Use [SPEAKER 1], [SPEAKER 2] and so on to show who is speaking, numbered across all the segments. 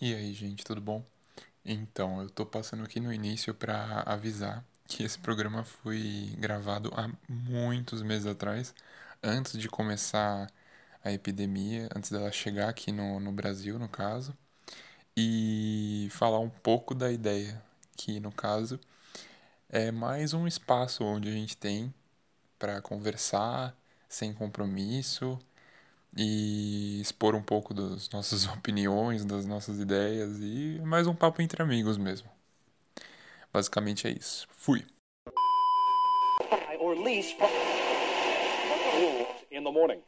[SPEAKER 1] E aí, gente, tudo bom? Então, eu tô passando aqui no início para avisar que esse programa foi gravado há muitos meses atrás, antes de começar a epidemia, antes dela chegar aqui no, no Brasil, no caso, e falar um pouco da ideia, que no caso é mais um espaço onde a gente tem para conversar sem compromisso e expor um pouco das nossas opiniões, das nossas ideias e mais um papo entre amigos mesmo. Basicamente é isso. Fui.
[SPEAKER 2] or lease from in the morning.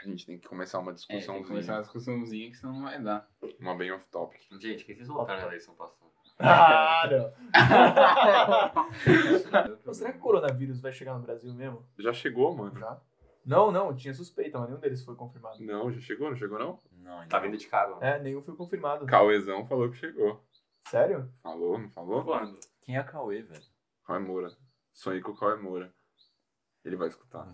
[SPEAKER 1] A gente tem que começar uma
[SPEAKER 3] É, tem que começar assim. uma discussãozinha que senão não vai dar.
[SPEAKER 1] uma bem off topic.
[SPEAKER 4] Gente, o que vocês
[SPEAKER 1] né,
[SPEAKER 4] votaram na eleição passada?
[SPEAKER 5] Ah, não. Pô,
[SPEAKER 3] Mas
[SPEAKER 5] será que o coronavírus vai chegar no Brasil mesmo?
[SPEAKER 1] Já chegou, mano?
[SPEAKER 5] Já? Não, não, tinha suspeita, mas nenhum deles foi confirmado.
[SPEAKER 1] Não, já chegou, não chegou não?
[SPEAKER 4] Não, ainda Tá vindo de carro.
[SPEAKER 5] É, nenhum foi confirmado. né?
[SPEAKER 1] Cauezão falou que chegou.
[SPEAKER 5] Sério?
[SPEAKER 1] Falou, não falou?
[SPEAKER 4] Quando?
[SPEAKER 3] Quem é a Cauê, velho?
[SPEAKER 1] Cauê Moura. Sonhei com o Cauê Moura. Ele vai escutar.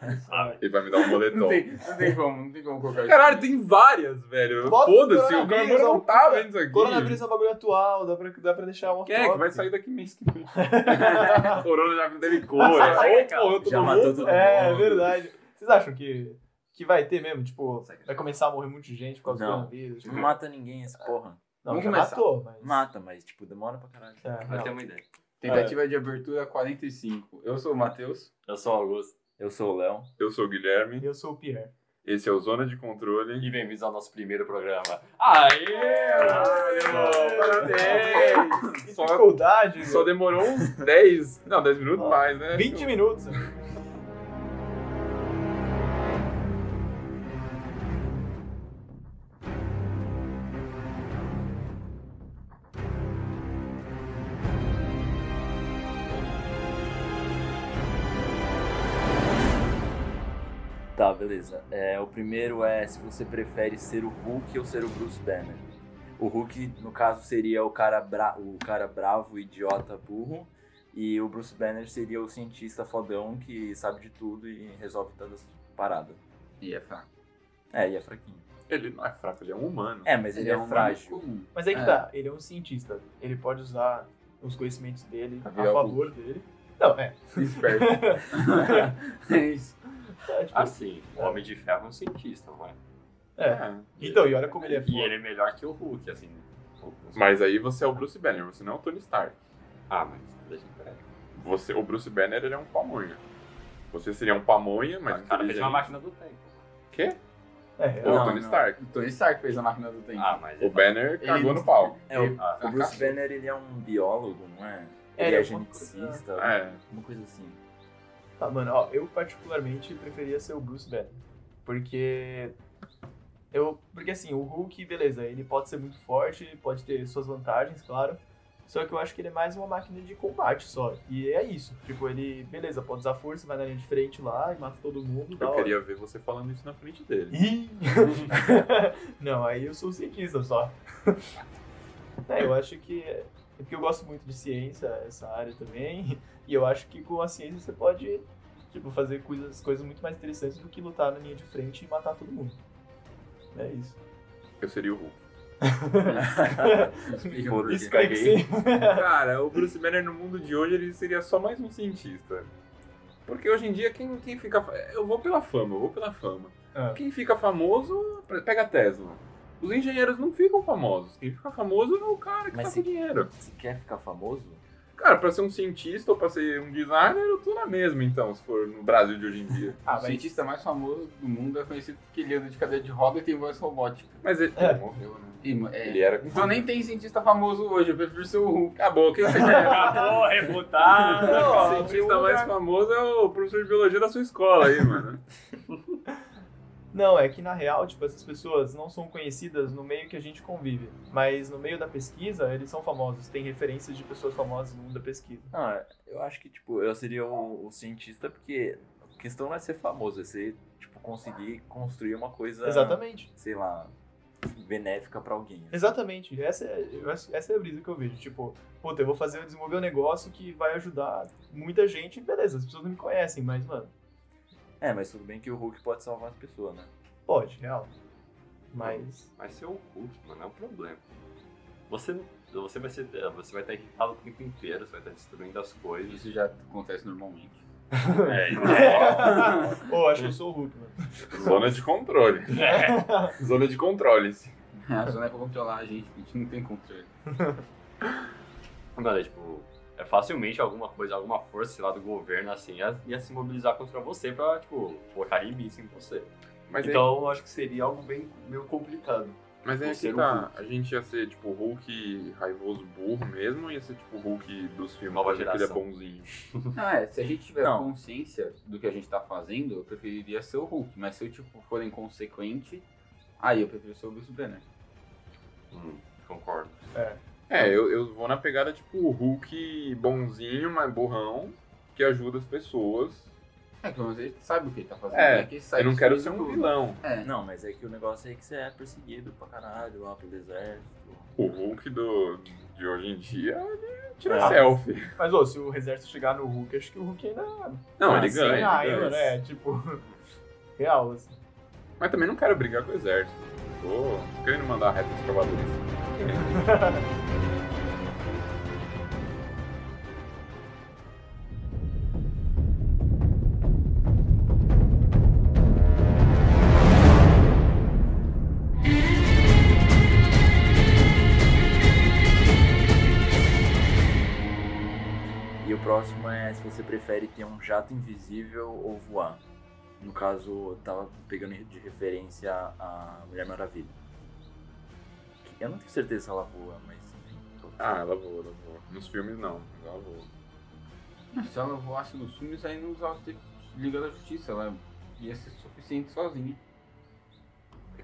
[SPEAKER 1] É Ele vai me dar um
[SPEAKER 3] Não
[SPEAKER 1] moletom.
[SPEAKER 3] tem, não tem como, não tem como colocar
[SPEAKER 1] Caralho, tem várias, velho.
[SPEAKER 5] Bota o
[SPEAKER 1] Foda-se, o Cauê
[SPEAKER 5] coronavírus,
[SPEAKER 1] Moura não
[SPEAKER 5] ó,
[SPEAKER 1] tá vendo isso aqui.
[SPEAKER 5] coronavírus é um bagulho atual, dá pra, dá pra deixar um
[SPEAKER 1] Quem é que vai
[SPEAKER 5] off-topic.
[SPEAKER 1] sair daqui mês que vem? Corona já me delicou. Ou morreu todo
[SPEAKER 4] Já
[SPEAKER 1] mundo.
[SPEAKER 4] matou todo
[SPEAKER 5] É, é
[SPEAKER 4] mundo.
[SPEAKER 5] verdade. Vocês acham que, que vai ter mesmo? Tipo,
[SPEAKER 4] Sei que
[SPEAKER 5] vai começar a morrer muita gente por causa do
[SPEAKER 3] Não.
[SPEAKER 5] coronavírus?
[SPEAKER 3] Não mata ninguém essa porra.
[SPEAKER 5] Não,
[SPEAKER 3] Vamos
[SPEAKER 5] já
[SPEAKER 3] começar.
[SPEAKER 5] matou, mas...
[SPEAKER 3] Mata, mas tipo, demora pra caralho.
[SPEAKER 5] É,
[SPEAKER 4] Pra
[SPEAKER 5] não.
[SPEAKER 4] ter uma ideia.
[SPEAKER 3] Tentativa de abertura 45. Eu sou o Matheus.
[SPEAKER 4] Eu sou o Augusto.
[SPEAKER 3] Eu sou o Léo.
[SPEAKER 1] Eu sou o Guilherme.
[SPEAKER 5] Eu sou o Pierre.
[SPEAKER 1] Esse é o Zona de Controle.
[SPEAKER 4] E bem-vindos ao nosso primeiro programa.
[SPEAKER 3] Ah,
[SPEAKER 4] Aê!
[SPEAKER 5] Parabéns!
[SPEAKER 1] Só-
[SPEAKER 5] Dificuldade,
[SPEAKER 1] Só
[SPEAKER 5] velho.
[SPEAKER 1] demorou uns 10, não, 10 minutos
[SPEAKER 5] Ó,
[SPEAKER 1] mais, né?
[SPEAKER 5] 20 minutos.
[SPEAKER 3] Tá, beleza. É, o primeiro é se você prefere ser o Hulk ou ser o Bruce Banner. O Hulk, no caso, seria o cara, bra o cara bravo, idiota, burro. E o Bruce Banner seria o cientista fodão que sabe de tudo e resolve todas as paradas.
[SPEAKER 4] E é fraco.
[SPEAKER 3] É, e é fraquinho.
[SPEAKER 1] Ele não é fraco, ele é um humano.
[SPEAKER 3] É, mas ele, é,
[SPEAKER 4] um
[SPEAKER 3] frágil.
[SPEAKER 4] comum.
[SPEAKER 5] Mas aí que
[SPEAKER 3] É.
[SPEAKER 5] tá, ele é um cientista. Ele pode usar os conhecimentos dele
[SPEAKER 3] Pra
[SPEAKER 5] a
[SPEAKER 3] virar o
[SPEAKER 5] favor dele. Não, é.
[SPEAKER 3] Esperto. é isso.
[SPEAKER 5] É, tipo,
[SPEAKER 4] Assim, o Homem de Ferro é um cientista, não é?
[SPEAKER 5] é. Então, e olha como ele é
[SPEAKER 4] E
[SPEAKER 5] foda.
[SPEAKER 4] ele é melhor que o Hulk, assim. O-
[SPEAKER 1] Mas aí você é o Bruce Banner, você não é o Tony Stark.
[SPEAKER 4] Ah, mas deixa eu ver.
[SPEAKER 1] Você, o Bruce Banner ele é um pamonha. Você seria um pamonha, mas
[SPEAKER 4] O cara fez uma
[SPEAKER 1] inteligente.
[SPEAKER 4] máquina do tempo.
[SPEAKER 1] Quê?
[SPEAKER 5] É,
[SPEAKER 1] Ou o
[SPEAKER 2] um
[SPEAKER 3] Não,
[SPEAKER 1] Tony
[SPEAKER 3] não.
[SPEAKER 1] Stark. é
[SPEAKER 3] O Tony Stark fez a máquina do tempo.
[SPEAKER 4] Ah, mas
[SPEAKER 1] O Banner
[SPEAKER 3] Ele-
[SPEAKER 1] cagou no pau.
[SPEAKER 3] É, o,
[SPEAKER 4] Ah,
[SPEAKER 1] tá,
[SPEAKER 3] o Bruce Banner, ele é um biólogo, não é?
[SPEAKER 5] É,
[SPEAKER 3] Ele é,
[SPEAKER 5] alguma
[SPEAKER 3] geneticista,
[SPEAKER 1] É.
[SPEAKER 3] uma coisa assim.
[SPEAKER 5] Tá, mano, ó, eu particularmente preferia ser o Bruce Banner. Porque. Eu. Porque assim, o Hulk, beleza, ele pode ser muito forte, pode ter suas vantagens, claro. Só que eu acho que ele é mais uma máquina de combate só. E é isso. Tipo, ele, beleza, pode usar força, vai na linha de frente lá e mata todo mundo. da
[SPEAKER 1] Eu
[SPEAKER 5] hora.
[SPEAKER 1] queria ver você falando isso na frente dele.
[SPEAKER 5] Ih! não, aí eu sou um cientista só. É, eu acho que. É porque eu gosto muito de ciência, essa área também. E eu acho que com a ciência você pode, tipo, fazer coisas, coisas muito mais interessantes do que lutar na linha de frente e matar todo mundo. É isso.
[SPEAKER 1] Eu seria o Hulk.
[SPEAKER 3] Foda-se.
[SPEAKER 5] Isso tem que ser.
[SPEAKER 1] Cara, o Bruce Banner no mundo de hoje ele seria só mais um cientista. Porque hoje em dia quem, quem fica. fa- Eu vou pela fama, eu vou pela fama.
[SPEAKER 5] Ah.
[SPEAKER 1] Quem fica famoso, pre- pega a Tesla. Os engenheiros não ficam famosos. Quem fica famoso é o cara que
[SPEAKER 3] Mas
[SPEAKER 1] tá
[SPEAKER 3] se-
[SPEAKER 1] com dinheiro.
[SPEAKER 3] Você quer ficar famoso?
[SPEAKER 1] Cara, pra ser um cientista ou pra ser um designer, eu tô na mesma, então, se for no Brasil de hoje em dia.
[SPEAKER 5] Ah,
[SPEAKER 3] o
[SPEAKER 5] mas
[SPEAKER 3] cientista mais famoso do mundo é conhecido porque ele anda de cadeira de roda e tem voz robótica.
[SPEAKER 1] Mas ele
[SPEAKER 5] É.
[SPEAKER 1] Pô, morreu, né?
[SPEAKER 3] E, é,
[SPEAKER 1] Ele era.
[SPEAKER 3] Então nem tem cientista famoso hoje, eu prefiro ser o Hulk.
[SPEAKER 1] Acabou, quem você quer?
[SPEAKER 4] Acabou, refutado!
[SPEAKER 5] Não, assim, tipo,
[SPEAKER 1] o cientista
[SPEAKER 2] tá
[SPEAKER 5] eu-
[SPEAKER 1] mais famoso é o professor de biologia da sua escola aí, mano.
[SPEAKER 5] Não, é que na real, tipo, essas pessoas não são conhecidas no meio que a gente convive. Mas no meio da pesquisa, eles são famosos. Tem referências de pessoas famosas no mundo da pesquisa.
[SPEAKER 3] Não, eu acho que, tipo, eu seria o, o cientista porque a questão não é ser famoso, é ser, tipo, conseguir construir uma coisa,
[SPEAKER 5] Exatamente.
[SPEAKER 3] sei lá, benéfica pra alguém. assim.
[SPEAKER 5] Exatamente, essa é, eu acho- essa é a brisa que eu vejo. Tipo, puta, eu vou fazer, desenvolver um negócio que vai ajudar muita gente, beleza, as pessoas não me conhecem, mas, mano,
[SPEAKER 3] É, mas tudo bem que o Hulk pode salvar as pessoas, né?
[SPEAKER 5] Pode, real. Mas.
[SPEAKER 4] Mas seu Hulk, mano, é um problema. Você, você, vai ser, você vai estar irritado o tempo inteiro, você vai estar destruindo as coisas.
[SPEAKER 2] Isso já acontece normalmente.
[SPEAKER 4] É, é,
[SPEAKER 5] Pô, acho que eu sou o Hulk, mano.
[SPEAKER 6] Zona de controle.
[SPEAKER 4] é.
[SPEAKER 6] Zona de controles.
[SPEAKER 2] A zona é pra controlar a gente, a gente não tem controle.
[SPEAKER 4] Mano, é tipo, é facilmente alguma coisa, alguma força, sei lá, do governo, assim, ia, ia se mobilizar contra você pra, tipo, colocar limites em você.
[SPEAKER 6] Mas
[SPEAKER 4] então eu acho que seria algo bem meio complicado.
[SPEAKER 6] é, mas é
[SPEAKER 4] o
[SPEAKER 6] que
[SPEAKER 4] ser
[SPEAKER 6] tá. A gente ia ser tipo Hulk raivoso burro mesmo, ia ser tipo Hulk dos filmes,
[SPEAKER 4] Nova
[SPEAKER 6] fazer
[SPEAKER 1] é
[SPEAKER 6] aquele
[SPEAKER 4] geração.
[SPEAKER 6] bonzinho.
[SPEAKER 2] Ah, é, se a gente tiver
[SPEAKER 6] Não.
[SPEAKER 2] consciência do que a gente tá fazendo, eu preferiria ser o Hulk. Mas se eu, tipo, for inconsequente, aí eu prefiro ser o Bruce Banner.
[SPEAKER 4] Hum, concordo.
[SPEAKER 5] É.
[SPEAKER 6] É, eu, eu vou na pegada tipo o Hulk bonzinho, mas burrão, que ajuda as pessoas.
[SPEAKER 2] É, pelo menos ele sabe o que ele tá fazendo.
[SPEAKER 6] É,
[SPEAKER 2] né? Que ele sabe
[SPEAKER 6] Eu não quero ser
[SPEAKER 2] destruir
[SPEAKER 6] um
[SPEAKER 2] tudo.
[SPEAKER 6] vilão.
[SPEAKER 2] É,
[SPEAKER 3] Não, mas é que o negócio é que você é perseguido pra caralho lá pelo exército.
[SPEAKER 6] O Hulk do, de hoje em dia ele tira
[SPEAKER 4] Ah.
[SPEAKER 6] selfie.
[SPEAKER 5] Mas, ô, se o exército chegar no Hulk, acho que o Hulk ainda
[SPEAKER 6] Não,
[SPEAKER 4] Ah,
[SPEAKER 6] ele
[SPEAKER 4] sim,
[SPEAKER 6] ganha.
[SPEAKER 5] Ah,
[SPEAKER 6] ele
[SPEAKER 5] eu,
[SPEAKER 6] ganha.
[SPEAKER 5] né? Tipo, real, assim.
[SPEAKER 6] Mas também não quero brigar com o exército. Tô querendo mandar reta de cavaleiros.
[SPEAKER 3] E o próximo é se você prefere ter um jato invisível ou voar. No caso, eu tava pegando de referência a Mulher Maravilha. Que Eu não tenho certeza se ela voa, mas enfim.
[SPEAKER 6] Ah, ela voa, ela voa. Nos filmes não, mas ela voa.
[SPEAKER 2] Se ela voasse nos filmes, aí não usava ter Liga da Justiça. Ela ia ser suficiente sozinha.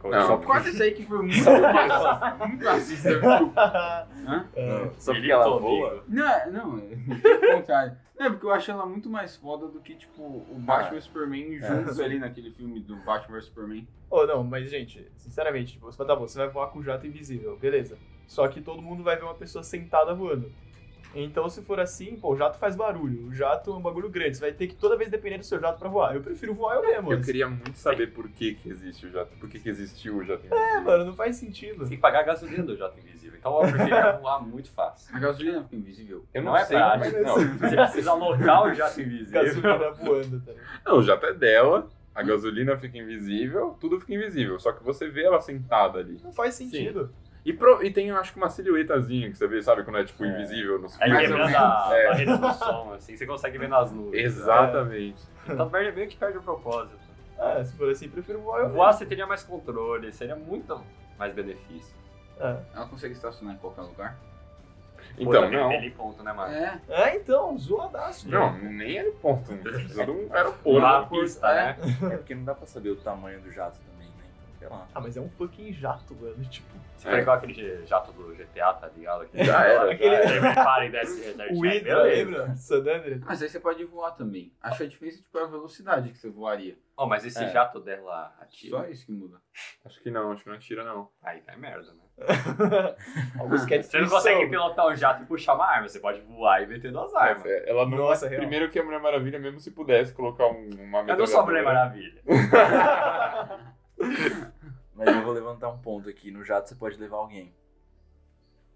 [SPEAKER 3] é
[SPEAKER 6] Não.
[SPEAKER 4] Só porque
[SPEAKER 2] Quase isso aí que foi muito racista. muito racista. desculpa. Hã?
[SPEAKER 5] É,
[SPEAKER 3] Só porque
[SPEAKER 4] ele
[SPEAKER 3] ela
[SPEAKER 4] tô
[SPEAKER 3] voa.
[SPEAKER 4] amigo.
[SPEAKER 2] Não, não, é o contrário. Não, é porque eu acho ela muito mais foda do que, tipo, o Batman e o Superman juntos ali naquele filme do Batman vs Superman.
[SPEAKER 5] Ô, não, mas, gente, sinceramente, tipo, você vai, tá bom, você vai voar com o jato invisível, beleza. Só que todo mundo vai ver uma pessoa sentada voando. Então, se for assim, pô, o jato faz barulho. O jato é um bagulho grande. Você vai ter que toda vez depender do seu jato pra voar. Eu prefiro voar eu mesmo.
[SPEAKER 6] Eu
[SPEAKER 5] assim.
[SPEAKER 6] queria muito saber por que, que existe o jato. Por que, que existiu o jato.
[SPEAKER 5] É, mano, não faz sentido.
[SPEAKER 4] Você tem que pagar a gasolina do jato invisível. Então eu preferia voar muito fácil.
[SPEAKER 2] A gasolina fica invisível.
[SPEAKER 6] Eu
[SPEAKER 4] não
[SPEAKER 6] não,
[SPEAKER 4] é
[SPEAKER 6] sei, mas
[SPEAKER 4] prático.
[SPEAKER 6] não.
[SPEAKER 4] Você precisa alocar o jato invisível.
[SPEAKER 5] Gasolina assim, voando, tá ligado?
[SPEAKER 6] Não, o jato é dela, a gasolina fica invisível, tudo fica invisível. Só que você vê ela sentada ali.
[SPEAKER 5] Não faz sentido.
[SPEAKER 6] E, pro- e tem, eu acho que uma silhuetazinha que você vê, sabe, quando é tipo
[SPEAKER 4] É.
[SPEAKER 6] invisível nos
[SPEAKER 4] Aí
[SPEAKER 2] Mais
[SPEAKER 6] filmes.
[SPEAKER 2] ou
[SPEAKER 4] quebrando a
[SPEAKER 6] menos, é.
[SPEAKER 4] barreira do som, assim, você consegue ver nas nuvens. né?
[SPEAKER 6] Exatamente.
[SPEAKER 4] Então merda meio que perde o propósito.
[SPEAKER 5] Ah, se for assim, prefiro voar eu
[SPEAKER 4] Voar você teria mais controle, seria muito mais benefício.
[SPEAKER 5] mesmo. É.
[SPEAKER 2] Ela consegue estacionar em qualquer lugar.
[SPEAKER 4] Pô,
[SPEAKER 6] Então,
[SPEAKER 4] também
[SPEAKER 6] não.
[SPEAKER 4] aquele ponto, né, Marcos?
[SPEAKER 2] É.
[SPEAKER 5] Ah, então, zoadaço.
[SPEAKER 6] Não,
[SPEAKER 4] é
[SPEAKER 6] nem aeroporto. Precisa de um
[SPEAKER 4] Pular a
[SPEAKER 6] aeroporto.
[SPEAKER 4] pista,
[SPEAKER 2] é.
[SPEAKER 4] né?
[SPEAKER 3] É porque não dá pra saber o tamanho do jato também, né? Então, sei lá.
[SPEAKER 5] Ah, mas é um fucking jato, mano. Tipo,
[SPEAKER 4] Você foi igual aquele jato do GTA, tá ligado?
[SPEAKER 2] né?
[SPEAKER 4] Aquele
[SPEAKER 6] Já era,
[SPEAKER 4] Aquele... Ele para e desce.
[SPEAKER 5] o
[SPEAKER 4] é,
[SPEAKER 5] Hydra,
[SPEAKER 4] beleza.
[SPEAKER 5] lembra? Sandandre.
[SPEAKER 2] Mas aí você pode voar também. Acho que a diferença tipo, é a velocidade que você voaria.
[SPEAKER 4] Oh, mas esse
[SPEAKER 3] É.
[SPEAKER 4] jato dela
[SPEAKER 2] Só
[SPEAKER 4] ativa.
[SPEAKER 2] isso que muda.
[SPEAKER 6] Acho que não, acho que não atira, não.
[SPEAKER 4] Aí tá merda, né?
[SPEAKER 5] Alguns é querem
[SPEAKER 4] Você não consegue pilotar um jato e puxar uma arma, você pode voar e meter duas armas.
[SPEAKER 6] É, Ela não
[SPEAKER 5] Nossa, real.
[SPEAKER 6] Primeiro que a Mulher Maravilha, mesmo se pudesse colocar um, uma
[SPEAKER 3] Então,
[SPEAKER 4] Eu não sou a Mulher
[SPEAKER 6] metralhadora-
[SPEAKER 4] Maravilha.
[SPEAKER 3] Mas eu vou levantar um ponto aqui. No jato você pode levar alguém.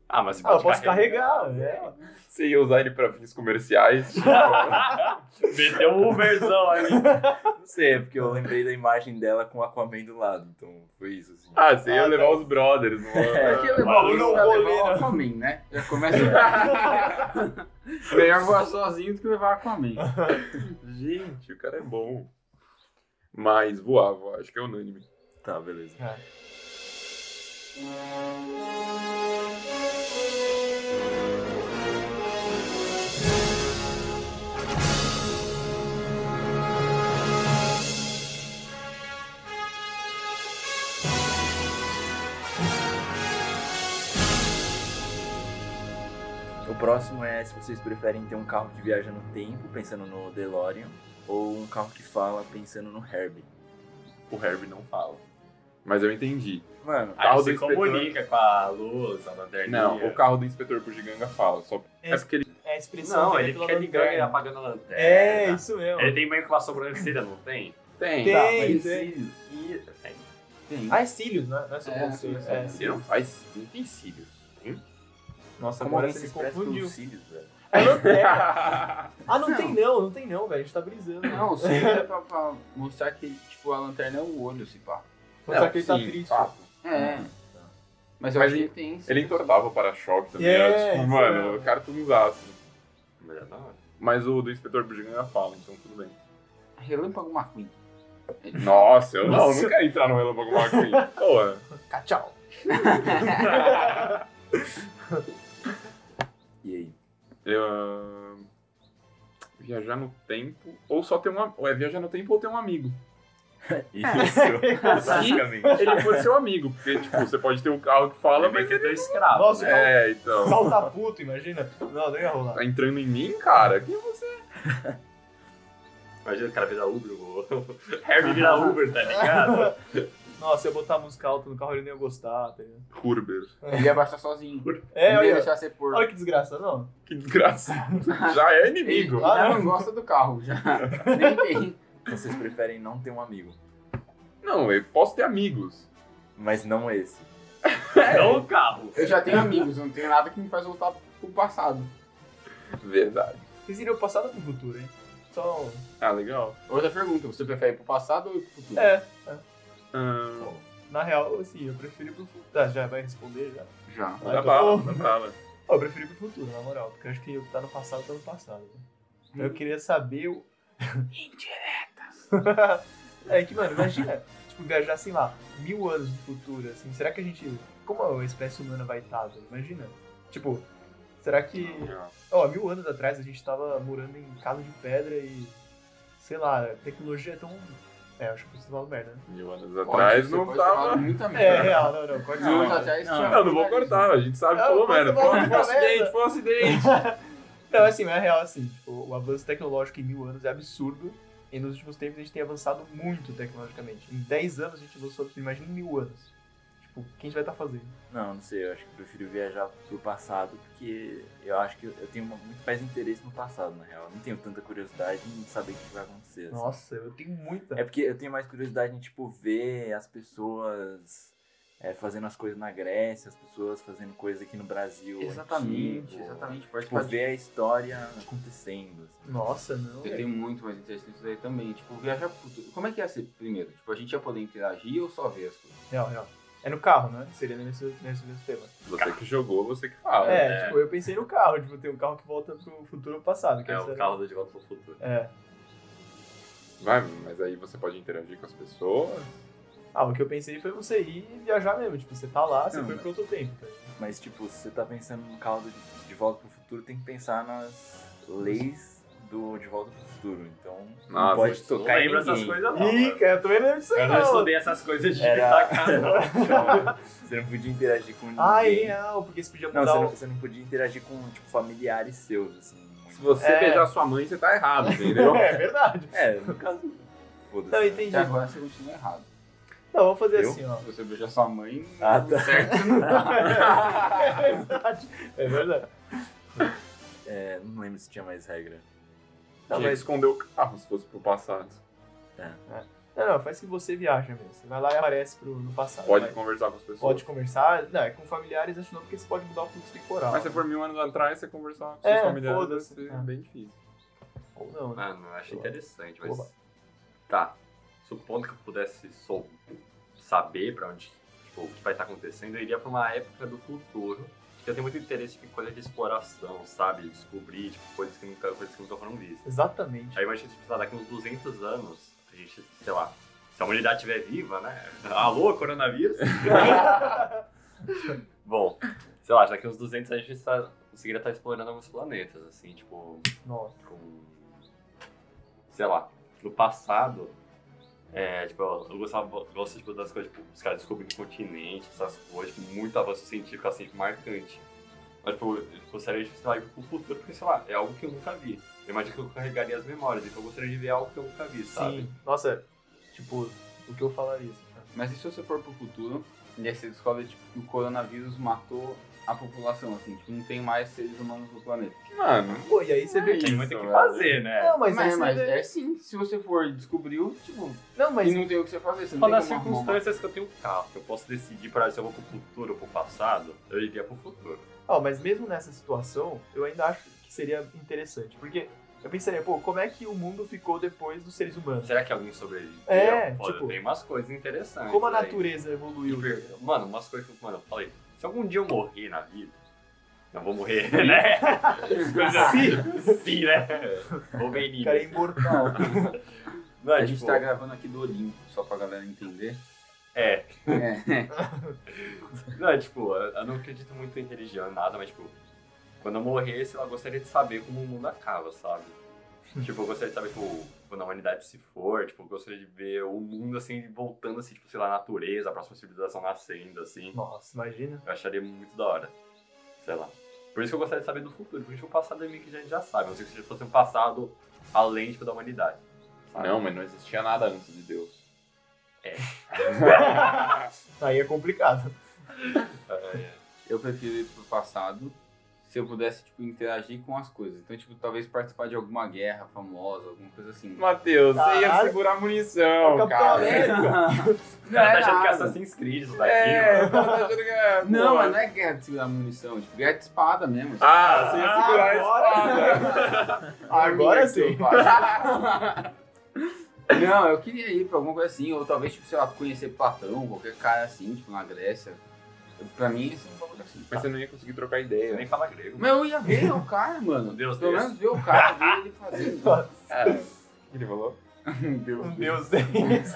[SPEAKER 4] Ah, mas você
[SPEAKER 5] Ah, eu
[SPEAKER 4] pode
[SPEAKER 5] posso carregar, né?
[SPEAKER 6] Você ia usar ele pra fins comerciais? tipo,
[SPEAKER 4] Meteu um Uberzão ali.
[SPEAKER 3] Não sei, é porque eu lembrei da imagem dela com o Aquaman do lado. Então foi isso, assim.
[SPEAKER 6] ah, você ia
[SPEAKER 5] Ah,
[SPEAKER 6] levar os brothers. não-
[SPEAKER 2] Pra que levar
[SPEAKER 4] valor
[SPEAKER 2] o
[SPEAKER 5] não
[SPEAKER 2] não levar
[SPEAKER 5] vou ler,
[SPEAKER 2] o Aquaman, né? Já começa Melhor voar sozinho do que levar Aquaman.
[SPEAKER 6] Gente, o cara é bom. Mas voava, acho que é unânime.
[SPEAKER 3] Tá, beleza. O próximo é se vocês preferem ter um carro que viaja no tempo, pensando no DeLorean, ou um carro que fala, pensando no Herbie.
[SPEAKER 6] O Herbie não fala. Mas eu entendi.
[SPEAKER 3] Mano,
[SPEAKER 4] Aí
[SPEAKER 6] Carro do
[SPEAKER 4] Ah, você
[SPEAKER 6] inspetor.
[SPEAKER 4] comunica com a luz, a lanterninha.
[SPEAKER 6] Não, o carro do inspetor Bugiganga fala. Só
[SPEAKER 5] É,
[SPEAKER 6] é porque ele.
[SPEAKER 5] É a expressão
[SPEAKER 4] Não,
[SPEAKER 5] dele
[SPEAKER 4] ele
[SPEAKER 5] pela
[SPEAKER 4] fica ligando e
[SPEAKER 5] lanterna.
[SPEAKER 4] apagando a lanterna. tá.
[SPEAKER 5] É, isso mesmo.
[SPEAKER 4] Ele tem uma inflação sobrancelha, não tem?
[SPEAKER 6] Tem.
[SPEAKER 5] Tem,
[SPEAKER 2] mas
[SPEAKER 5] tem.
[SPEAKER 2] isso-
[SPEAKER 4] E. Tem.
[SPEAKER 2] Tem.
[SPEAKER 5] Ah, é cílios, não é, não é só
[SPEAKER 2] É,
[SPEAKER 5] é, cílios.
[SPEAKER 2] é.
[SPEAKER 5] É.
[SPEAKER 6] Você não faz. Não tem cílios. Tem?
[SPEAKER 5] Nossa,
[SPEAKER 3] Como
[SPEAKER 5] agora
[SPEAKER 3] alguém
[SPEAKER 4] assim
[SPEAKER 5] você
[SPEAKER 3] se
[SPEAKER 5] me
[SPEAKER 3] expressa pelos
[SPEAKER 5] confundiu.
[SPEAKER 3] cílios, velho?
[SPEAKER 5] Ah, não tem. Ah, não,
[SPEAKER 2] Não.
[SPEAKER 5] tem não, não tem não, velho. A gente tá brisando.
[SPEAKER 2] Não, o cílio é pra, pra mostrar que tipo, a lanterna é o olho, se pá.
[SPEAKER 5] Mas só que ele tá
[SPEAKER 6] sim,
[SPEAKER 5] triste.
[SPEAKER 6] fato.
[SPEAKER 5] Ah,
[SPEAKER 2] É. Mas eu
[SPEAKER 6] Mas
[SPEAKER 2] acho que
[SPEAKER 6] ele-
[SPEAKER 2] tem.
[SPEAKER 6] Ele entortava o para-choque também.
[SPEAKER 5] É,
[SPEAKER 6] era, tipo,
[SPEAKER 5] isso
[SPEAKER 6] mano,
[SPEAKER 5] mesmo.
[SPEAKER 6] o cara tudo usasse.
[SPEAKER 4] Mas é da hora.
[SPEAKER 6] Mas o do Inspetor Brigham já fala, então tudo bem.
[SPEAKER 2] Relâmpago McQueen.
[SPEAKER 6] Nossa, eu não,
[SPEAKER 5] Nossa.
[SPEAKER 6] não quero entrar no Relâmpago McQueen. Porra.
[SPEAKER 5] Cá, Tchau.
[SPEAKER 3] E aí?
[SPEAKER 6] Eu, ah, viajar no tempo, ou só ter um... Ou é viajar no tempo ou ter um amigo.
[SPEAKER 3] Isso, basicamente.
[SPEAKER 6] Ele for seu amigo, porque, tipo, você pode ter um carro que fala, mas...
[SPEAKER 4] que ele é escravo.
[SPEAKER 5] Nossa,
[SPEAKER 4] né?
[SPEAKER 6] É, então...
[SPEAKER 5] Salta tá puto, imagina. Não, não ia rolar.
[SPEAKER 6] Tá entrando em mim, cara? Que
[SPEAKER 4] Imagina o cara virar Uber, o Harry virar Uber, tá ligado?
[SPEAKER 5] Nossa, eu botar a música alta no carro, ele nem ia gostar. Tá ligado?
[SPEAKER 6] Kurber.
[SPEAKER 2] Ele ia baixar sozinho.
[SPEAKER 5] é,
[SPEAKER 2] não ia
[SPEAKER 5] olha,
[SPEAKER 2] deixar ser por.
[SPEAKER 5] olha que desgraça, não.
[SPEAKER 6] Que desgraçado. Já é
[SPEAKER 2] Ele
[SPEAKER 6] inimigo.
[SPEAKER 5] Ah,
[SPEAKER 2] já
[SPEAKER 5] não.
[SPEAKER 2] não gosta do carro, já. Nem tem.
[SPEAKER 3] Vocês preferem não ter um amigo,
[SPEAKER 6] Não, eu posso ter amigos.
[SPEAKER 3] mas não esse.
[SPEAKER 4] É, Não o carro.
[SPEAKER 2] Eu já tenho amigos, não tenho nada que me faz voltar pro passado.
[SPEAKER 6] Verdade.
[SPEAKER 5] Vocês iriam passado ou pro futuro, hein? Só. um-
[SPEAKER 6] Ah, legal.
[SPEAKER 2] Outra pergunta, você prefere ir pro passado ou ir pro futuro?
[SPEAKER 5] É,
[SPEAKER 6] Ah,
[SPEAKER 5] na real, assim, eu prefiro ir pro futuro. Ah, já vai responder já.
[SPEAKER 2] Já.
[SPEAKER 5] Ah,
[SPEAKER 6] dá
[SPEAKER 5] então-
[SPEAKER 6] bala, dá bala.
[SPEAKER 5] Ó, eu prefiro ir pro futuro, na moral, porque eu acho que o que tá no passado tá no passado. né? Então eu queria saber o. Indiretas! é que, mano, imagina, tipo, viajar, sei lá, mil anos no futuro, assim, será que a gente. Como a espécie humana vai estar, velho? Imagina. Tipo, será que. Ó, mil anos atrás a gente tava morando em casa de pedra e. Sei lá, a tecnologia é tão. É, eu acho que eu falo merda, né?
[SPEAKER 6] Mil anos
[SPEAKER 2] Pode,
[SPEAKER 6] atrás
[SPEAKER 2] você
[SPEAKER 6] não
[SPEAKER 2] pode
[SPEAKER 6] tava.
[SPEAKER 2] falar Muita
[SPEAKER 5] É,
[SPEAKER 2] merda.
[SPEAKER 5] real, não, não, corta
[SPEAKER 2] Não,
[SPEAKER 5] isso.
[SPEAKER 2] já isso é já-
[SPEAKER 6] Não, não vou cortar, a gente sabe
[SPEAKER 5] Não,
[SPEAKER 6] pelo
[SPEAKER 5] você
[SPEAKER 6] menos.
[SPEAKER 5] vai
[SPEAKER 6] Foi um
[SPEAKER 5] cortar
[SPEAKER 6] acidente,
[SPEAKER 5] mesmo.
[SPEAKER 6] foi um acidente.
[SPEAKER 5] Não, assim, mas é real, assim, tipo, o avanço tecnológico em mil anos é absurdo. E nos últimos tempos a gente tem avançado muito tecnologicamente. Em 10 anos a gente avançou, imagina em mil anos. Tipo, o que a gente vai estar fazendo?
[SPEAKER 3] Não, não sei, eu acho que eu prefiro viajar pro passado, porque eu acho que eu eu tenho uma- muito mais interesse no passado, na real. Eu não tenho tanta curiosidade em saber o que vai acontecer. assim.
[SPEAKER 5] Nossa, eu tenho muita.
[SPEAKER 3] É porque eu tenho mais curiosidade em, tipo, ver as pessoas é, fazendo as coisas na Grécia, as pessoas fazendo coisa aqui no Brasil.
[SPEAKER 2] Exatamente,
[SPEAKER 3] antigo.
[SPEAKER 2] exatamente.
[SPEAKER 3] Tipo,
[SPEAKER 2] Participar de
[SPEAKER 3] ver a história acontecendo. assim.
[SPEAKER 5] Nossa, não.
[SPEAKER 2] Eu tenho muito mais interesse nisso daí também. Tipo, viajar pro futuro. Como é que ia ser primeiro? Tipo, a gente ia poder interagir ou só ver as coisas?
[SPEAKER 5] Real, real. É no carro, né? Seria nesse, nesse mesmo tema.
[SPEAKER 6] Você que jogou, você que fala.
[SPEAKER 5] é,
[SPEAKER 4] é.
[SPEAKER 5] tipo, eu pensei no carro, tipo, tem um carro que volta pro futuro ou passado. Que
[SPEAKER 4] É
[SPEAKER 5] essa
[SPEAKER 4] o
[SPEAKER 5] era-
[SPEAKER 4] carro do De Volta pro Futuro.
[SPEAKER 5] É.
[SPEAKER 6] Vai, mas aí você pode interagir com as pessoas.
[SPEAKER 5] Ah, o que eu pensei foi você ir e viajar mesmo. Tipo, você tá lá, você
[SPEAKER 3] Não,
[SPEAKER 5] foi
[SPEAKER 3] mas-
[SPEAKER 5] pro outro tempo. tá ligado?
[SPEAKER 3] Mas, tipo, se você tá pensando no carro do- de Volta pro Futuro, tem que pensar nas leis do De Volta pro Futuro. Então, não
[SPEAKER 6] Nossa,
[SPEAKER 3] pode
[SPEAKER 6] não
[SPEAKER 3] tocar
[SPEAKER 4] Não
[SPEAKER 3] em
[SPEAKER 4] lembro
[SPEAKER 3] ninguém.
[SPEAKER 4] essas coisas, não.
[SPEAKER 5] Ih,
[SPEAKER 4] mano.
[SPEAKER 5] cara, eu também não lembro disso aí,
[SPEAKER 4] Eu não
[SPEAKER 5] não.
[SPEAKER 4] estudei essas coisas de
[SPEAKER 2] tá
[SPEAKER 3] Era-
[SPEAKER 4] cara, não.
[SPEAKER 3] Você não podia interagir com ninguém.
[SPEAKER 5] Ah, é real, porque você podia
[SPEAKER 3] Não,
[SPEAKER 5] mudar
[SPEAKER 3] você
[SPEAKER 5] o...
[SPEAKER 3] não, você não podia interagir com, tipo, familiares seus, assim.
[SPEAKER 6] Se você
[SPEAKER 5] É.
[SPEAKER 6] beijar sua mãe, você tá errado, entendeu?
[SPEAKER 5] É verdade.
[SPEAKER 3] É, no caso. Foda-se.
[SPEAKER 5] Não,
[SPEAKER 3] né?
[SPEAKER 5] entendi.
[SPEAKER 2] Até agora você continua errado.
[SPEAKER 5] Não, vamos fazer
[SPEAKER 3] Eu?
[SPEAKER 5] assim, ó.
[SPEAKER 2] Se você beijar sua mãe,
[SPEAKER 3] Ah, tá.
[SPEAKER 2] certo não dá.
[SPEAKER 5] É verdade. É verdade.
[SPEAKER 3] É, não lembro se tinha mais regra.
[SPEAKER 5] Não,
[SPEAKER 6] Tinha que
[SPEAKER 5] mas,
[SPEAKER 6] esconder o carro se fosse pro passado.
[SPEAKER 5] não, não, faz que você viaja mesmo. Você vai lá e aparece pro, no passado.
[SPEAKER 6] Pode
[SPEAKER 5] vai.
[SPEAKER 6] conversar com as pessoas.
[SPEAKER 5] Pode conversar. Não, é com familiares acho não, porque você pode mudar o fluxo temporal.
[SPEAKER 6] Mas se
[SPEAKER 5] né?
[SPEAKER 6] for mil anos atrás, você conversar com
[SPEAKER 5] É,
[SPEAKER 6] seus familiares vai
[SPEAKER 5] foda-se.
[SPEAKER 6] ser
[SPEAKER 5] É.
[SPEAKER 6] bem difícil.
[SPEAKER 5] Ou não, né?
[SPEAKER 4] Mano, eu acho interessante, mas.
[SPEAKER 5] Oba.
[SPEAKER 4] Tá. Supondo que eu pudesse só saber pra onde. Tipo, o que vai estar acontecendo, eu iria pra uma época do futuro. Que eu tenho muito interesse em coisa de exploração, sabe? Descobrir, tipo, coisas que nunca, coisas que nunca foram vistas.
[SPEAKER 5] Exatamente.
[SPEAKER 2] É
[SPEAKER 4] Aí imagina, tipo, sei lá, daqui uns 200 anos, a gente, sei lá. Se a humanidade estiver viva, né? Alô, coronavírus? Bom, sei lá, daqui uns 200 anos a gente tá, conseguiria estar explorando alguns planetas, assim, tipo,
[SPEAKER 5] Nossa.
[SPEAKER 4] com. Sei lá, no passado. É, tipo, eu eu gostava, eu gosto tipo, das coisas, tipo, os caras descobrindo continente, essas coisas, tipo, muito avanço científico, assim, tipo, marcante. Mas, tipo, eu gostaria de, sei lá, ir pro futuro, porque, sei lá, é algo que eu nunca vi. Eu imagino que eu carregaria as memórias, então eu gostaria de ver algo que eu nunca vi, sabe?
[SPEAKER 5] Sim. Nossa, tipo, o que eu falaria? assim, né?
[SPEAKER 2] Mas e se você for pro futuro, e aí você descobre tipo, que o coronavírus matou a população, assim, tipo, não tem mais seres humanos no planeta.
[SPEAKER 6] Mano,
[SPEAKER 5] Pô, e aí você vê que.
[SPEAKER 4] Tem
[SPEAKER 6] isso,
[SPEAKER 4] muito o que
[SPEAKER 6] velho.
[SPEAKER 4] fazer, né?
[SPEAKER 5] Não, mas, aí
[SPEAKER 2] Mas,
[SPEAKER 5] você
[SPEAKER 2] mas
[SPEAKER 5] vê-
[SPEAKER 2] é sim, se você for descobriu, tipo,
[SPEAKER 5] Não, mas.
[SPEAKER 2] e não tem o que você fazer, você não tem
[SPEAKER 4] Falar as
[SPEAKER 2] como arrumar uma-
[SPEAKER 4] circunstâncias que eu tenho carro, que eu posso decidir pra se eu vou pro futuro ou pro passado, eu iria pro futuro.
[SPEAKER 5] Ó, mas mesmo nessa situação, eu ainda acho que seria interessante. Porque eu pensaria, pô, como é que o mundo ficou depois dos seres humanos?
[SPEAKER 4] Será que alguém sobreviveu?
[SPEAKER 5] É,
[SPEAKER 4] Pô,
[SPEAKER 5] tipo,
[SPEAKER 4] tem umas coisas interessantes.
[SPEAKER 5] Como a
[SPEAKER 4] aí.
[SPEAKER 5] natureza evoluiu?
[SPEAKER 4] Tipo, Mano, umas coisas que mano, eu falei, se algum dia eu morrer na vida, não vou morrer, né? Coisa assim, sim, né? Vou bem
[SPEAKER 5] O
[SPEAKER 4] lindo.
[SPEAKER 5] cara é imortal.
[SPEAKER 4] Não,
[SPEAKER 2] A gente
[SPEAKER 4] tipo,
[SPEAKER 2] tá gravando aqui do Olimpo, só pra galera entender.
[SPEAKER 4] É,
[SPEAKER 2] É.
[SPEAKER 4] Não, é, tipo, eu eu não acredito muito em religião, nada, mas, tipo, quando eu morrer, sei lá, eu gostaria de saber como o mundo acaba, sabe? tipo, eu gostaria de saber, tipo, quando a humanidade se for, tipo, eu gostaria de ver o mundo, assim, voltando, assim, tipo, sei lá, a natureza, a próxima civilização nascendo, assim.
[SPEAKER 5] Nossa, imagina.
[SPEAKER 4] Eu acharia muito da hora. Sei lá. Por isso que eu gostaria de saber do futuro, porque o passado é meio que a gente já sabe, a não sei se fosse um passado além, tipo, da humanidade. sabe?
[SPEAKER 6] não, mas não existia nada antes de Deus.
[SPEAKER 5] Aí é complicado.
[SPEAKER 4] É,
[SPEAKER 2] Eu prefiro ir pro passado se eu pudesse, tipo, interagir com as coisas. Então, tipo, talvez participar de alguma guerra famosa, alguma coisa assim.
[SPEAKER 6] Matheus, você ia
[SPEAKER 5] Caralho.
[SPEAKER 6] segurar a munição,
[SPEAKER 5] Capitão
[SPEAKER 6] cara.
[SPEAKER 5] América.
[SPEAKER 4] é O cara tá
[SPEAKER 2] era
[SPEAKER 4] achando que
[SPEAKER 2] nada.
[SPEAKER 4] é Assassin's Creed isso daqui,
[SPEAKER 6] É,
[SPEAKER 4] mano.
[SPEAKER 6] o cara tá achando que é-
[SPEAKER 2] Não,
[SPEAKER 6] Pô,
[SPEAKER 2] mas não é guerra de segurar munição, é, tipo, guerra de espada mesmo. assim.
[SPEAKER 6] Ah, você ia segurar a espada.
[SPEAKER 5] agora... né? Ah, agora sim.
[SPEAKER 2] tipo, Não, eu queria ir pra alguma coisa assim, ou talvez, tipo, sei lá, conhecer Platão, qualquer cara assim, tipo, na Grécia. Eu- Pra mim, isso é um bagulho assim.
[SPEAKER 6] Mas você não ia conseguir trocar
[SPEAKER 4] Você
[SPEAKER 6] ideia.
[SPEAKER 4] nem fala grego.
[SPEAKER 2] Mas eu ia ver o cara, mano.
[SPEAKER 4] Deus
[SPEAKER 2] Pelo
[SPEAKER 4] Deus.
[SPEAKER 2] menos ver o cara, ver ele fazendo.
[SPEAKER 6] Ah, o que ele falou?
[SPEAKER 2] Deus,
[SPEAKER 5] Um
[SPEAKER 2] Deus.
[SPEAKER 5] Deus deles.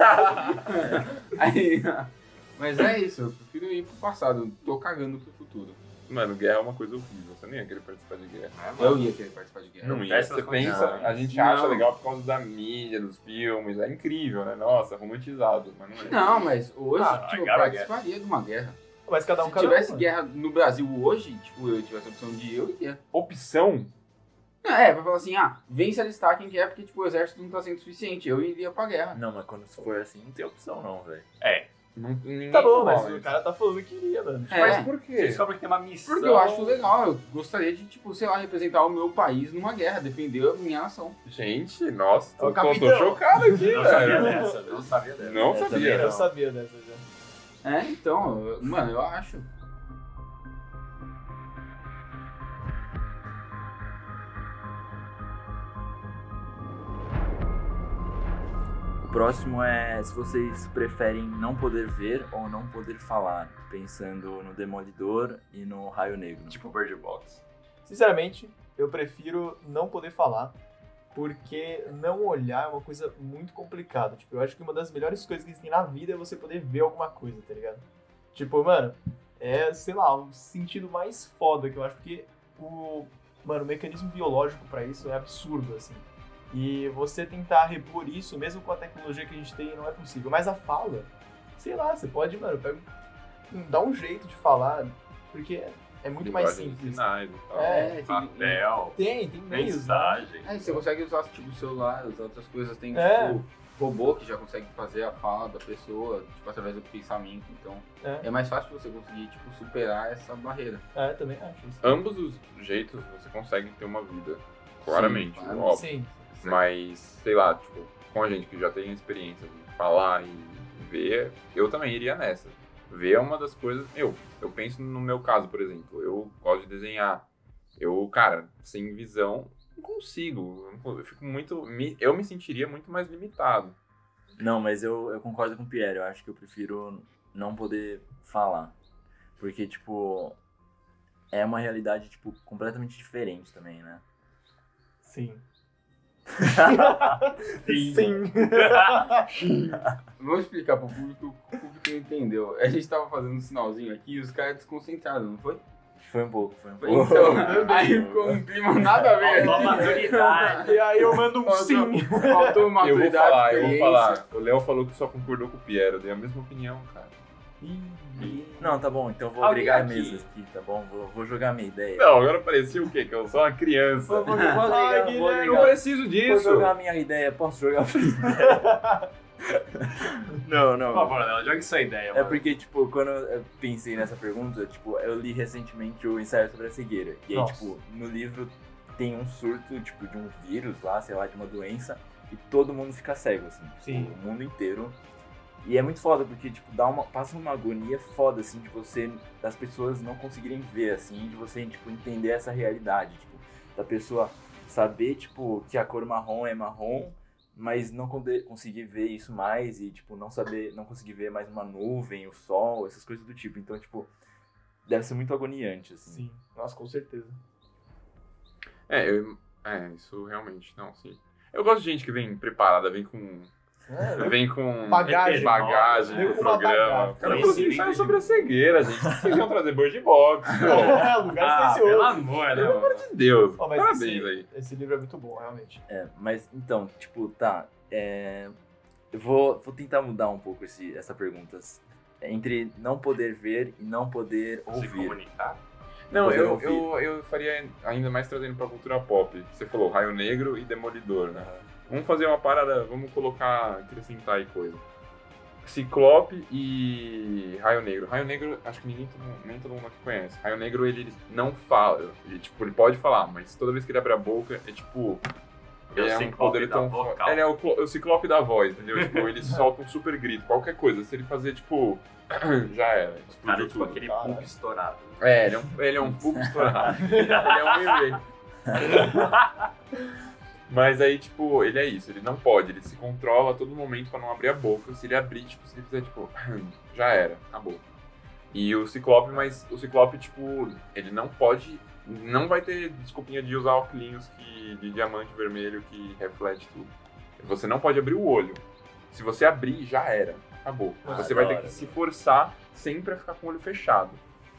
[SPEAKER 2] Aí, mas é isso, eu prefiro ir pro passado, eu tô cagando pro futuro.
[SPEAKER 6] Mano, guerra é uma coisa horrível. Você nem ia querer participar de guerra.
[SPEAKER 4] É, mano.
[SPEAKER 2] Eu ia querer participar de guerra.
[SPEAKER 6] Não ia.
[SPEAKER 4] Péssimas
[SPEAKER 6] Você pensa,
[SPEAKER 4] condições.
[SPEAKER 6] a gente acha
[SPEAKER 2] Não.
[SPEAKER 6] legal por causa da mídia, dos filmes. É incrível, né? Nossa, romantizado. Mas não é.
[SPEAKER 2] Não, mas hoje,
[SPEAKER 4] Ah,
[SPEAKER 2] tipo, eu
[SPEAKER 4] cara,
[SPEAKER 2] participaria de uma guerra.
[SPEAKER 5] Mas cada um
[SPEAKER 2] Se
[SPEAKER 5] cada um.
[SPEAKER 2] tivesse
[SPEAKER 5] mano.
[SPEAKER 2] guerra no Brasil hoje, tipo, eu tivesse a opção de eu ia.
[SPEAKER 6] Opção?
[SPEAKER 2] Não, É, vai falar assim, ah, vem se alistar quem quer, porque, tipo, o exército não tá sendo suficiente, eu iria pra guerra.
[SPEAKER 3] Não, mas quando for assim, não tem opção não, velho.
[SPEAKER 4] É.
[SPEAKER 6] Não, ninguém
[SPEAKER 5] Tá bom, mas
[SPEAKER 6] fala
[SPEAKER 5] o
[SPEAKER 6] isso.
[SPEAKER 5] cara tá falando que iria, mano.
[SPEAKER 2] É,
[SPEAKER 6] Mas por
[SPEAKER 4] Você
[SPEAKER 6] quê?
[SPEAKER 4] descobre que tem uma missão.
[SPEAKER 2] porque eu acho legal, eu gostaria de, tipo, sei lá, representar o meu país numa guerra, defender a minha nação.
[SPEAKER 6] Gente, nossa,
[SPEAKER 5] Ô,
[SPEAKER 6] tô, tô, tô
[SPEAKER 5] capitão. É,
[SPEAKER 6] chocado aqui,
[SPEAKER 4] Não sabia
[SPEAKER 6] velho.
[SPEAKER 4] dessa, não sabia dessa.
[SPEAKER 6] Não
[SPEAKER 3] Eu
[SPEAKER 6] sabia.
[SPEAKER 3] também
[SPEAKER 5] Eu
[SPEAKER 3] não.
[SPEAKER 5] sabia dessa já.
[SPEAKER 2] É, então, eu- mano, eu acho.
[SPEAKER 3] O próximo é se vocês preferem não poder ver ou não poder falar, pensando no Demolidor e no Raio Negro.
[SPEAKER 4] Tipo Bird Box.
[SPEAKER 5] Sinceramente, eu prefiro não poder falar, porque não olhar é uma coisa muito complicada. Tipo, eu acho que uma das melhores coisas que tem na vida é você poder ver alguma coisa, tá ligado? Tipo, mano, é, sei lá, o sentido mais foda que eu acho que o, mano, o mecanismo biológico pra isso é absurdo, assim. E você tentar repor isso, mesmo com a tecnologia que a gente tem, não é possível. Mas a fala, sei lá, você pode, mano, pega, dá um jeito de falar, porque é muito mais
[SPEAKER 6] Linguagem de
[SPEAKER 5] simples.
[SPEAKER 6] Sinais e tal.
[SPEAKER 5] É,
[SPEAKER 2] tem-
[SPEAKER 4] Papel,
[SPEAKER 5] Tem, tem meios. né?
[SPEAKER 4] mensagem.
[SPEAKER 2] É, você consegue usar, tipo, o celular, as outras coisas, tem,
[SPEAKER 5] É.
[SPEAKER 2] tipo, robô que já consegue fazer a fala da pessoa, tipo, através do pensamento, então...
[SPEAKER 5] É.
[SPEAKER 2] É, mais fácil você conseguir, tipo, superar essa barreira.
[SPEAKER 5] É, também acho isso.
[SPEAKER 6] Ambos os jeitos você consegue ter uma vida, claramente,
[SPEAKER 2] claro.
[SPEAKER 6] óbvio.
[SPEAKER 5] Sim.
[SPEAKER 6] Mas, sei lá, tipo, com a gente que já tem experiência de falar e ver, eu também iria nessa. Ver é uma das coisas. Eu, eu penso no meu caso, por exemplo. Eu gosto de desenhar. Eu, cara, sem visão, não consigo. Eu não con- Eu fico muito. me- Eu me sentiria é muito mais limitado.
[SPEAKER 3] Não, mas eu, eu concordo com o Pierre, eu acho que eu prefiro não poder falar. Porque, tipo, é uma realidade, tipo, completamente diferente também, né?
[SPEAKER 5] Sim.
[SPEAKER 4] Sim.
[SPEAKER 2] Vamos explicar pro público, o público não entendeu. A gente tava fazendo um sinalzinho aqui e os caras desconcentraram, não foi?
[SPEAKER 3] Foi um pouco, foi um
[SPEAKER 2] Foi,
[SPEAKER 3] pouco.
[SPEAKER 2] Então, aí ficou um clima nada a ver. né?"
[SPEAKER 4] Faltou maturidade.
[SPEAKER 5] E aí eu mando um
[SPEAKER 2] Faltou-
[SPEAKER 5] sim.
[SPEAKER 2] Faltou maturidade,
[SPEAKER 6] eu vou falar, eu vou
[SPEAKER 2] experiência.
[SPEAKER 6] falar. O Léo falou que só concordou com o Piero. Eu dei a mesma opinião, cara.
[SPEAKER 3] Não, tá bom, então eu vou
[SPEAKER 4] Alguém
[SPEAKER 3] brigar
[SPEAKER 4] aqui.
[SPEAKER 3] mesas aqui, tá bom? Vou, vou jogar minha ideia.
[SPEAKER 6] Não, agora parecia o quê? Que eu sou uma criança.
[SPEAKER 3] vou, vou,
[SPEAKER 5] Ai,
[SPEAKER 3] ligar, vou
[SPEAKER 5] Guilherme,
[SPEAKER 6] Eu não
[SPEAKER 3] ligar.
[SPEAKER 6] preciso
[SPEAKER 3] Vou
[SPEAKER 6] disso.
[SPEAKER 3] jogar minha ideia, posso jogar? Não,
[SPEAKER 4] Por
[SPEAKER 3] não.
[SPEAKER 4] favor, Léo, jogue sua ideia,
[SPEAKER 3] É
[SPEAKER 4] mano.
[SPEAKER 3] porque, tipo, quando eu pensei nessa pergunta, tipo, eu li recentemente o ensaio sobre a cegueira. E aí,
[SPEAKER 5] Nossa.
[SPEAKER 3] tipo, no livro tem um surto, tipo, de um vírus lá, sei lá, de uma doença, e todo mundo fica cego, assim. tipo,
[SPEAKER 5] Sim.
[SPEAKER 3] O mundo inteiro. E é muito foda, porque, tipo, dá uma, passa uma agonia foda, assim, de você, das pessoas não conseguirem ver, assim, de você, tipo, entender essa realidade, tipo, da pessoa saber, tipo, que a cor marrom é marrom, mas não conde- conseguir ver isso mais e, tipo, não saber, não conseguir ver mais uma nuvem, o sol, essas coisas do tipo. Então, tipo, deve ser muito agoniante, assim.
[SPEAKER 5] Sim. Nossa, com certeza.
[SPEAKER 6] É, eu- é, isso realmente, não, sim. Eu gosto de gente que vem preparada, vem com.
[SPEAKER 2] É,
[SPEAKER 6] Vem com
[SPEAKER 5] É, Bagagem. né?
[SPEAKER 6] bagagem
[SPEAKER 5] Vem
[SPEAKER 6] pro
[SPEAKER 5] com uma
[SPEAKER 6] programa.
[SPEAKER 5] bagagem.
[SPEAKER 6] O cara falou assim,
[SPEAKER 4] Conhecimento
[SPEAKER 6] "Ensaio
[SPEAKER 4] de
[SPEAKER 6] sobre a cegueira, gente. Por que Vocês iam trazer bird box. Pelo
[SPEAKER 5] É, lugar
[SPEAKER 4] Ah, pelo
[SPEAKER 5] silencioso.
[SPEAKER 4] amor, né,
[SPEAKER 6] Pelo
[SPEAKER 4] mano?
[SPEAKER 6] amor de Deus.
[SPEAKER 5] Ó, mas
[SPEAKER 6] Parabéns
[SPEAKER 5] esse-
[SPEAKER 6] aí.
[SPEAKER 5] Esse livro é muito bom, realmente.
[SPEAKER 3] É, mas então, tipo, tá. é, eu vou, vou tentar mudar um pouco esse, essa pergunta. Entre não poder ver e não poder
[SPEAKER 4] Se
[SPEAKER 3] ouvir.
[SPEAKER 4] comunicar.
[SPEAKER 6] Não,
[SPEAKER 3] Poder
[SPEAKER 6] eu,
[SPEAKER 3] ouvir.
[SPEAKER 6] eu, eu faria ainda mais trazendo pra cultura pop. Você falou Raio Negro e Demolidor, né? Vamos fazer uma parada, vamos colocar, acrescentar aí coisa. Ciclope e Raio Negro. Raio Negro, acho que ninguém, todo mundo- nem todo mundo aqui conhece. Raio Negro, ele não fala. Ele, tipo, ele pode falar, mas toda vez que ele abre a boca, é tipo...
[SPEAKER 4] Eu
[SPEAKER 6] é um
[SPEAKER 4] sei
[SPEAKER 6] poder tão forte.
[SPEAKER 4] vocal.
[SPEAKER 6] Ele é o, clo- o Ciclope da voz, entendeu? tipo, ele solta um super grito, qualquer coisa. Se ele fazer, tipo... já era,
[SPEAKER 4] Cara,
[SPEAKER 6] explodiu
[SPEAKER 4] tipo
[SPEAKER 6] tudo.
[SPEAKER 4] aquele
[SPEAKER 5] Caralho.
[SPEAKER 4] pulp estourado.
[SPEAKER 6] É, ele é um, ele é um pouco estourado. ele é um e Mas aí, tipo, ele é isso, ele não pode, ele se controla a todo momento pra não abrir a boca. Se ele abrir, tipo, se ele fizer, tipo, já era, acabou. E o Ciclope, mas o Ciclope, tipo, ele não pode, não vai ter desculpinha de usar óculos que, de diamante vermelho que reflete tudo. Você não pode abrir o olho. Se você abrir, já era, acabou.
[SPEAKER 3] Ah,
[SPEAKER 6] você vai
[SPEAKER 3] da
[SPEAKER 6] ter
[SPEAKER 3] hora,
[SPEAKER 6] que se forçar sempre a ficar com o olho fechado.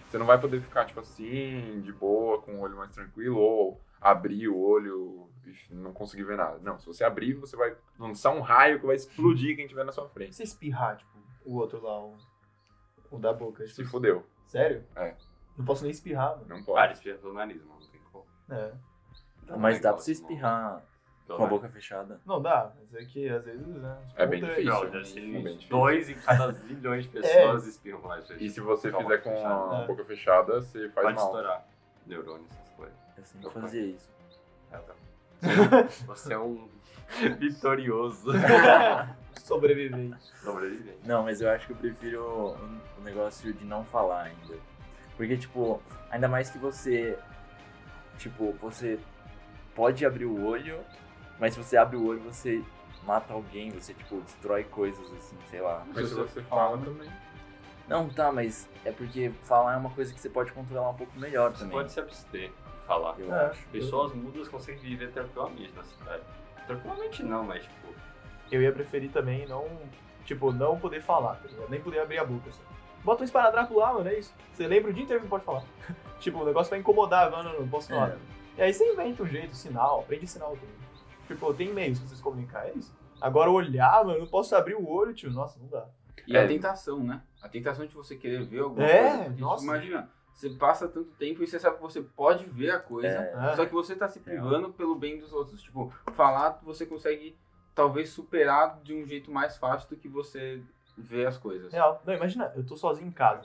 [SPEAKER 6] Você não vai poder ficar, tipo assim, de boa, com o olho mais tranquilo, ou abrir o olho e não conseguir ver nada. Não, se você abrir, você vai lançar um raio que vai explodir quem tiver na sua
[SPEAKER 5] E
[SPEAKER 6] frente.
[SPEAKER 5] se espirrar, tipo, o outro lá, o, o da boca?
[SPEAKER 6] Se
[SPEAKER 5] tipo,
[SPEAKER 6] fodeu.
[SPEAKER 5] Sério?
[SPEAKER 6] É.
[SPEAKER 5] Não posso nem espirrar, mano.
[SPEAKER 6] Não
[SPEAKER 4] Cara,
[SPEAKER 6] pode.
[SPEAKER 4] espirra pelo nariz, mano. Não tem como.
[SPEAKER 5] É.
[SPEAKER 3] Mas dá pra
[SPEAKER 4] você
[SPEAKER 3] você espirrar
[SPEAKER 4] Pelo
[SPEAKER 3] com a
[SPEAKER 4] nariz.
[SPEAKER 3] boca fechada.
[SPEAKER 5] Não dá, mas é que às vezes, né?
[SPEAKER 6] É bem
[SPEAKER 5] Puta,
[SPEAKER 6] difícil.
[SPEAKER 4] Não,
[SPEAKER 6] Isso,
[SPEAKER 4] deve
[SPEAKER 6] é bem
[SPEAKER 4] ser
[SPEAKER 6] difícil.
[SPEAKER 4] dois em cada zilhões de
[SPEAKER 2] É.
[SPEAKER 4] pessoas espirram mais. gente.
[SPEAKER 6] E se você
[SPEAKER 4] Com a
[SPEAKER 6] fizer
[SPEAKER 4] boca
[SPEAKER 6] com
[SPEAKER 4] fechada,
[SPEAKER 6] a
[SPEAKER 5] É.
[SPEAKER 6] boca fechada, você faz
[SPEAKER 4] Pode
[SPEAKER 6] mal.
[SPEAKER 4] estourar neurônios, essas coisas.
[SPEAKER 3] Eu sempre
[SPEAKER 6] Opa.
[SPEAKER 3] fazia assim isso.
[SPEAKER 4] É, tá. Você é um vitorioso
[SPEAKER 5] Sobrevivente.
[SPEAKER 4] sobrevivente.
[SPEAKER 3] Não, mas eu acho que eu prefiro o o negócio de não falar ainda. Porque, tipo, ainda mais que você. Tipo, você pode abrir o olho, mas se você abre o olho, você mata alguém, você, tipo, destrói coisas, assim, sei lá.
[SPEAKER 6] Mas se você fala também.
[SPEAKER 3] Não, tá, mas é porque falar é uma coisa que você pode controlar um pouco melhor
[SPEAKER 4] Você
[SPEAKER 3] também.
[SPEAKER 4] pode se abster de falar.
[SPEAKER 3] Eu
[SPEAKER 5] É.
[SPEAKER 3] acho.
[SPEAKER 4] Pessoas mudas conseguem viver tranquilamente na cidade. Tranquilamente não, mas tipo,
[SPEAKER 5] Eu ia preferir também não, tipo, não poder falar, tá ligado? Nem poder abrir a boca, assim. Bota um esparadrapo lá, mano, é isso. Você lembra o dia inteiro que não pode falar. tipo, o negócio vai incomodar, mano, não, não posso falar.
[SPEAKER 3] É,
[SPEAKER 5] E aí você inventa um jeito, sinal, aprende sinal também. Tipo, tem meios pra vocês comunicar, é isso. Agora olhar, mano, eu não posso abrir o olho, tio. Nossa, não dá.
[SPEAKER 2] E
[SPEAKER 6] É.
[SPEAKER 2] a tentação, né? A tentação de você querer ver alguma
[SPEAKER 5] É,
[SPEAKER 2] coisa. Porque, tipo,
[SPEAKER 5] nossa.
[SPEAKER 2] Imagina, você passa tanto tempo e você sabe que você pode ver a coisa,
[SPEAKER 3] é,
[SPEAKER 5] É.
[SPEAKER 2] só que você tá se privando pelo bem dos outros. Tipo, falar você consegue talvez superar de um jeito mais fácil do que você ver as coisas.
[SPEAKER 5] Real. Não, imagina, eu tô sozinho em casa.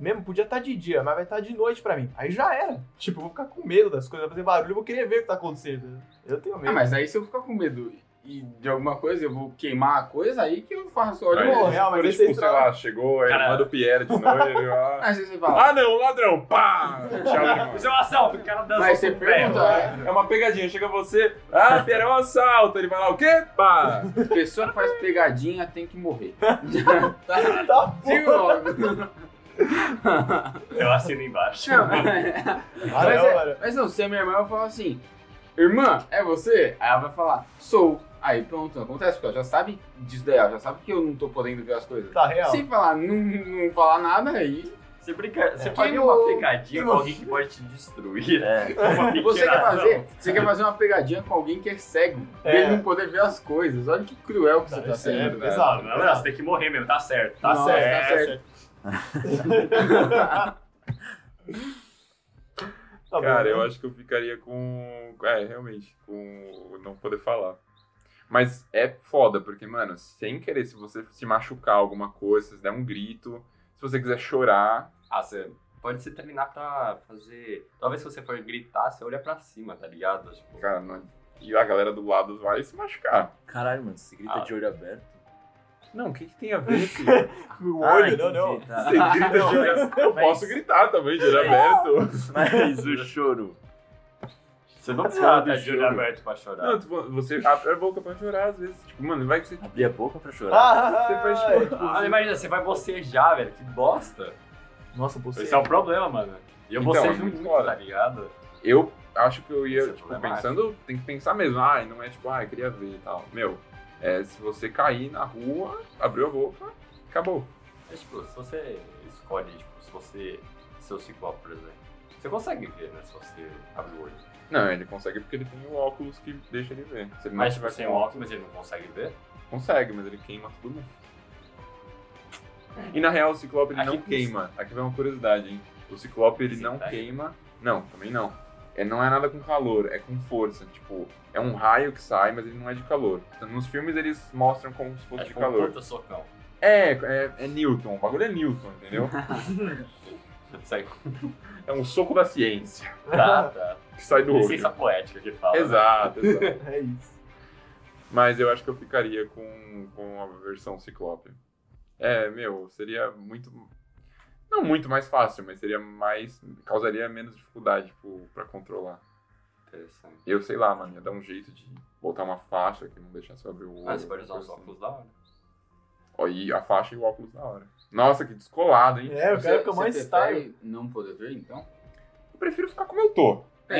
[SPEAKER 5] Mesmo, podia estar de dia, mas vai estar de noite pra mim. Aí já era. Tipo, eu vou ficar com medo das coisas, vai fazer barulho, eu vou querer ver o que tá acontecendo. Eu tenho medo.
[SPEAKER 2] Ah, mas aí se eu ficar com medo e- de alguma coisa, eu vou queimar a coisa, aí que eu faço. Olha,
[SPEAKER 6] Aí,
[SPEAKER 5] Pô,
[SPEAKER 2] Pô,
[SPEAKER 5] real, mas
[SPEAKER 6] se for,
[SPEAKER 5] aí você
[SPEAKER 6] tipo, sei
[SPEAKER 5] troca.
[SPEAKER 6] lá, chegou, aí
[SPEAKER 4] Cara.
[SPEAKER 6] manda o Pierre de novo. ah,
[SPEAKER 2] Aí você fala.
[SPEAKER 6] ah não, ladrão, pá! Tchau, irmão.
[SPEAKER 4] Isso é um assalto, o cara dança
[SPEAKER 2] Mas você
[SPEAKER 4] com o pé,
[SPEAKER 2] pergunta,
[SPEAKER 4] mano.
[SPEAKER 2] né?
[SPEAKER 6] É uma pegadinha, chega você, ah, Pierre, é um assalto. Ele vai lá, o quê? Pá!
[SPEAKER 2] pessoa que faz pegadinha tem que morrer.
[SPEAKER 5] Tá
[SPEAKER 2] Digo
[SPEAKER 5] porra.
[SPEAKER 2] logo.
[SPEAKER 4] Eu assino embaixo.
[SPEAKER 2] Não,
[SPEAKER 5] Ah,
[SPEAKER 2] mas,
[SPEAKER 5] não,
[SPEAKER 2] é-
[SPEAKER 5] mano.
[SPEAKER 2] mas não, se é minha irmã, eu falo assim: Irmã, é você? Aí ela vai falar: Sou. Aí pronto, acontece, porque ela já sabe disso daí, ela já sabe que eu não tô podendo ver as coisas.
[SPEAKER 5] Tá real.
[SPEAKER 2] Se falar, não, não falar nada, aí.
[SPEAKER 4] Você, brinca, você
[SPEAKER 2] É.
[SPEAKER 4] faria
[SPEAKER 2] Quem
[SPEAKER 4] uma
[SPEAKER 2] não-
[SPEAKER 4] pegadinha
[SPEAKER 2] quem
[SPEAKER 4] com
[SPEAKER 2] não-
[SPEAKER 4] alguém que pode te destruir.
[SPEAKER 3] é.
[SPEAKER 4] Uma
[SPEAKER 2] Você quer,
[SPEAKER 4] pequena
[SPEAKER 2] fazer,
[SPEAKER 4] ação.
[SPEAKER 2] você quer fazer uma pegadinha com alguém que é cego, pra
[SPEAKER 5] É.
[SPEAKER 2] ele não poder ver as coisas. Olha que cruel que você
[SPEAKER 5] Tá,
[SPEAKER 2] tá
[SPEAKER 5] isso é
[SPEAKER 2] sendo. velho.
[SPEAKER 5] pesado,
[SPEAKER 4] Não, não, não, você tem que morrer mesmo, tá certo. Tá
[SPEAKER 2] Nossa,
[SPEAKER 4] certo.
[SPEAKER 2] tá certo.
[SPEAKER 5] Tá bom,
[SPEAKER 6] Cara, eu
[SPEAKER 5] né?
[SPEAKER 6] acho que eu ficaria com. É, realmente, com o não poder falar. Mas é foda, porque, mano, sem querer, se você se machucar alguma coisa, se você der um grito, se você quiser chorar,
[SPEAKER 4] Ah, você pode se treinar pra fazer. Talvez se você for gritar, você olha pra cima, tá ligado? Tipo,
[SPEAKER 6] cara, não- e a galera do lado vai se machucar.
[SPEAKER 3] é. Caralho, mano, você grita
[SPEAKER 4] Ah.
[SPEAKER 3] de olho aberto.
[SPEAKER 6] Não, o que, que tem a ver, filho?
[SPEAKER 5] O
[SPEAKER 3] Ah,
[SPEAKER 5] olho, não,
[SPEAKER 3] entendi,
[SPEAKER 5] não.
[SPEAKER 3] tá.
[SPEAKER 6] Você grita de olho aberto. Eu
[SPEAKER 3] mas-
[SPEAKER 6] posso gritar também, de olho aberto.
[SPEAKER 3] Mas o choro.
[SPEAKER 4] você não
[SPEAKER 3] Ah,
[SPEAKER 4] precisa estar
[SPEAKER 3] bicho.
[SPEAKER 4] de olho aberto pra chorar.
[SPEAKER 6] tá Não, tipo, você abre a boca pra chorar, às vezes. Tipo, mano, vai que você.
[SPEAKER 3] Abrir a boca pra chorar.
[SPEAKER 5] Ah,
[SPEAKER 6] Você faz tipo.
[SPEAKER 4] Ah, imagina, você vai bocejar, velho, que bosta.
[SPEAKER 5] Nossa, você.
[SPEAKER 4] Esse é o problema, mano. E eu
[SPEAKER 6] Então,
[SPEAKER 4] bocejo
[SPEAKER 6] é muito
[SPEAKER 4] muito,
[SPEAKER 6] foda.
[SPEAKER 4] tá ligado?
[SPEAKER 6] Eu acho que eu ia,
[SPEAKER 4] Isso é
[SPEAKER 6] tipo,
[SPEAKER 4] problemático.
[SPEAKER 6] pensando, tem que pensar mesmo, ah, não é tipo, ah, eu queria ver e tal. Meu, é, se você cair na rua, abriu a boca, acabou.
[SPEAKER 4] Mas, tipo, se você escolhe, tipo, se você. Seu ciclope, por exemplo. Você consegue ver, né? Se você abre o olho.
[SPEAKER 6] Não, ele consegue porque ele tem o óculos que deixa ele ver. Se ele não
[SPEAKER 4] Mas, tipo,
[SPEAKER 6] tiver
[SPEAKER 4] sem
[SPEAKER 6] com
[SPEAKER 4] o óculos, mas ele não consegue ver.
[SPEAKER 6] Consegue, mas ele queima todo mundo. E na real, o Ciclope ele
[SPEAKER 4] Aqui
[SPEAKER 6] não
[SPEAKER 4] custa.
[SPEAKER 6] queima. Aqui vai uma curiosidade, hein? O Ciclope ele
[SPEAKER 4] Sim,
[SPEAKER 6] não
[SPEAKER 4] tá aí.
[SPEAKER 6] queima. Não, também não. É, não é nada com calor, é com força. Tipo, é um raio que sai, mas ele não é de calor. Então, nos filmes eles mostram como se fosse
[SPEAKER 4] É
[SPEAKER 6] de
[SPEAKER 4] tipo um
[SPEAKER 6] calor.
[SPEAKER 4] puta socão.
[SPEAKER 6] É, é, é Newton. O bagulho é Newton, entendeu?
[SPEAKER 4] Sai-
[SPEAKER 6] é um soco da ciência
[SPEAKER 4] Tá, tá.
[SPEAKER 6] que sai do
[SPEAKER 4] Licença
[SPEAKER 6] olho.
[SPEAKER 4] poética que fala. né?
[SPEAKER 6] Exato, exato.
[SPEAKER 5] É isso.
[SPEAKER 6] Mas eu acho que eu ficaria com, com a versão Ciclope. É, meu, seria muito. Não muito mais fácil, mas seria mais. causaria menos dificuldade, tipo, pra controlar.
[SPEAKER 4] Interessante.
[SPEAKER 6] Eu sei lá, mano, ia dar um jeito de botar uma faixa que não deixasse eu abrir o olho.
[SPEAKER 4] Ah, você pode usar os
[SPEAKER 6] coisa assim.
[SPEAKER 4] óculos da hora.
[SPEAKER 6] Ó, E a faixa e o óculos na hora. Nossa, que descolado, hein?
[SPEAKER 5] É, o
[SPEAKER 2] Você-
[SPEAKER 5] cara fica mais
[SPEAKER 2] você
[SPEAKER 5] style.
[SPEAKER 2] prefere não poder ver, então?
[SPEAKER 6] Eu prefiro ficar como eu tô.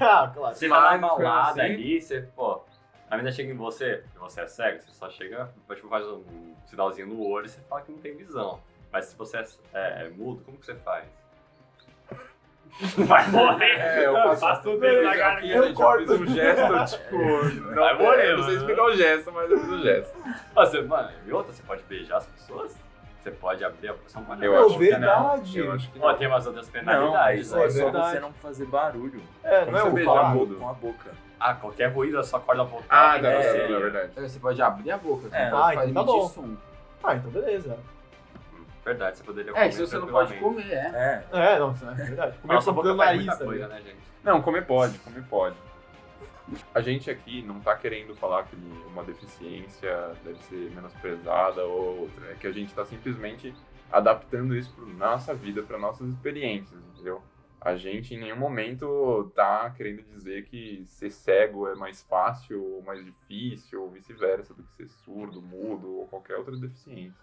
[SPEAKER 5] ah, claro.
[SPEAKER 4] Você vai lá
[SPEAKER 6] Mas, foi
[SPEAKER 4] embalada
[SPEAKER 6] assim.
[SPEAKER 4] ali, você, pô. A menina chega em você, e você é cego, você só chega, tipo, faz um sinalzinho no olho e você fala que não tem visão. Mas se você é, é, é mudo, como que você faz? Vai morrer!
[SPEAKER 6] É, eu faço-
[SPEAKER 4] tudo
[SPEAKER 6] Eu
[SPEAKER 4] isso
[SPEAKER 6] fiz
[SPEAKER 4] na
[SPEAKER 6] aqui,
[SPEAKER 4] galinha.
[SPEAKER 5] eu
[SPEAKER 6] gente,
[SPEAKER 5] corto.
[SPEAKER 6] fiz um gesto, tipo. Não,
[SPEAKER 4] Vai morrer,
[SPEAKER 6] eu não sei
[SPEAKER 4] mano.
[SPEAKER 6] explicar o gesto, mas eu fiz um gesto.
[SPEAKER 4] Você, mano, e outra, você pode beijar as pessoas? Você pode abrir a você não pode
[SPEAKER 6] Eu
[SPEAKER 5] Meu,
[SPEAKER 6] acho que não.
[SPEAKER 5] É verdade.
[SPEAKER 6] Eu acho que não.
[SPEAKER 4] Ó, tem umas outras penalidades. né?
[SPEAKER 3] Não, é
[SPEAKER 5] é
[SPEAKER 3] só
[SPEAKER 5] verdade.
[SPEAKER 3] você não fazer barulho.
[SPEAKER 5] É,
[SPEAKER 6] Como
[SPEAKER 5] não é
[SPEAKER 6] você
[SPEAKER 5] o
[SPEAKER 6] beija
[SPEAKER 5] falar.
[SPEAKER 6] a boca?
[SPEAKER 3] Com a boca.
[SPEAKER 4] Ah, qualquer ruído, a sua corda né? voltar.
[SPEAKER 6] Ah, tá, tá,
[SPEAKER 3] É,
[SPEAKER 6] tá,
[SPEAKER 3] é.
[SPEAKER 6] é verdade.
[SPEAKER 2] É, Você pode abrir a boca, você
[SPEAKER 3] É.
[SPEAKER 2] não pode
[SPEAKER 5] Ah, então tá
[SPEAKER 2] emitir
[SPEAKER 5] bom.
[SPEAKER 2] som.
[SPEAKER 5] Ah, então beleza.
[SPEAKER 4] Verdade, você poderia
[SPEAKER 2] É, que se você não pode comer, é.
[SPEAKER 3] É.
[SPEAKER 5] É, não, isso é verdade. Comer
[SPEAKER 4] Nossa,
[SPEAKER 5] com
[SPEAKER 4] a boca
[SPEAKER 5] o
[SPEAKER 4] faz
[SPEAKER 5] nariz,
[SPEAKER 4] muita
[SPEAKER 5] tá
[SPEAKER 4] coisa,
[SPEAKER 5] ligado?
[SPEAKER 4] né, gente?
[SPEAKER 6] Não, comer pode, comer pode. A gente aqui não tá querendo falar que uma deficiência deve ser menosprezada ou outra. É que a gente tá simplesmente adaptando isso pra nossa vida, pra nossas experiências, entendeu? A gente em nenhum momento tá querendo dizer que ser cego é mais fácil ou mais difícil ou vice-versa do que ser surdo, mudo ou qualquer outra deficiência.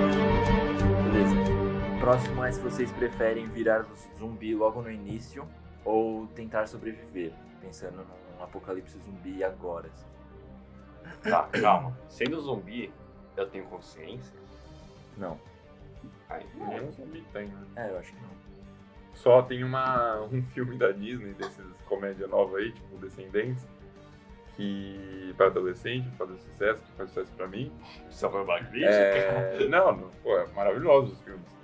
[SPEAKER 3] Beleza. Próximo é se vocês preferem virar zumbi logo no início ou tentar sobreviver, pensando num apocalipse zumbi agora. assim.
[SPEAKER 4] Tá, calma. Sendo zumbi, eu tenho consciência.
[SPEAKER 3] Não.
[SPEAKER 4] Ai,
[SPEAKER 6] Nenhum zumbi tem, né?
[SPEAKER 3] É, eu acho que não.
[SPEAKER 6] Só tem uma, um filme da Disney, desses comédia nova aí, tipo Descendentes, que para adolescente fazer sucesso, que faz sucesso pra mim.
[SPEAKER 4] Só foi uma crítica?
[SPEAKER 6] É, não, não, pô, é maravilhoso os filmes.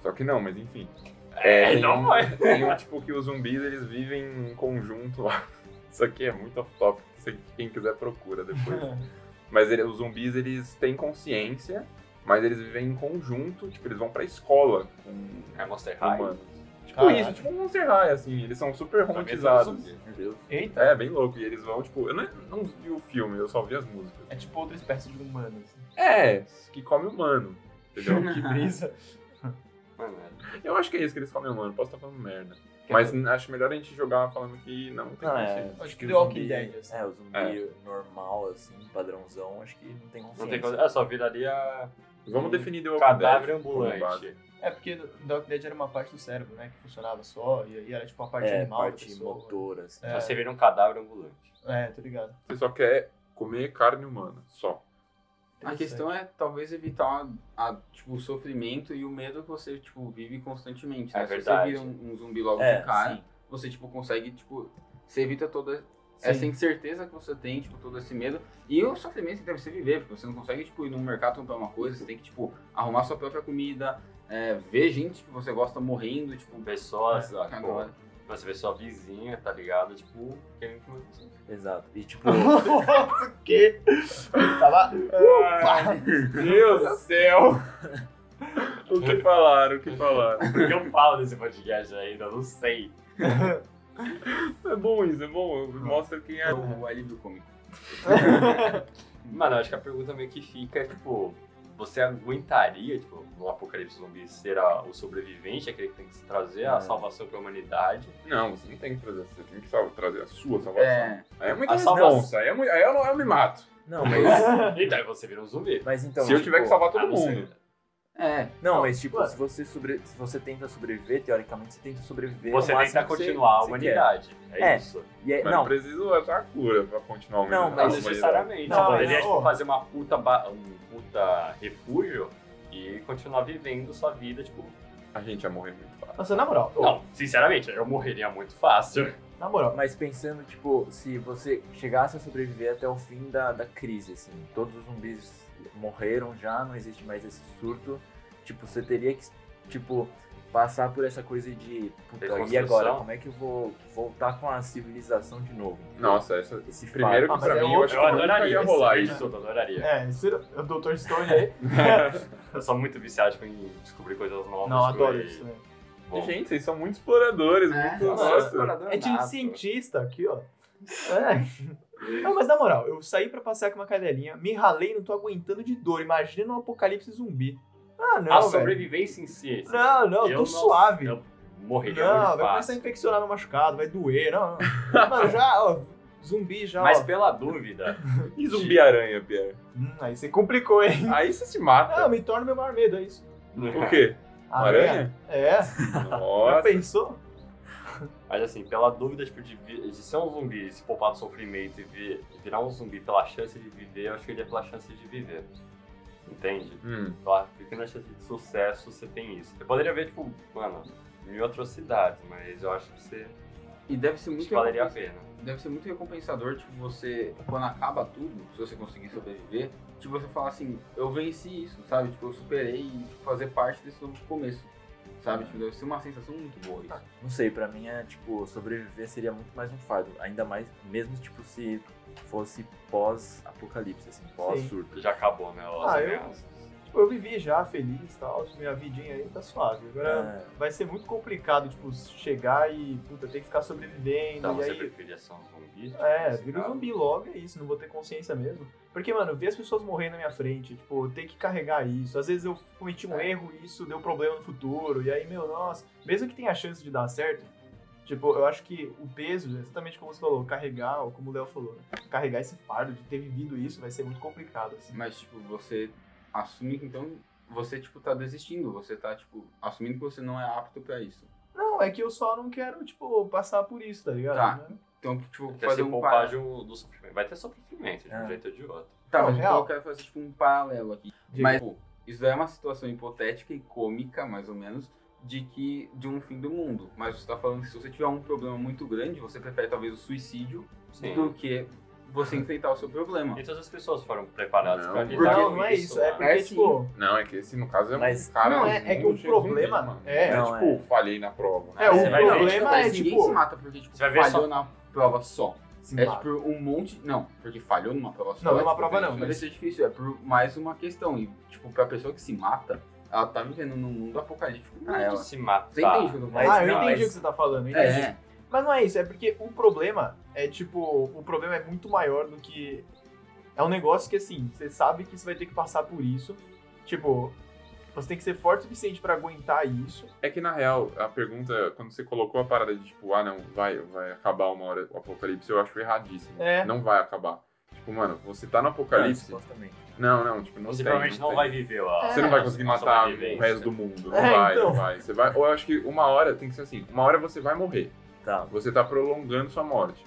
[SPEAKER 6] Só que não, mas enfim.
[SPEAKER 4] É,
[SPEAKER 6] tem
[SPEAKER 4] então
[SPEAKER 6] um-
[SPEAKER 4] vai.
[SPEAKER 6] Tem um tipo que os zumbis eles vivem em um conjunto lá. Isso aqui é muito off-topic, isso aqui quem quiser procura depois. Mas ele- os zumbis, eles têm consciência, mas eles vivem em conjunto, tipo, eles vão pra escola com
[SPEAKER 4] É Monster High.
[SPEAKER 6] humanos. Tipo
[SPEAKER 5] Caralho.
[SPEAKER 6] isso, tipo um Monster High, assim, eles são super
[SPEAKER 4] Pra mim, é tudo
[SPEAKER 6] romantizados.
[SPEAKER 4] zumbi.
[SPEAKER 3] Meu Deus.
[SPEAKER 5] Eita.
[SPEAKER 6] É, bem louco, e eles vão, tipo, eu não, não vi o filme, eu só vi as músicas.
[SPEAKER 5] É tipo outra espécie de humano. Assim.
[SPEAKER 6] É, que come humano, entendeu?
[SPEAKER 5] Que brisa.
[SPEAKER 4] Mano, é-
[SPEAKER 6] eu acho que é isso que eles comem humano, posso estar falando merda.
[SPEAKER 5] Que
[SPEAKER 6] Mas acho melhor a gente jogar falando que não tem
[SPEAKER 3] Não, é,
[SPEAKER 6] consciência.
[SPEAKER 5] Acho
[SPEAKER 3] acho
[SPEAKER 5] que
[SPEAKER 3] que
[SPEAKER 5] The
[SPEAKER 3] o
[SPEAKER 5] Walking
[SPEAKER 3] zumbi,
[SPEAKER 5] Dead, assim.
[SPEAKER 3] é, o zumbi normal, assim, padrãozão, acho que não tem um consciência.
[SPEAKER 4] não tem coisa. Eu só viraria
[SPEAKER 6] Vamos definir The Walking Dead
[SPEAKER 4] cadáver
[SPEAKER 6] como base.
[SPEAKER 4] ambulante.
[SPEAKER 5] É porque Dark Dead era uma parte do cérebro, né? Que funcionava só, e aí era tipo a parte
[SPEAKER 3] É,
[SPEAKER 5] animal da
[SPEAKER 3] parte
[SPEAKER 5] pessoa.
[SPEAKER 3] motora, assim.
[SPEAKER 5] É.
[SPEAKER 4] Você vira um cadáver ambulante.
[SPEAKER 5] É, tô ligado.
[SPEAKER 6] Você só quer comer carne humana, só.
[SPEAKER 2] A questão é talvez evitar a, a, tipo, o sofrimento e o medo que você tipo, vive constantemente. Né?
[SPEAKER 4] É
[SPEAKER 2] Se você
[SPEAKER 4] verdade.
[SPEAKER 2] vira um, um zumbi logo
[SPEAKER 3] É,
[SPEAKER 2] de cara,
[SPEAKER 3] sim.
[SPEAKER 2] você tipo, consegue, tipo, você evita toda essa incerteza que você tem, tipo, todo esse medo. E o sofrimento que deve ser viver, porque você não consegue, tipo, ir num mercado comprar uma coisa, você tem que, tipo, arrumar sua própria comida, é, ver gente que você gosta morrendo, tipo,
[SPEAKER 4] Pessoas,
[SPEAKER 2] agora.
[SPEAKER 4] tipo, você vê sua vizinha, tá ligado? Tipo, querendo comer com você.
[SPEAKER 5] É.
[SPEAKER 3] Exato. E tipo,
[SPEAKER 5] Nossa, o quê? Tá Tava.
[SPEAKER 6] Meu Deus do céu! o que falaram, o que falaram?
[SPEAKER 4] Por que eu falo desse podcast ainda? Eu não sei.
[SPEAKER 6] É bom isso, é bom. Mostra quem é.
[SPEAKER 2] O, o alívio cômico.
[SPEAKER 4] Mano, eu acho que a pergunta meio que fica é, tipo, você aguentaria, tipo, no apocalipse zumbi, ser a- o sobrevivente, aquele que tem que se trazer a
[SPEAKER 3] É.
[SPEAKER 4] salvação pra humanidade?
[SPEAKER 6] Não, você não tem que trazer, você tem que sal- trazer a sua salvação.
[SPEAKER 2] É,
[SPEAKER 6] Aí é muita
[SPEAKER 4] A salvação.
[SPEAKER 6] responsa, aí, é mui- aí eu, não- eu me mato.
[SPEAKER 3] não, mas,
[SPEAKER 4] E daí você vira um zumbi. Ah,
[SPEAKER 3] mas então.
[SPEAKER 6] Se eu
[SPEAKER 3] tipo,
[SPEAKER 6] tiver que salvar todo
[SPEAKER 4] A não ser-
[SPEAKER 6] mundo.
[SPEAKER 2] é.
[SPEAKER 3] Não, mas tipo,
[SPEAKER 5] Ué.
[SPEAKER 3] se você, sobre, se você tenta sobreviver, teoricamente você tenta sobreviver.
[SPEAKER 4] Você
[SPEAKER 3] ao máximo
[SPEAKER 4] tenta
[SPEAKER 3] que você-
[SPEAKER 4] continuar a
[SPEAKER 3] você
[SPEAKER 4] humanidade. É,
[SPEAKER 3] É.
[SPEAKER 4] isso.
[SPEAKER 3] quer. E aí-
[SPEAKER 6] Mas não,
[SPEAKER 3] não,
[SPEAKER 6] preciso usar a cura pra continuar o
[SPEAKER 3] Não,
[SPEAKER 6] meu-
[SPEAKER 4] Não
[SPEAKER 3] mas-
[SPEAKER 6] a
[SPEAKER 4] necessariamente.
[SPEAKER 5] Não,
[SPEAKER 4] poderia
[SPEAKER 5] mas-
[SPEAKER 4] tipo, fazer uma puta, ba- um puta refúgio e continuar vivendo sua vida, tipo.
[SPEAKER 6] A gente ia morrer muito fácil.
[SPEAKER 5] Nossa, na moral, ô,
[SPEAKER 4] Não, sinceramente, eu morreria muito fácil.
[SPEAKER 5] na moral.
[SPEAKER 3] mas pensando, tipo, se você chegasse a sobreviver até o fim da, da crise, assim, todos os zumbis morreram já, não existe mais esse surto, tipo, você teria que, tipo, passar por essa coisa de, puta, e
[SPEAKER 4] Reconstrução.
[SPEAKER 3] agora, como é que eu vou voltar com a civilização de novo?
[SPEAKER 6] Nossa, essa.
[SPEAKER 3] Esse
[SPEAKER 6] Primeiro
[SPEAKER 3] fato-
[SPEAKER 5] Ah,
[SPEAKER 6] que
[SPEAKER 5] mas
[SPEAKER 6] pra
[SPEAKER 5] é
[SPEAKER 6] mim eu
[SPEAKER 5] outro-
[SPEAKER 6] acho
[SPEAKER 4] Eu
[SPEAKER 6] que nunca
[SPEAKER 4] adoraria
[SPEAKER 6] ia rolar
[SPEAKER 4] esse
[SPEAKER 6] isso.
[SPEAKER 4] estudo, eu adoraria.
[SPEAKER 5] É, isso era- o Dr. Stone aí.
[SPEAKER 4] Eu sou muito viciado tipo, em descobrir coisas novas.
[SPEAKER 5] Não,
[SPEAKER 4] tipo,
[SPEAKER 5] adoro
[SPEAKER 4] e-
[SPEAKER 5] isso, né?
[SPEAKER 4] Bom,
[SPEAKER 6] Gente, vocês são muito exploradores, muito.
[SPEAKER 5] Nossa.
[SPEAKER 6] Nossa.
[SPEAKER 5] É de um cientista aqui, ó. É. Não, mas na moral, eu saí pra passear com uma cadelinha, me ralei, não tô aguentando de dor. Imagina um apocalipse zumbi. Ah, não,
[SPEAKER 4] a
[SPEAKER 5] velho.
[SPEAKER 4] sobrevivência em si.
[SPEAKER 5] Não, não, tô suave.
[SPEAKER 4] Eu morreria
[SPEAKER 5] Não,
[SPEAKER 4] muito
[SPEAKER 5] vai começar a
[SPEAKER 4] fácil.
[SPEAKER 5] infeccionar no machucado, vai doer, não. não. Mano, já, ó, zumbi já,
[SPEAKER 4] Mas
[SPEAKER 5] ó.
[SPEAKER 4] pela dúvida,
[SPEAKER 6] E zumbi-aranha, Pierre?
[SPEAKER 5] Hum, aí você complicou, hein?
[SPEAKER 6] Aí você se
[SPEAKER 5] Ah,
[SPEAKER 6] mata.
[SPEAKER 5] me torna meu maior medo, é isso.
[SPEAKER 6] O quê? Uma aranha?
[SPEAKER 5] É, já
[SPEAKER 6] Nossa.
[SPEAKER 5] pensou?
[SPEAKER 4] mas assim, pela dúvida tipo, de, vi- de ser um zumbi, se poupar do sofrimento e vi- e virar um zumbi pela chance de viver, eu acho que ele é pela chance de viver. Entende?
[SPEAKER 6] Hum.
[SPEAKER 4] Pela pequena chance de sucesso, você tem isso. Você poderia ver, tipo, mano, mil atrocidades, mas eu acho que você
[SPEAKER 2] E deve ser muito
[SPEAKER 5] é
[SPEAKER 4] que valeria a pena.
[SPEAKER 2] deve ser muito recompensador, tipo, você, quando acaba tudo, se você conseguir sobreviver, tipo, você falar assim, eu venci isso, sabe? Tipo, eu superei e tipo, fazer parte desse novo começo, sabe? Tipo, deve ser uma sensação muito boa isso.
[SPEAKER 3] Não sei, pra mim é tipo, sobreviver seria muito mais um fardo. Ainda mais, mesmo tipo se fosse pós-apocalipse, assim, pós-surto.
[SPEAKER 4] Já acabou, né? As
[SPEAKER 5] Ah, eu-
[SPEAKER 4] ameaças.
[SPEAKER 5] Tipo, eu vivi já feliz e tal, minha vidinha aí tá suave. Agora
[SPEAKER 3] É,
[SPEAKER 5] vai ser muito complicado, tipo, chegar e, puta, ter que ficar sobrevivendo.
[SPEAKER 4] Então
[SPEAKER 5] e
[SPEAKER 4] você
[SPEAKER 5] aí,
[SPEAKER 4] preferia ser um zumbi? tipo,
[SPEAKER 5] É,
[SPEAKER 4] nesse
[SPEAKER 5] vira um
[SPEAKER 4] caso?
[SPEAKER 5] zumbi logo, é isso, não vou ter consciência mesmo. Porque, mano, ver as pessoas morrendo na minha frente, tipo, ter que carregar isso. Às vezes eu cometi um erro e isso deu problema no futuro, e aí, meu, nossa, mesmo que tenha a chance de dar certo, tipo, eu acho que o peso, é exatamente como você falou, carregar, ou como o Léo falou, né? carregar esse fardo de ter vivido isso vai ser muito complicado, assim.
[SPEAKER 2] Mas, tipo, você assume que então você, tipo, tá desistindo, você tá, tipo, assumindo que você não é apto pra isso.
[SPEAKER 5] Não, é que eu só não quero, tipo, passar por isso, tá ligado?
[SPEAKER 2] Tá. Então, tipo,
[SPEAKER 4] Até
[SPEAKER 2] fazer
[SPEAKER 4] se
[SPEAKER 2] um
[SPEAKER 4] poupar
[SPEAKER 2] par...
[SPEAKER 4] de um- do sofrimento. Vai ter sofrimento de um
[SPEAKER 3] É.
[SPEAKER 4] jeito ou de outro.
[SPEAKER 2] Tá,
[SPEAKER 5] Não,
[SPEAKER 2] mas então
[SPEAKER 5] real.
[SPEAKER 2] eu quero fazer, tipo, um paralelo aqui.
[SPEAKER 5] De-
[SPEAKER 2] Mas, pô, isso daí é uma situação hipotética e cômica, mais ou menos, de que de um fim do mundo. Mas você tá falando que se você tiver um problema muito grande, você prefere talvez o suicídio
[SPEAKER 4] Sim.
[SPEAKER 2] do que você enfrentar o seu problema.
[SPEAKER 4] E todas as pessoas foram preparadas
[SPEAKER 6] Não,
[SPEAKER 4] pra
[SPEAKER 6] porque-
[SPEAKER 4] lidar
[SPEAKER 5] Não,
[SPEAKER 4] com né?
[SPEAKER 5] não é isso, é
[SPEAKER 4] mano.
[SPEAKER 5] porque,
[SPEAKER 2] É
[SPEAKER 5] tipo.
[SPEAKER 6] Não, é que esse no caso é um
[SPEAKER 3] Mas-
[SPEAKER 6] cara.
[SPEAKER 5] Não, é- é que
[SPEAKER 6] muito
[SPEAKER 5] o
[SPEAKER 6] cheio de
[SPEAKER 5] problema-
[SPEAKER 6] zumbi, mano.
[SPEAKER 5] é.
[SPEAKER 6] Não
[SPEAKER 3] Não,
[SPEAKER 6] é tipo, falhei na prova.
[SPEAKER 5] É,
[SPEAKER 4] Você
[SPEAKER 5] o
[SPEAKER 4] vai ver.
[SPEAKER 5] problema é,
[SPEAKER 2] Mas ninguém se
[SPEAKER 5] tipo.
[SPEAKER 2] mata porque, tipo,
[SPEAKER 4] Você vai ver
[SPEAKER 2] falhou
[SPEAKER 4] só-
[SPEAKER 2] na prova só.
[SPEAKER 5] se
[SPEAKER 2] É,
[SPEAKER 5] mata.
[SPEAKER 2] tipo, um monte... Não, porque falhou numa prova só.
[SPEAKER 5] Não,
[SPEAKER 2] é,
[SPEAKER 5] numa
[SPEAKER 2] tipo,
[SPEAKER 5] prova não,
[SPEAKER 2] Vai
[SPEAKER 5] mas-
[SPEAKER 2] ser difícil, é por mais uma questão. E, tipo, pra pessoa que se mata, ela tá vivendo num mundo apocalíptico pra
[SPEAKER 4] Ela
[SPEAKER 2] ela.
[SPEAKER 4] se
[SPEAKER 2] Você
[SPEAKER 4] matar.
[SPEAKER 2] entende o que eu tô falando?
[SPEAKER 3] Mas
[SPEAKER 5] ah, eu
[SPEAKER 3] não,
[SPEAKER 5] entendi
[SPEAKER 3] mas-
[SPEAKER 5] o que você tá falando, eu entendi.
[SPEAKER 2] É,
[SPEAKER 5] Mas não é isso, é porque o problema é tipo, o problema é muito maior do que. É um negócio que assim, você sabe que você vai ter que passar por isso. Tipo, você tem que ser forte o suficiente pra aguentar isso.
[SPEAKER 6] É que na real, a pergunta, quando você colocou a parada de tipo, ah não, vai, vai acabar uma hora o apocalipse, eu acho erradíssimo.
[SPEAKER 5] É.
[SPEAKER 6] Não vai acabar. Tipo, mano, você tá no
[SPEAKER 3] é,
[SPEAKER 6] apocalipse.
[SPEAKER 3] supostamente.
[SPEAKER 6] Não, não, tipo, não
[SPEAKER 4] Você
[SPEAKER 6] tem,
[SPEAKER 4] provavelmente não
[SPEAKER 6] tem.
[SPEAKER 4] vai viver lá.
[SPEAKER 6] Você não vai conseguir matar o
[SPEAKER 4] sobrevivência.
[SPEAKER 6] resto do mundo. Não
[SPEAKER 5] É,
[SPEAKER 6] vai,
[SPEAKER 5] então.
[SPEAKER 6] não vai. Você vai. Ou eu acho que uma hora tem que ser assim. Uma hora você vai morrer.
[SPEAKER 3] Tá.
[SPEAKER 6] Você tá prolongando sua morte.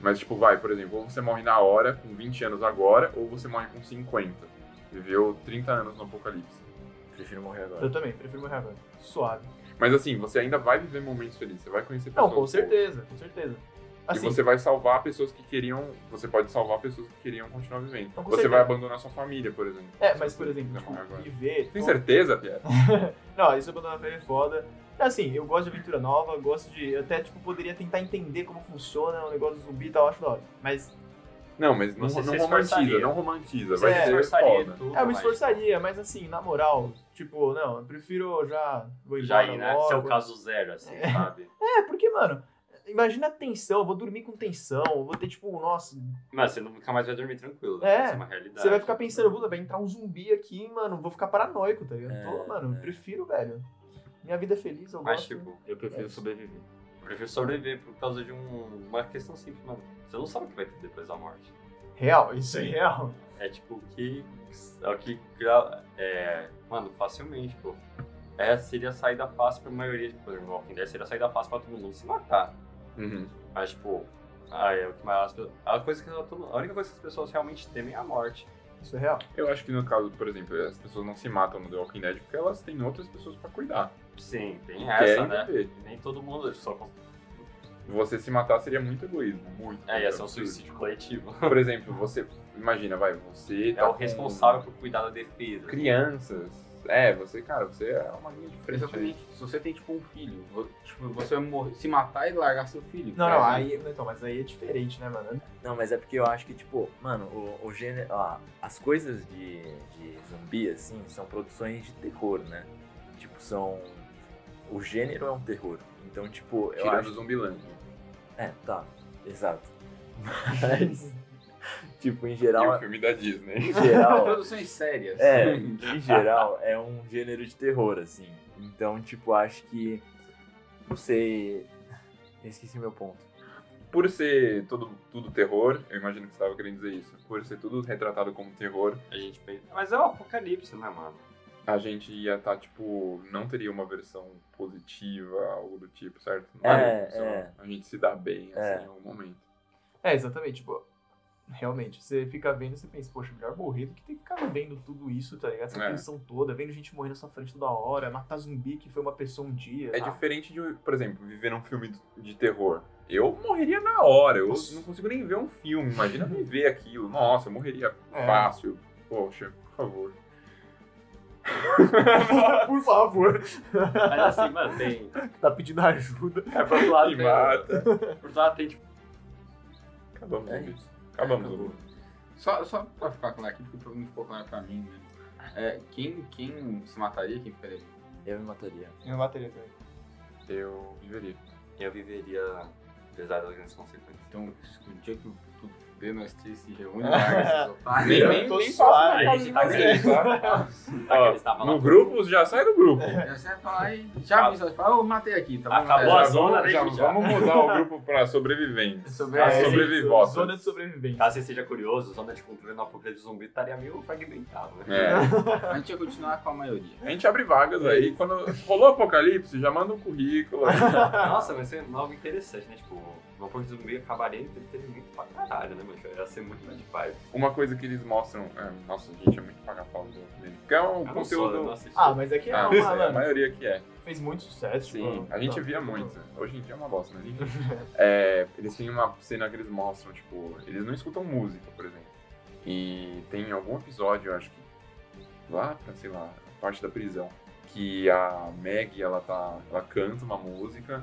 [SPEAKER 6] Mas, tipo, vai, por exemplo, ou você morre na hora, com 20 anos agora, ou você morre com 50. Viveu 30 anos no apocalipse.
[SPEAKER 3] Prefiro morrer agora.
[SPEAKER 5] Eu também, prefiro morrer agora. Suave.
[SPEAKER 6] Mas assim, você ainda vai viver momentos felizes, você vai conhecer pessoas.
[SPEAKER 5] Não, com
[SPEAKER 6] boas.
[SPEAKER 5] certeza, com certeza. Assim,
[SPEAKER 6] e você vai salvar pessoas que queriam. Você pode salvar pessoas que queriam continuar vivendo.
[SPEAKER 5] Então, com
[SPEAKER 6] você
[SPEAKER 5] certeza.
[SPEAKER 6] vai abandonar sua família, por exemplo.
[SPEAKER 5] é,
[SPEAKER 6] se
[SPEAKER 5] mas
[SPEAKER 6] você
[SPEAKER 5] por exemplo,
[SPEAKER 6] quiser
[SPEAKER 5] tipo,
[SPEAKER 6] morrer agora.
[SPEAKER 5] viver.
[SPEAKER 6] Tem certeza, Pierre?
[SPEAKER 5] Não, isso abandonar a fé é foda. Assim, eu gosto de aventura nova, gosto de. Eu até, tipo, poderia tentar entender como funciona o negócio do zumbi e tal, acho da hora. Mas
[SPEAKER 6] Não, mas não,
[SPEAKER 4] Você
[SPEAKER 6] não
[SPEAKER 4] se
[SPEAKER 6] romantiza,
[SPEAKER 4] esforçaria.
[SPEAKER 6] não romantiza.
[SPEAKER 5] Você
[SPEAKER 6] Vai
[SPEAKER 5] se
[SPEAKER 6] ser
[SPEAKER 4] esforçaria
[SPEAKER 6] foda.
[SPEAKER 4] tudo,
[SPEAKER 5] é, eu É. me
[SPEAKER 4] mas-
[SPEAKER 5] esforçaria, mas assim, na moral, tipo, não, eu prefiro já. Vou
[SPEAKER 4] Já
[SPEAKER 5] embora
[SPEAKER 4] ir, né?
[SPEAKER 5] logo.
[SPEAKER 4] Esse é o caso zero, assim, sabe?
[SPEAKER 5] É, porque, mano, imagina a tensão, eu vou dormir com tensão, eu vou ter, tipo, nossa,
[SPEAKER 4] Mas você nunca mais vai dormir tranquilo.
[SPEAKER 5] É,
[SPEAKER 4] né? Isso é uma realidade.
[SPEAKER 5] Você vai ficar pensando, puta, vai entrar um zumbi aqui, mano, vou ficar paranoico, tá ligado?
[SPEAKER 3] É,
[SPEAKER 5] Pô, mano,
[SPEAKER 3] é.
[SPEAKER 5] eu prefiro, velho. Minha vida é feliz, eu
[SPEAKER 4] Mas,
[SPEAKER 5] gosto.
[SPEAKER 4] tipo, eu prefiro
[SPEAKER 5] É.
[SPEAKER 4] sobreviver. Eu prefiro sobreviver por causa de um- uma questão simples, mano. Você não sabe o que vai ter depois da morte.
[SPEAKER 5] Real, isso é real.
[SPEAKER 4] É tipo o que. É o que. gra- É, mano, facilmente, pô. É, seria a saída fácil pra maioria, tipo, no Walking Dead, seria a saída fácil pra todo mundo se matar.
[SPEAKER 6] Uhum.
[SPEAKER 4] Mas, tipo, ah, é o que mais. A, coisa que, a única coisa que as pessoas realmente temem é a morte.
[SPEAKER 5] Isso é real.
[SPEAKER 6] Eu acho que no caso, por exemplo, as pessoas não se matam no The Walking Dead porque elas têm outras pessoas pra cuidar.
[SPEAKER 4] Sim, tem
[SPEAKER 6] Querem
[SPEAKER 4] essa, né?
[SPEAKER 6] viver.
[SPEAKER 4] Nem todo mundo. Só,
[SPEAKER 6] Você se matar seria muito egoísmo, muito.
[SPEAKER 4] é, ia ser um
[SPEAKER 6] absurdo.
[SPEAKER 4] suicídio coletivo.
[SPEAKER 6] Por exemplo, você. Imagina, vai, você.
[SPEAKER 4] É o responsável por cuidar da defesa.
[SPEAKER 6] por crianças. É, você, cara, você é uma linha de frente. aí.
[SPEAKER 2] Exatamente. Se você tem, tipo, um filho, vo- tipo, você vai morrer, se matar e largar seu filho.
[SPEAKER 5] Não,
[SPEAKER 2] cara,
[SPEAKER 4] né?
[SPEAKER 5] não,
[SPEAKER 2] assim,
[SPEAKER 5] aí. Então, mas aí é diferente, né, mano?
[SPEAKER 3] Não, mas é porque eu acho que, tipo, mano, o, o gênero. ó, as coisas de, de zumbi, assim, são produções de terror, né? Tipo, são. O gênero é um terror. Então, tipo, eu
[SPEAKER 6] Tirando
[SPEAKER 3] acho.
[SPEAKER 6] o Zumbiland.
[SPEAKER 3] É, tá. Exato. Mas. tipo, em
[SPEAKER 6] E o
[SPEAKER 3] geral.
[SPEAKER 6] filme da Disney.
[SPEAKER 3] Em geral.
[SPEAKER 2] Produções sérias.
[SPEAKER 3] É, em geral, é um gênero de terror, assim. Então, tipo, acho que. Não sei. Eu esqueci meu ponto.
[SPEAKER 6] Por ser tudo, tudo terror, eu imagino que você estava querendo dizer isso. Por ser tudo retratado como terror,
[SPEAKER 4] A gente pensa. Mas é o apocalipse, né, mano?
[SPEAKER 6] a gente ia estar, tipo, não teria uma versão positiva, algo do tipo, certo? Não
[SPEAKER 3] É,
[SPEAKER 6] era uma versão-
[SPEAKER 3] é.
[SPEAKER 6] A gente se dá bem, assim,
[SPEAKER 3] É.
[SPEAKER 6] em algum momento.
[SPEAKER 5] É, exatamente, tipo. Realmente, você fica vendo e você pensa, poxa, melhor morrer do que ter que ficar vendo tudo isso, tá ligado? Essa
[SPEAKER 6] É.
[SPEAKER 5] tensão toda, vendo gente morrer na sua frente toda hora, matar zumbi que foi uma pessoa um dia.
[SPEAKER 6] É
[SPEAKER 5] Ah,
[SPEAKER 6] diferente de, por exemplo, viver um filme de terror. Eu morreria na hora, eu não consigo nem ver um filme, imagina viver aquilo. Nossa, eu morreria
[SPEAKER 5] É.
[SPEAKER 6] fácil. Poxa, por favor.
[SPEAKER 5] Ah, Por favor,
[SPEAKER 4] Mas assim, mano, tem.
[SPEAKER 5] tá pedindo ajuda.
[SPEAKER 4] É por outro lado,
[SPEAKER 6] Me
[SPEAKER 4] tem-
[SPEAKER 6] mata.
[SPEAKER 4] Por outro lado tem, tipo,
[SPEAKER 6] Acabamos,
[SPEAKER 3] É
[SPEAKER 6] é Acabamos,
[SPEAKER 3] Acabou.
[SPEAKER 6] Zumbi.
[SPEAKER 2] Só, só pra ficar claro aqui, porque não ficou claro pra mim, né? É, quem, quem se mataria, quem ficaria?
[SPEAKER 3] Eu me mataria.
[SPEAKER 5] Eu bateria também.
[SPEAKER 6] Eu viveria.
[SPEAKER 4] eu viveria apesar das grandes consequências.
[SPEAKER 2] Então, o dia que tudo fuder, nós três se reúne, larga esses otários.
[SPEAKER 6] Nem- né?
[SPEAKER 5] eu
[SPEAKER 6] nem-
[SPEAKER 5] tô
[SPEAKER 6] nem
[SPEAKER 5] suave.
[SPEAKER 4] A gente tá
[SPEAKER 3] é.
[SPEAKER 4] querendo.
[SPEAKER 6] Ó,
[SPEAKER 4] Aqueles tava lá
[SPEAKER 6] no
[SPEAKER 4] tudo.
[SPEAKER 6] grupo, já sai do grupo.
[SPEAKER 2] Já Você vai falar e já avisa, você fala, eu matei aqui, tá bom?
[SPEAKER 4] Acabou
[SPEAKER 2] Já
[SPEAKER 4] a zona,
[SPEAKER 2] vamos-
[SPEAKER 4] né,
[SPEAKER 2] já
[SPEAKER 4] gente?
[SPEAKER 2] vamos-
[SPEAKER 6] Vamos mudar o grupo pra sobreviventes.
[SPEAKER 2] Sobre-
[SPEAKER 6] As
[SPEAKER 5] É,
[SPEAKER 6] sobrevivotas.
[SPEAKER 5] Zona de sobrevivência.
[SPEAKER 4] Caso você seja curioso, zona de cultura na procura de zumbi estaria meio fragmentado. né?
[SPEAKER 6] É.
[SPEAKER 2] A gente ia continuar com a maioria.
[SPEAKER 6] A gente abre vagas aí. Quando rolou o apocalipse, já manda um currículo.
[SPEAKER 4] Nossa, vai ser algo interessante, né? Tipo, uma procura de zumbi acabaria em entretenimento pra caralho, né, mano? Ia ser muito de pai.
[SPEAKER 6] Uma coisa que eles mostram. é, nossa, gente, é muito pagar pau do dele. Que é um
[SPEAKER 4] Eu não sou, eu não
[SPEAKER 6] conteúdo.
[SPEAKER 4] assisti.
[SPEAKER 5] Ah, mas aqui é
[SPEAKER 6] Ah,
[SPEAKER 5] uma,
[SPEAKER 6] não sei, a
[SPEAKER 5] mano,
[SPEAKER 6] maioria que é.
[SPEAKER 5] fez muito sucesso.
[SPEAKER 6] Sim,
[SPEAKER 5] tipo,
[SPEAKER 6] a gente
[SPEAKER 5] não,
[SPEAKER 6] via
[SPEAKER 5] não,
[SPEAKER 6] muito.
[SPEAKER 5] não.
[SPEAKER 6] Hoje em dia é uma bosta, né? gente? É, eles têm uma cena que eles mostram, tipo, eles não escutam música, por exemplo. E tem algum episódio, eu acho que lá pra, sei lá, a parte da prisão, que a Maggie, ela tá, ela canta uma música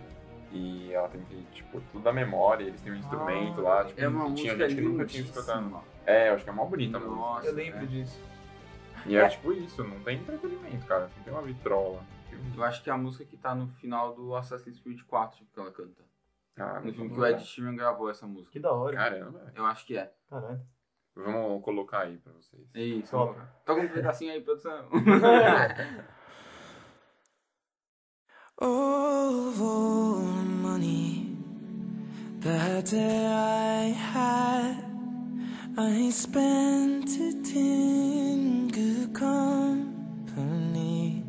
[SPEAKER 6] e ela tem que, tipo, tudo da memória, eles têm um instrumento lá, tipo,
[SPEAKER 2] É uma
[SPEAKER 6] e tinha
[SPEAKER 2] música
[SPEAKER 6] gente que nunca tinha escutado.
[SPEAKER 2] lindíssima. Então,
[SPEAKER 6] É, eu acho que é mó bonita a música.
[SPEAKER 2] Nossa,
[SPEAKER 5] Eu lembro
[SPEAKER 2] né?
[SPEAKER 5] disso.
[SPEAKER 6] E é tipo isso, não tem entretenimento, cara, não tem uma vitrola.
[SPEAKER 2] Eu acho que é a música que tá no final do Assassin's Creed 4 que ela canta.
[SPEAKER 6] Ah,
[SPEAKER 2] No filme
[SPEAKER 6] não
[SPEAKER 2] que o Ed
[SPEAKER 6] dá.
[SPEAKER 2] Sheeran gravou essa música.
[SPEAKER 5] Que da hora.
[SPEAKER 6] Caramba,
[SPEAKER 2] Eu acho que é.
[SPEAKER 5] Caralho.
[SPEAKER 6] vamos colocar aí pra vocês.
[SPEAKER 2] É isso.
[SPEAKER 5] Top.
[SPEAKER 2] Toca um pedacinho aí, produção.
[SPEAKER 7] all of all the money that I had, I spent it in good company,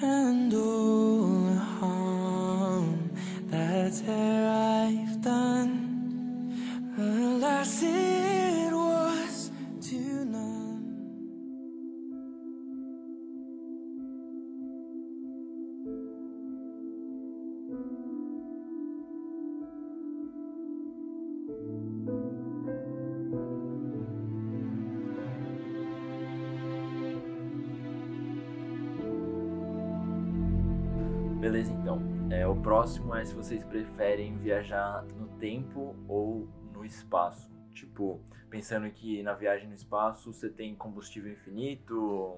[SPEAKER 7] and all the harm that I've done, alas, it was to none.
[SPEAKER 3] Beleza, então. É, o próximo é se vocês preferem viajar no tempo ou no espaço. Tipo, pensando que na viagem no espaço você tem combustível infinito,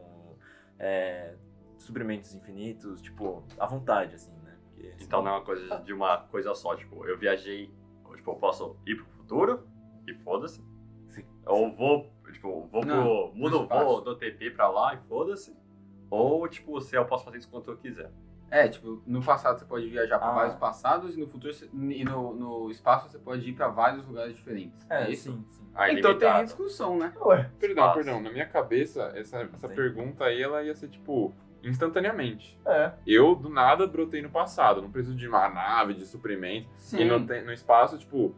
[SPEAKER 3] é, suprimentos infinitos, tipo, à vontade, assim, né? Porque,
[SPEAKER 4] Então não é uma coisa de uma coisa só, tipo, eu viajei, ou, tipo, eu posso ir pro futuro e foda-se.
[SPEAKER 3] Sim.
[SPEAKER 4] Ou vou, tipo, vou
[SPEAKER 2] Não,
[SPEAKER 4] pro. Mudo
[SPEAKER 2] no
[SPEAKER 4] o voo
[SPEAKER 2] espaço.
[SPEAKER 4] do TP pra lá e foda-se. Ou, tipo, se eu posso fazer isso quanto eu quiser.
[SPEAKER 2] É, tipo, no passado você pode viajar pra
[SPEAKER 3] Ah.
[SPEAKER 2] vários passados e no futuro você- e no, no espaço você pode ir pra vários lugares diferentes.
[SPEAKER 3] É,
[SPEAKER 2] isso?
[SPEAKER 3] sim, sim.
[SPEAKER 4] Aí
[SPEAKER 2] então tem
[SPEAKER 4] limitado.
[SPEAKER 2] discussão, né?
[SPEAKER 5] Ué,
[SPEAKER 6] Perdão,
[SPEAKER 4] Espaço.
[SPEAKER 6] perdão. Na minha cabeça, essa, essa
[SPEAKER 3] Tem.
[SPEAKER 6] pergunta aí, ela ia ser, tipo, instantaneamente.
[SPEAKER 5] é.
[SPEAKER 6] Eu, do nada, brotei no passado. Não preciso de uma nave, de suprimento.
[SPEAKER 2] Sim.
[SPEAKER 6] E no, te- no espaço, tipo,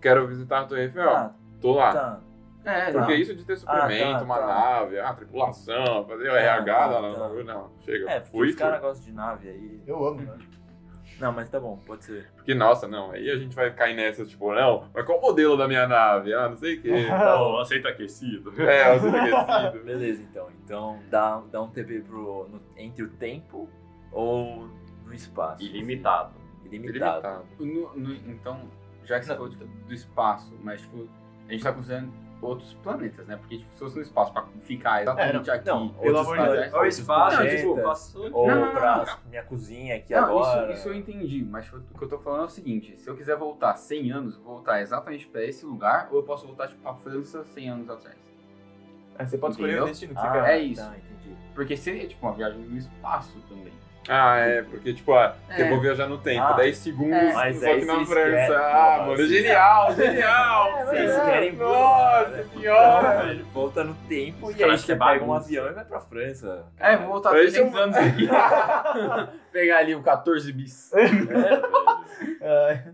[SPEAKER 6] quero visitar a Torre Eiffel.
[SPEAKER 3] Ah,
[SPEAKER 6] Tô lá.
[SPEAKER 3] tá.
[SPEAKER 2] É,
[SPEAKER 6] Porque
[SPEAKER 2] não.
[SPEAKER 6] isso de ter suprimento,
[SPEAKER 3] Ah, tá,
[SPEAKER 6] uma
[SPEAKER 3] tá.
[SPEAKER 6] nave, ah, tripulação, fazer o
[SPEAKER 3] Tá,
[SPEAKER 6] RH,
[SPEAKER 3] tá,
[SPEAKER 6] lá, não,
[SPEAKER 3] tá.
[SPEAKER 6] não, chega.
[SPEAKER 3] É, porque
[SPEAKER 6] fui,
[SPEAKER 3] os caras
[SPEAKER 6] fui.
[SPEAKER 3] gostam de nave aí.
[SPEAKER 5] Eu amo, né? mano.
[SPEAKER 3] Não, mas tá bom, pode ser.
[SPEAKER 6] Porque, nossa, não, aí a gente vai cair nessa, tipo, não, mas qual o modelo da minha nave? Ah, não sei o quê.
[SPEAKER 4] Então, aceito aquecido.
[SPEAKER 6] é, você tá esquecido.
[SPEAKER 3] Beleza, então. Então dá, dá um TP pro, no- entre o tempo ou no espaço.
[SPEAKER 4] Ilimitado.
[SPEAKER 3] Ilimitado.
[SPEAKER 6] Ilimitado.
[SPEAKER 2] No- no- então, já que você falou tipo, do espaço, mas tipo, a gente tá considerando outros planetas, né? Porque tipo, se fosse no espaço pra ficar exatamente aqui,
[SPEAKER 3] Não,
[SPEAKER 5] É, Pelo
[SPEAKER 3] outros
[SPEAKER 5] amor de
[SPEAKER 2] é
[SPEAKER 3] planetas,
[SPEAKER 5] Deus. é
[SPEAKER 4] Ou
[SPEAKER 3] outros
[SPEAKER 4] espaço,
[SPEAKER 2] Não,
[SPEAKER 3] planetas,
[SPEAKER 4] tipo, passou.
[SPEAKER 3] ou
[SPEAKER 2] Não, não, não,
[SPEAKER 3] pra minha cozinha aqui
[SPEAKER 2] Não,
[SPEAKER 3] agora.
[SPEAKER 2] isso, isso eu entendi, mas o que eu tô falando é o seguinte: se eu quiser voltar 100 anos, eu vou voltar exatamente pra esse lugar, ou eu posso voltar tipo, pra França 100 anos atrás.
[SPEAKER 5] Aí É, você pode escolher
[SPEAKER 2] Entendeu?
[SPEAKER 5] o destino que você
[SPEAKER 3] Ah,
[SPEAKER 5] quer.
[SPEAKER 2] é isso.
[SPEAKER 3] Tá, entendi.
[SPEAKER 2] Porque seria tipo uma viagem no espaço também.
[SPEAKER 6] Ah, é, porque, tipo, ah,
[SPEAKER 2] É.
[SPEAKER 6] eu vou viajar no tempo,
[SPEAKER 3] Ah.
[SPEAKER 6] 10 segundos,
[SPEAKER 2] É.
[SPEAKER 3] Mas
[SPEAKER 6] só
[SPEAKER 3] aí
[SPEAKER 6] que na
[SPEAKER 3] vocês
[SPEAKER 6] França.
[SPEAKER 3] querem-
[SPEAKER 6] ah,
[SPEAKER 3] Nossa.
[SPEAKER 6] mano, genial,
[SPEAKER 2] É,
[SPEAKER 6] genial!
[SPEAKER 3] Vocês
[SPEAKER 6] Sim.
[SPEAKER 3] querem
[SPEAKER 6] Nossa
[SPEAKER 3] voar, né?
[SPEAKER 6] senhora, velho.
[SPEAKER 3] Volta no tempo
[SPEAKER 4] Os
[SPEAKER 3] e aí
[SPEAKER 4] caras
[SPEAKER 3] você
[SPEAKER 4] que
[SPEAKER 3] pega um
[SPEAKER 4] bagunça.
[SPEAKER 3] avião e vai pra França.
[SPEAKER 5] Ah,
[SPEAKER 2] É, vou voltar
[SPEAKER 6] Esse é
[SPEAKER 5] um
[SPEAKER 2] 300 anos aqui. Pegar ali o 14 bis.
[SPEAKER 3] É, velho.
[SPEAKER 5] É.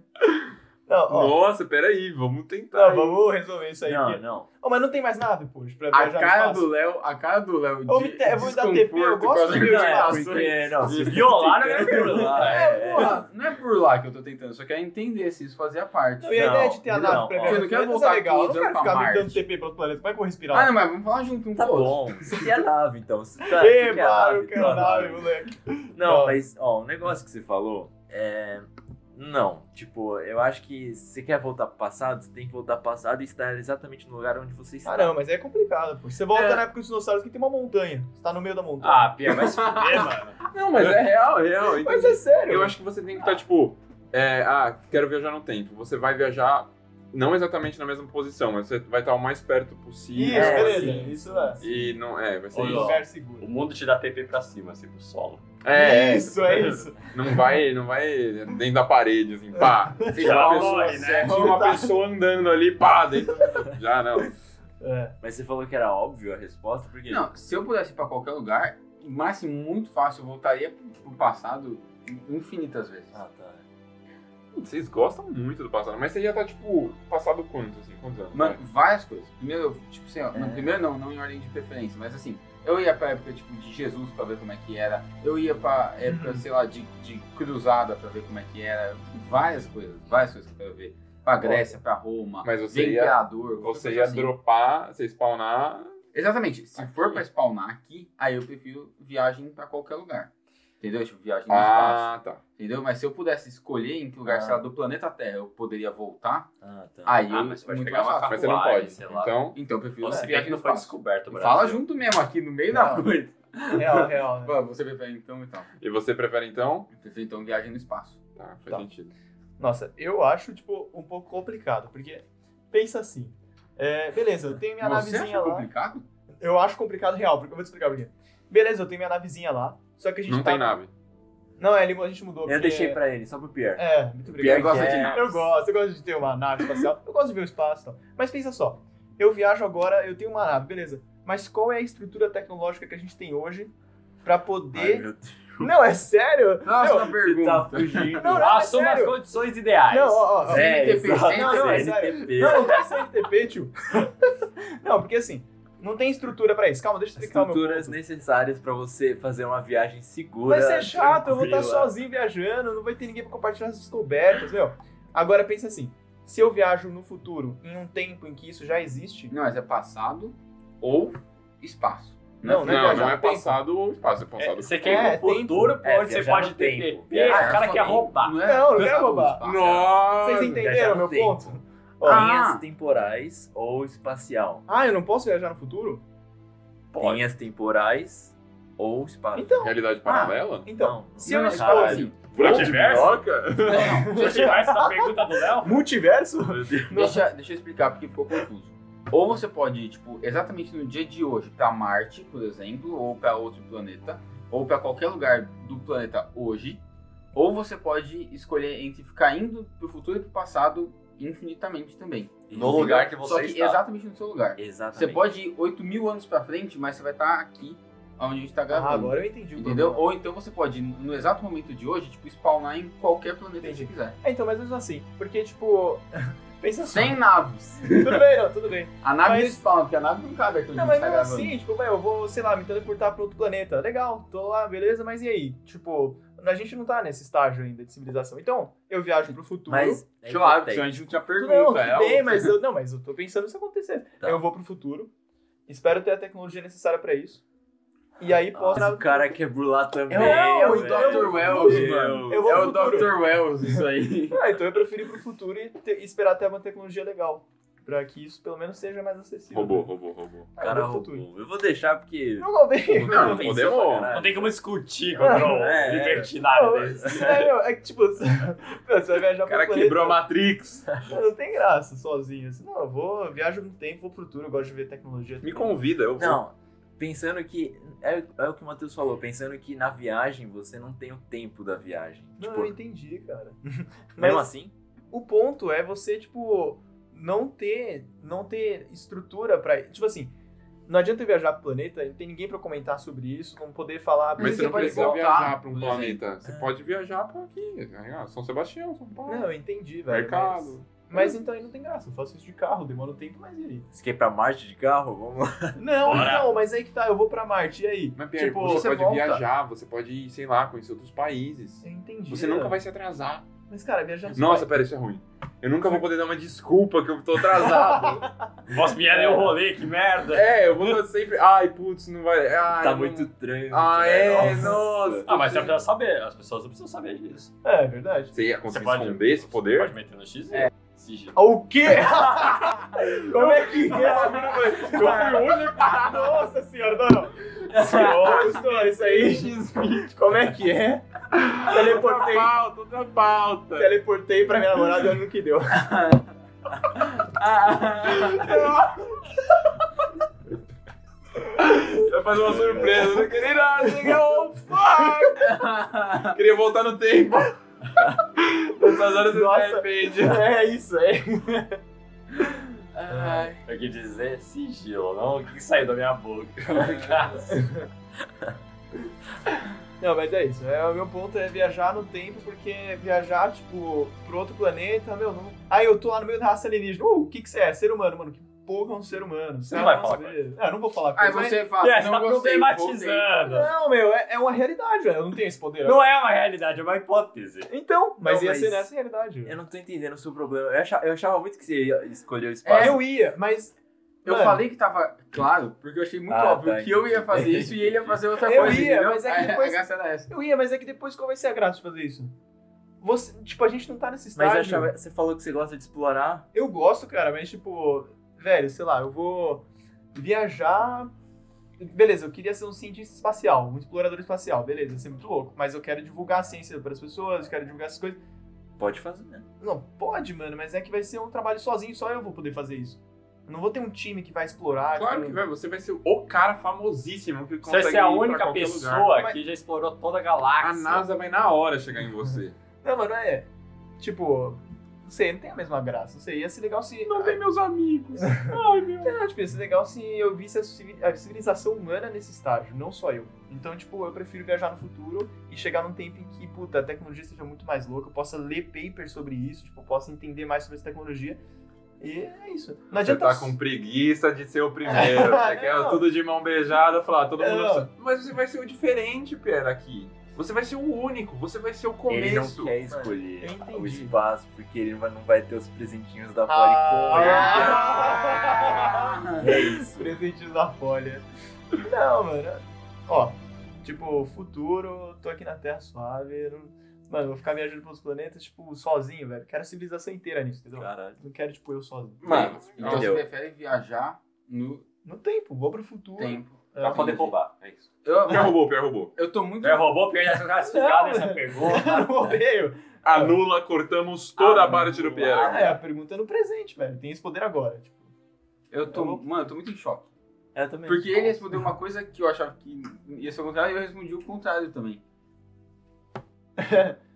[SPEAKER 5] Não, ó.
[SPEAKER 6] Nossa, peraí, vamos tentar.
[SPEAKER 5] Não, vamos resolver isso aí.
[SPEAKER 3] Não,
[SPEAKER 5] porque-
[SPEAKER 3] não.
[SPEAKER 5] Oh, mas não tem mais nave, poxa, pra
[SPEAKER 2] A
[SPEAKER 5] viajar no
[SPEAKER 2] cara
[SPEAKER 5] espaço?
[SPEAKER 2] do Léo, a cara do Léo
[SPEAKER 5] Ô,
[SPEAKER 2] de
[SPEAKER 5] Vita, eu vou dar TP, eu
[SPEAKER 2] desconforto com
[SPEAKER 5] gosto
[SPEAKER 2] as
[SPEAKER 5] de
[SPEAKER 3] Não, é
[SPEAKER 2] informações.
[SPEAKER 3] porque, não, se
[SPEAKER 2] Isso.
[SPEAKER 3] violaram é por lá.
[SPEAKER 5] É,
[SPEAKER 3] É,
[SPEAKER 5] porra.
[SPEAKER 2] Porra, não é por lá que eu tô tentando, só quero entender se isso fazia parte.
[SPEAKER 5] Não, e a
[SPEAKER 3] Não,
[SPEAKER 5] ideia de ter a nave
[SPEAKER 3] não,
[SPEAKER 5] pra
[SPEAKER 3] ó.
[SPEAKER 5] viajar
[SPEAKER 2] Eu não quero
[SPEAKER 5] no planeta
[SPEAKER 2] voltar
[SPEAKER 5] é legal. Eu não
[SPEAKER 2] todos
[SPEAKER 5] quero
[SPEAKER 2] pra
[SPEAKER 5] ficar me
[SPEAKER 2] Marte.
[SPEAKER 5] dando TP pelo planeta. Como é que eu vou
[SPEAKER 6] então.
[SPEAKER 5] respirar?
[SPEAKER 2] Ah, não, mas vamos falar junto um
[SPEAKER 3] Tá
[SPEAKER 2] com o outro.
[SPEAKER 3] bom, você quer nave, então. Você tá, você quer
[SPEAKER 5] Eba,
[SPEAKER 3] nave,
[SPEAKER 5] eu quero
[SPEAKER 3] tua
[SPEAKER 5] a nave, moleque.
[SPEAKER 3] Não,
[SPEAKER 5] Não.
[SPEAKER 3] mas, ó, o negócio que você falou é. Não, tipo, eu acho que se você quer voltar pro passado, você tem que voltar pro passado e estar exatamente no lugar onde você está.
[SPEAKER 5] Ah, não, mas é complicado, pô. Você volta
[SPEAKER 3] Tá. É.
[SPEAKER 5] na época dos dinossauros que tem uma montanha. Você tá no meio da montanha.
[SPEAKER 4] Ah, Pia, vai se fuder, mano.
[SPEAKER 6] Não, mas é real, é real. Então,
[SPEAKER 5] mas é sério.
[SPEAKER 6] Eu acho que você tem que estar, tipo, é, ah, quero viajar no tempo. Você vai viajar não exatamente na mesma posição, mas você vai estar o mais perto
[SPEAKER 5] Isso,
[SPEAKER 6] possível.
[SPEAKER 3] É,
[SPEAKER 5] beleza.
[SPEAKER 3] sim,
[SPEAKER 5] Isso é.
[SPEAKER 6] E não. É, vai ser
[SPEAKER 5] Um
[SPEAKER 4] Olha,
[SPEAKER 6] isso.
[SPEAKER 5] lugar
[SPEAKER 4] O
[SPEAKER 5] seguro.
[SPEAKER 4] mundo te dá TP pra cima, assim, pro solo.
[SPEAKER 6] É, é,
[SPEAKER 5] isso, é isso.
[SPEAKER 6] Não vai, não vai dentro da parede, assim, pá. Tinha
[SPEAKER 4] Já
[SPEAKER 6] uma
[SPEAKER 4] rolou
[SPEAKER 6] pessoa,
[SPEAKER 4] aí, né?
[SPEAKER 6] tinha uma pessoa andando ali, pá, dentro. Já não.
[SPEAKER 5] É.
[SPEAKER 3] Mas você falou que era óbvio a resposta, porque.
[SPEAKER 2] Não, se eu pudesse ir pra qualquer lugar, mas assim, muito fácil, eu voltaria pro passado infinitas vezes.
[SPEAKER 3] Ah, tá.
[SPEAKER 6] Hum, Vocês gostam muito do passado, mas você já tá, tipo, passado quanto, assim, quantos anos?
[SPEAKER 2] Mano, várias coisas. Primeiro, eu, tipo assim, ó, não,
[SPEAKER 3] É.
[SPEAKER 2] primeiro não, não em ordem de preferência, mas assim, eu ia pra época tipo, de Jesus pra ver como é que era, eu ia pra época,
[SPEAKER 6] Uhum.
[SPEAKER 2] sei lá, de, de cruzada pra ver como é que era, várias coisas, várias coisas que eu quero ver. Pra Grécia, pra Roma,
[SPEAKER 6] Mas você
[SPEAKER 2] ver
[SPEAKER 6] ia-
[SPEAKER 2] imperador, qualquer
[SPEAKER 6] Você
[SPEAKER 2] coisa
[SPEAKER 6] ia
[SPEAKER 2] assim.
[SPEAKER 6] dropar, você spawnar.
[SPEAKER 2] Exatamente, se
[SPEAKER 6] Aqui.
[SPEAKER 2] for pra spawnar aqui, aí eu prefiro viagem pra qualquer lugar. Entendeu? Tipo, viagem no espaço.
[SPEAKER 6] Ah, tá.
[SPEAKER 2] Entendeu? Mas se eu pudesse escolher em que lugar,
[SPEAKER 3] Ah.
[SPEAKER 2] sei lá, do planeta Terra eu poderia voltar,
[SPEAKER 3] Ah, tá.
[SPEAKER 2] aí
[SPEAKER 4] Ah,
[SPEAKER 2] eu
[SPEAKER 4] mas você pode
[SPEAKER 2] muito
[SPEAKER 4] pegar
[SPEAKER 2] mais
[SPEAKER 4] uma
[SPEAKER 2] fácil.
[SPEAKER 6] Mas você não
[SPEAKER 4] Tatuagem,
[SPEAKER 6] pode.
[SPEAKER 4] sei lá.
[SPEAKER 6] Então,
[SPEAKER 2] Então eu prefiro
[SPEAKER 4] Ou se
[SPEAKER 2] viagem
[SPEAKER 4] vier que
[SPEAKER 2] no
[SPEAKER 4] não foi
[SPEAKER 2] espaço.
[SPEAKER 4] descoberto, mano.
[SPEAKER 2] Fala junto mesmo aqui no
[SPEAKER 3] Tá
[SPEAKER 2] meio da
[SPEAKER 5] Não.
[SPEAKER 2] coisa.
[SPEAKER 5] Real, real. né?
[SPEAKER 2] Pô, Você prefere então então?
[SPEAKER 6] e você prefere então?
[SPEAKER 2] Eu prefiro então viagem no espaço.
[SPEAKER 6] Tá, faz
[SPEAKER 5] Tá.
[SPEAKER 6] sentido.
[SPEAKER 5] Nossa, eu acho, tipo, um pouco complicado, porque pensa assim. É, beleza, eu tenho minha
[SPEAKER 2] Você
[SPEAKER 5] navezinha
[SPEAKER 2] acha
[SPEAKER 5] lá.
[SPEAKER 2] complicado?
[SPEAKER 5] Eu acho complicado real, porque eu vou te explicar por quê. Beleza, eu tenho minha navezinha lá, só que a gente
[SPEAKER 6] Não
[SPEAKER 5] tá...
[SPEAKER 6] tem nave.
[SPEAKER 5] Não, é, ele- a gente mudou.
[SPEAKER 3] Eu
[SPEAKER 5] porque-
[SPEAKER 3] deixei pra ele, só pro Pierre.
[SPEAKER 5] É, muito
[SPEAKER 2] Pierre
[SPEAKER 5] obrigado.
[SPEAKER 2] gosta
[SPEAKER 3] é-
[SPEAKER 2] de nada.
[SPEAKER 5] Eu gosto, eu gosto de ter uma nave espacial, eu gosto de ver o espaço e tal. Mas pensa só, eu viajo agora, eu tenho uma nave, beleza. Mas qual é a estrutura tecnológica que a gente tem hoje pra
[SPEAKER 3] Ai,
[SPEAKER 5] poder...
[SPEAKER 3] meu Deus.
[SPEAKER 5] não, é sério?
[SPEAKER 2] Próxima
[SPEAKER 5] Meu,
[SPEAKER 2] pergunta.
[SPEAKER 3] Tá fugindo.
[SPEAKER 5] Não, não, é
[SPEAKER 4] Assuma as
[SPEAKER 5] sério.
[SPEAKER 4] condiçes ideais.
[SPEAKER 5] Não, ó, ó.
[SPEAKER 3] É,
[SPEAKER 2] NTP,
[SPEAKER 3] exato.
[SPEAKER 5] Não, não, é sério.
[SPEAKER 3] NTP.
[SPEAKER 5] Não, não tem CNTP, tio. Não, porque assim, não tem estrutura pra isso. Calma, deixa eu explicar o meu
[SPEAKER 3] Estruturas
[SPEAKER 5] ponto.
[SPEAKER 3] necessárias pra você fazer uma viagem segura.
[SPEAKER 5] Vai ser chato, eu vou estar
[SPEAKER 3] tranquila.
[SPEAKER 5] sozinho viajando, não vai ter ninguém pra compartilhar as descobertas, meu. Agora pensa assim, se eu viajo no futuro, em um tempo em que isso já existe,
[SPEAKER 2] Não, mas é passado ou espaço.
[SPEAKER 6] Não,
[SPEAKER 5] né,
[SPEAKER 6] não,
[SPEAKER 5] viajar no
[SPEAKER 6] é
[SPEAKER 5] tempo.
[SPEAKER 6] passado ou passado espaço, é
[SPEAKER 4] É,
[SPEAKER 6] passado.
[SPEAKER 4] você
[SPEAKER 5] É,
[SPEAKER 4] quer ir pro
[SPEAKER 5] tem-
[SPEAKER 4] futuro,
[SPEAKER 3] é,
[SPEAKER 4] pode, você
[SPEAKER 3] viajar
[SPEAKER 4] pode
[SPEAKER 3] no
[SPEAKER 4] ter
[SPEAKER 3] tempo.
[SPEAKER 4] TP, o cara
[SPEAKER 2] só
[SPEAKER 4] quer
[SPEAKER 2] tem-
[SPEAKER 4] roubar.
[SPEAKER 2] é-
[SPEAKER 5] Não, não
[SPEAKER 2] é
[SPEAKER 5] quero
[SPEAKER 2] só
[SPEAKER 5] roubar.
[SPEAKER 2] espaço.
[SPEAKER 6] Nossa!
[SPEAKER 5] Vocês
[SPEAKER 3] viajar
[SPEAKER 5] entenderam
[SPEAKER 3] no
[SPEAKER 5] meu
[SPEAKER 3] tempo.
[SPEAKER 5] ponto? Ó,
[SPEAKER 2] Ah.
[SPEAKER 3] Linhas temporais ou espacial?
[SPEAKER 5] Ah, eu não posso viajar no futuro?
[SPEAKER 4] Pode.
[SPEAKER 3] Linhas temporais ou espaço?
[SPEAKER 5] Então,
[SPEAKER 6] Realidade paralela?
[SPEAKER 3] Não,
[SPEAKER 5] então. Se eu não
[SPEAKER 3] não,
[SPEAKER 5] estou
[SPEAKER 3] caralho.
[SPEAKER 5] assim,
[SPEAKER 4] Multiverso?
[SPEAKER 6] Minhoca?
[SPEAKER 4] Se eu tivesse essa pergunta do Léo,
[SPEAKER 5] Ah, multiverso?
[SPEAKER 2] Deixa, deixa eu explicar porque ficou confuso. Ou você pode ir, tipo, exatamente no dia de hoje pra Marte, por exemplo, ou pra outro planeta, ou pra qualquer lugar do planeta hoje. Ou você pode escolher entre ficar indo pro futuro e pro passado infinitamente também.
[SPEAKER 4] No lugar que você
[SPEAKER 2] Só que
[SPEAKER 4] está.
[SPEAKER 2] exatamente no seu lugar.
[SPEAKER 3] Exatamente.
[SPEAKER 2] Você pode ir 8 mil anos pra frente, mas você vai estar aqui, onde a gente tá
[SPEAKER 5] Ah,
[SPEAKER 2] gravando.
[SPEAKER 5] agora eu entendi o
[SPEAKER 2] Entendeu?
[SPEAKER 5] problema.
[SPEAKER 2] Ou então você pode, no exato momento de hoje, tipo, spawnar em qualquer planeta que
[SPEAKER 5] Entendi.
[SPEAKER 2] você quiser.
[SPEAKER 5] É, então, mas mesmo assim, porque, tipo... Pensa só.
[SPEAKER 2] Sem naves.
[SPEAKER 5] Tudo bem, não, tudo bem.
[SPEAKER 2] A nave
[SPEAKER 5] Mas-
[SPEAKER 2] não spawna, porque a nave não cabe aqui onde
[SPEAKER 5] Não,
[SPEAKER 2] a gente
[SPEAKER 5] mas
[SPEAKER 2] tá
[SPEAKER 5] mesmo
[SPEAKER 2] gravando.
[SPEAKER 6] É
[SPEAKER 5] assim, tipo, vai, eu vou, sei lá, me teleportar pra outro planeta. Legal, tô lá, beleza, mas e aí? Tipo, a gente não tá nesse estágio ainda de civilização. Então, eu viajo pro futuro.
[SPEAKER 3] Mas, é
[SPEAKER 6] Claro,
[SPEAKER 3] hipotético.
[SPEAKER 6] senão a gente não tinha
[SPEAKER 5] Tudo
[SPEAKER 6] pergunta.
[SPEAKER 5] Não, tudo
[SPEAKER 6] é
[SPEAKER 5] bem,
[SPEAKER 6] outra.
[SPEAKER 5] mas eu, não, mas eu tô pensando se acontecer.
[SPEAKER 3] Tá.
[SPEAKER 5] Eu vou pro futuro, espero ter a tecnologia necessária pra isso. E aí posso.
[SPEAKER 3] Nossa, o cara quer burlar também.
[SPEAKER 5] Não,
[SPEAKER 3] velho.
[SPEAKER 5] então-
[SPEAKER 2] Dr. Wells,
[SPEAKER 6] Meu
[SPEAKER 2] mano.
[SPEAKER 5] Eu vou
[SPEAKER 2] é
[SPEAKER 5] pro
[SPEAKER 2] o
[SPEAKER 5] futuro.
[SPEAKER 2] Dr. Wells, isso aí.
[SPEAKER 5] Ah, então eu prefiro ir pro futuro e, ter- e esperar ter uma tecnologia legal. Pra que isso pelo menos seja mais acessível.
[SPEAKER 6] Robô, robô, robô.
[SPEAKER 5] Ah, eu
[SPEAKER 3] Cara
[SPEAKER 5] vou pro futuro.
[SPEAKER 3] roubou. Eu vou deixar porque.
[SPEAKER 5] Não roubei.
[SPEAKER 6] Não, não
[SPEAKER 3] Pensou
[SPEAKER 6] podemos.
[SPEAKER 3] pra caralho.
[SPEAKER 4] não tem como discutir contra o
[SPEAKER 3] É, é.
[SPEAKER 4] libertinário
[SPEAKER 5] Não,
[SPEAKER 4] desse.
[SPEAKER 5] É, meu, é que tipo, você vai viajar
[SPEAKER 6] O cara
[SPEAKER 5] pro
[SPEAKER 6] quebrou a
[SPEAKER 5] planeta,
[SPEAKER 6] Matrix.
[SPEAKER 5] Não tem graça sozinho. Assim, não, eu vou, eu viajo no tempo, vou pro futuro, eu gosto de ver tecnologia.
[SPEAKER 6] Me convida, eu vou.
[SPEAKER 3] Não, pensando que. É, é o que o Matheus falou, pensando que na viagem você não tem o tempo da viagem.
[SPEAKER 5] Não,
[SPEAKER 3] tipo,
[SPEAKER 5] eu entendi, cara.
[SPEAKER 3] mesmo
[SPEAKER 5] Mas-
[SPEAKER 3] assim,
[SPEAKER 5] O ponto é você, tipo, não ter, não ter estrutura pra. Tipo assim, não adianta eu viajar pro planeta, não tem ninguém pra comentar sobre isso, não poder falar.
[SPEAKER 6] Mas
[SPEAKER 5] porque
[SPEAKER 6] você não
[SPEAKER 5] pode
[SPEAKER 6] precisa
[SPEAKER 5] voltar.
[SPEAKER 6] viajar pra um
[SPEAKER 2] por
[SPEAKER 6] planeta. Você pode viajar pra aqui. né? Ah, São Sebastião, São Paulo.
[SPEAKER 5] Não, eu entendi, velho.
[SPEAKER 6] mercado.
[SPEAKER 5] Mas, mas então aí não tem graça. Eu faço isso de carro, demora um tempo, mas e aí?
[SPEAKER 3] você quer ir pra Marte de carro? Vamos lá.
[SPEAKER 5] Não,
[SPEAKER 4] Bora.
[SPEAKER 5] não, mas aí que tá, eu vou pra Marte, e aí?
[SPEAKER 6] Mas, Pierre,
[SPEAKER 5] tipo,
[SPEAKER 6] é você pode
[SPEAKER 5] volta.
[SPEAKER 6] viajar, você pode, sei lá, conhecer outros países.
[SPEAKER 5] Eu entendi. é.
[SPEAKER 6] Você nunca vai se atrasar.
[SPEAKER 5] Mas, cara, viajar só
[SPEAKER 6] Nossa, pera, isso é ruim. Eu nunca vou poder dar uma desculpa que eu tô atrasado.
[SPEAKER 4] Vós vieram e o um rolê, que merda.
[SPEAKER 6] é, eu vou sempre. Ai, putz, não vai. Ai,
[SPEAKER 3] tá
[SPEAKER 6] não-
[SPEAKER 3] muito trânsito.
[SPEAKER 6] Ah,
[SPEAKER 3] né?
[SPEAKER 6] é, nossa.
[SPEAKER 4] Ah, mas você precisa saber, as pessoas não precisam saber disso.
[SPEAKER 5] É, é verdade.
[SPEAKER 6] Você ia conseguir
[SPEAKER 4] pode-
[SPEAKER 6] esconder esse
[SPEAKER 4] Você
[SPEAKER 6] poder?
[SPEAKER 4] pode meter no X? Sigilo.
[SPEAKER 5] Ah, O quê? Como é que
[SPEAKER 6] Eu fui o único.
[SPEAKER 5] Nossa senhora, não, não. Nossa, senhora, isso aí. Como é que é?
[SPEAKER 6] Outra
[SPEAKER 5] Teleportei.
[SPEAKER 6] pauta, outra pauta.
[SPEAKER 5] Teleportei pra minha namorada e olha no que deu.
[SPEAKER 6] Vai fazer uma surpresa. Eu Não queria nada. Cheguei, oh, fuck. Queria voltar no tempo. Nessas horas você
[SPEAKER 5] Nossa.
[SPEAKER 6] se arrepende.
[SPEAKER 5] É isso, é.
[SPEAKER 4] Eu quis dizer sigilo, não o que saiu da minha boca.
[SPEAKER 3] É.
[SPEAKER 5] Não, mas é isso. É, o meu ponto é viajar no tempo, porque viajar, tipo, pro outro planeta, meu, não. Aí eu tô lá no meio da raça alienígena. Uh, o que que você é? Ser humano, mano. Que porra é um ser humano? Você
[SPEAKER 4] Não vai falar
[SPEAKER 5] Não, É, eu não vou falar com
[SPEAKER 2] Aí
[SPEAKER 5] ele, mas-
[SPEAKER 2] Ah, você fala,
[SPEAKER 4] É, você
[SPEAKER 2] não
[SPEAKER 4] tá
[SPEAKER 2] gostei, voltei.
[SPEAKER 4] problematizando.
[SPEAKER 5] Não, meu, é, é uma realidade, velho. Eu não tenho esse poder.
[SPEAKER 4] Não é uma realidade, é uma hipótese. é
[SPEAKER 5] Então, mas
[SPEAKER 3] Não,
[SPEAKER 5] ia
[SPEAKER 3] mas-
[SPEAKER 5] ser nessa realidade.
[SPEAKER 3] Eu
[SPEAKER 5] velho.
[SPEAKER 3] não tô entendendo o seu problema. Eu achava, eu achava muito que você ia escolher o
[SPEAKER 5] É,
[SPEAKER 3] espaço.
[SPEAKER 5] eu ia, mas.
[SPEAKER 2] Eu
[SPEAKER 5] mano,
[SPEAKER 2] falei que tava claro, porque eu achei muito
[SPEAKER 3] Ah,
[SPEAKER 2] óbvio
[SPEAKER 3] tá,
[SPEAKER 2] que eu ia fazer isso e ele ia fazer outra
[SPEAKER 5] Eu
[SPEAKER 2] coisa.
[SPEAKER 5] ia,
[SPEAKER 2] entendeu?
[SPEAKER 5] mas é que
[SPEAKER 2] A-
[SPEAKER 5] depois-
[SPEAKER 2] A graça era essa.
[SPEAKER 5] Eu ia, mas é que depois qual vai ser a graça de fazer isso? Você, tipo, a gente não tá nesse
[SPEAKER 3] Mas
[SPEAKER 5] estágio.
[SPEAKER 3] eu achava, você falou que você gosta de explorar.
[SPEAKER 5] Eu gosto, cara, mas tipo, velho, sei lá, eu vou viajar. Beleza, eu queria ser um cientista espacial, um explorador espacial, beleza, ia ser muito louco. Mas eu quero divulgar a ciência para as pessoas, quero divulgar essas coisas.
[SPEAKER 3] Pode fazer, né?
[SPEAKER 5] Não, pode, mano, mas é que vai ser um trabalho sozinho, só eu vou poder fazer isso. Não vou ter um time que vai explorar.
[SPEAKER 6] Claro
[SPEAKER 5] tipo,
[SPEAKER 6] que vai, você vai ser o cara famosíssimo que
[SPEAKER 4] Você
[SPEAKER 6] consegue
[SPEAKER 4] vai ser a
[SPEAKER 6] ir pra
[SPEAKER 4] única
[SPEAKER 6] qualquer
[SPEAKER 4] pessoa né?
[SPEAKER 6] lugar.
[SPEAKER 4] que já explorou toda a
[SPEAKER 6] A
[SPEAKER 4] galáxia.
[SPEAKER 6] NASA vai na hora chegar em você.
[SPEAKER 5] Não, mano, é. Tipo, não sei, não tem a mesma graça. Não sei, ia ser legal se.
[SPEAKER 6] Não tem meus amigos.
[SPEAKER 5] Não, tipo, ia ser legal se eu visse a civi- a civilização humana nesse estágio, não só eu. Então, tipo, eu prefiro viajar no futuro e chegar num tempo em que, puta, a tecnologia seja muito mais louca, eu possa ler papers sobre isso, tipo, eu possa entender mais sobre essa tecnologia. E é isso. Não
[SPEAKER 6] Você
[SPEAKER 5] adianta.
[SPEAKER 6] tá com preguiça de ser o primeiro. Você quer
[SPEAKER 5] Não.
[SPEAKER 6] tudo de mão beijada, falar, "Ah, todo mundo.
[SPEAKER 5] Não.
[SPEAKER 6] Mas você vai ser o diferente, Pera, aqui. Você vai ser o único, você vai ser o
[SPEAKER 3] Ele não
[SPEAKER 6] começo.
[SPEAKER 3] quer escolher
[SPEAKER 5] eu entendi.
[SPEAKER 3] o espaço porque ele não vai ter os presentinhos da Polycom.
[SPEAKER 5] Ah!
[SPEAKER 3] É isso.
[SPEAKER 5] Presentinhos da folha. Não, mano. Ó, tipo, futuro, tô aqui na Terra suave. não- Mano, vou ficar viajando pelos planetas, tipo, sozinho, velho. Quero a civilização inteira nisso, entendeu?
[SPEAKER 4] Caralho.
[SPEAKER 5] Não quero, tipo, eu sozinho.
[SPEAKER 2] Mano, então
[SPEAKER 3] Entendeu?
[SPEAKER 2] você prefere viajar no
[SPEAKER 5] No tempo, vou pro futuro.
[SPEAKER 2] tempo.
[SPEAKER 4] Pra poder
[SPEAKER 2] Entendi.
[SPEAKER 4] roubar. É isso.
[SPEAKER 2] Eu,
[SPEAKER 6] Pior
[SPEAKER 2] mano,
[SPEAKER 6] robô, pior robô.
[SPEAKER 2] eu tô muito.
[SPEAKER 4] É, roubou porque já classificado
[SPEAKER 5] Não,
[SPEAKER 4] essa
[SPEAKER 5] mano.
[SPEAKER 4] pergunta.
[SPEAKER 5] Eu não
[SPEAKER 6] É.
[SPEAKER 5] odeio.
[SPEAKER 6] Anula, cortamos toda a
[SPEAKER 4] Anula.
[SPEAKER 6] barra de Tiro-Pierre.
[SPEAKER 5] Ah, é, a pergunta é no presente, velho. Tem esse poder agora. Tipo,
[SPEAKER 2] Eu tô,
[SPEAKER 5] Eu vou-
[SPEAKER 2] mano, eu tô muito em choque.
[SPEAKER 3] Eu também.
[SPEAKER 2] Porque ele
[SPEAKER 5] é
[SPEAKER 2] respondeu uma coisa que eu achava que ia ser o contrário e eu respondi o contrário também.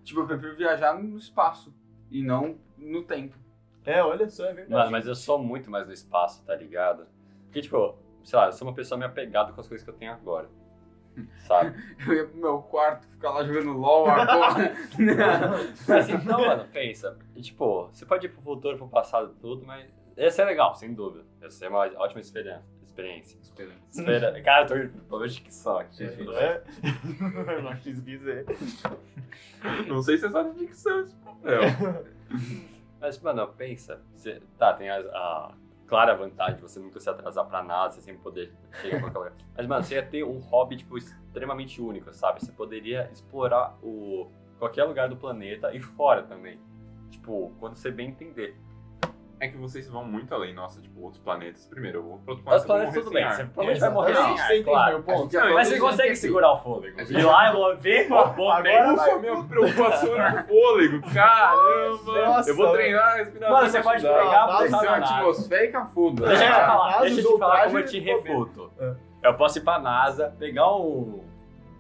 [SPEAKER 2] tipo, eu prefiro viajar no espaço e não no tempo.
[SPEAKER 5] é, olha só, é verdade.
[SPEAKER 4] Mano, mas eu sou muito mais do espaço, tá ligado? Porque, tipo, sei lá, eu sou uma pessoa meio apegada com as coisas que eu tenho agora. Sabe?
[SPEAKER 2] Eu ia pro meu quarto ficar lá jogando LOL ah, agora.
[SPEAKER 4] Mas assim, não, mano, pensa. E, tipo, você pode ir pro futuro, pro passado, tudo, mas. Essa é legal, sem dúvida. Essa é uma ótima experiência. experiência. Espera. Cara, eu tô falando de que só aqui. né?
[SPEAKER 2] Sim, sim.
[SPEAKER 5] É? Eu não quis dizer.
[SPEAKER 6] Não sei se é só de ficção esse papel.
[SPEAKER 4] Mas, mano, pensa. Você, tá, tem a, a clara vantagem de você nunca se atrasar pra nada, você sempre poder chegar em qualquer lugar. Mas, mano, você ia ter um hobby, tipo, extremamente único, sabe? Você poderia explorar o, qualquer lugar do planeta e fora também. Tipo, quando você bem entender.
[SPEAKER 6] É que vocês vão muito além, nossa, tipo, outros planetas. Primeiro, eu vou pro outro
[SPEAKER 4] Mas
[SPEAKER 6] planeta.
[SPEAKER 4] os planetas
[SPEAKER 6] eu vou
[SPEAKER 5] assim,
[SPEAKER 4] tudo bem,
[SPEAKER 6] morrer Ah,
[SPEAKER 4] você
[SPEAKER 6] sem ar.
[SPEAKER 4] provavelmente vai
[SPEAKER 5] Não,
[SPEAKER 4] morrer sem
[SPEAKER 5] você entende
[SPEAKER 4] ar, claro.
[SPEAKER 5] meu ponto?
[SPEAKER 4] Mas você consegue segurar o fôlego. E lá eu vou ver, eu vou ver.
[SPEAKER 5] Agora
[SPEAKER 6] Ufa, minha preocupação era fôlego, caramba!
[SPEAKER 5] Nossa,
[SPEAKER 6] eu vou treinar a respiração.
[SPEAKER 4] Mano, você
[SPEAKER 6] pra
[SPEAKER 4] pode
[SPEAKER 6] estudar.
[SPEAKER 4] pegar,
[SPEAKER 5] Não,
[SPEAKER 4] botar
[SPEAKER 2] Pressão
[SPEAKER 4] na nave.
[SPEAKER 2] atmosférica, foda.
[SPEAKER 4] Deixa
[SPEAKER 6] Tá.
[SPEAKER 4] eu te falar,
[SPEAKER 5] Nas
[SPEAKER 4] deixa eu te falar como eu
[SPEAKER 5] ultrajes
[SPEAKER 4] te
[SPEAKER 5] eu tô vendo.
[SPEAKER 4] refuto. Eu posso ir pra NASA, pegar um.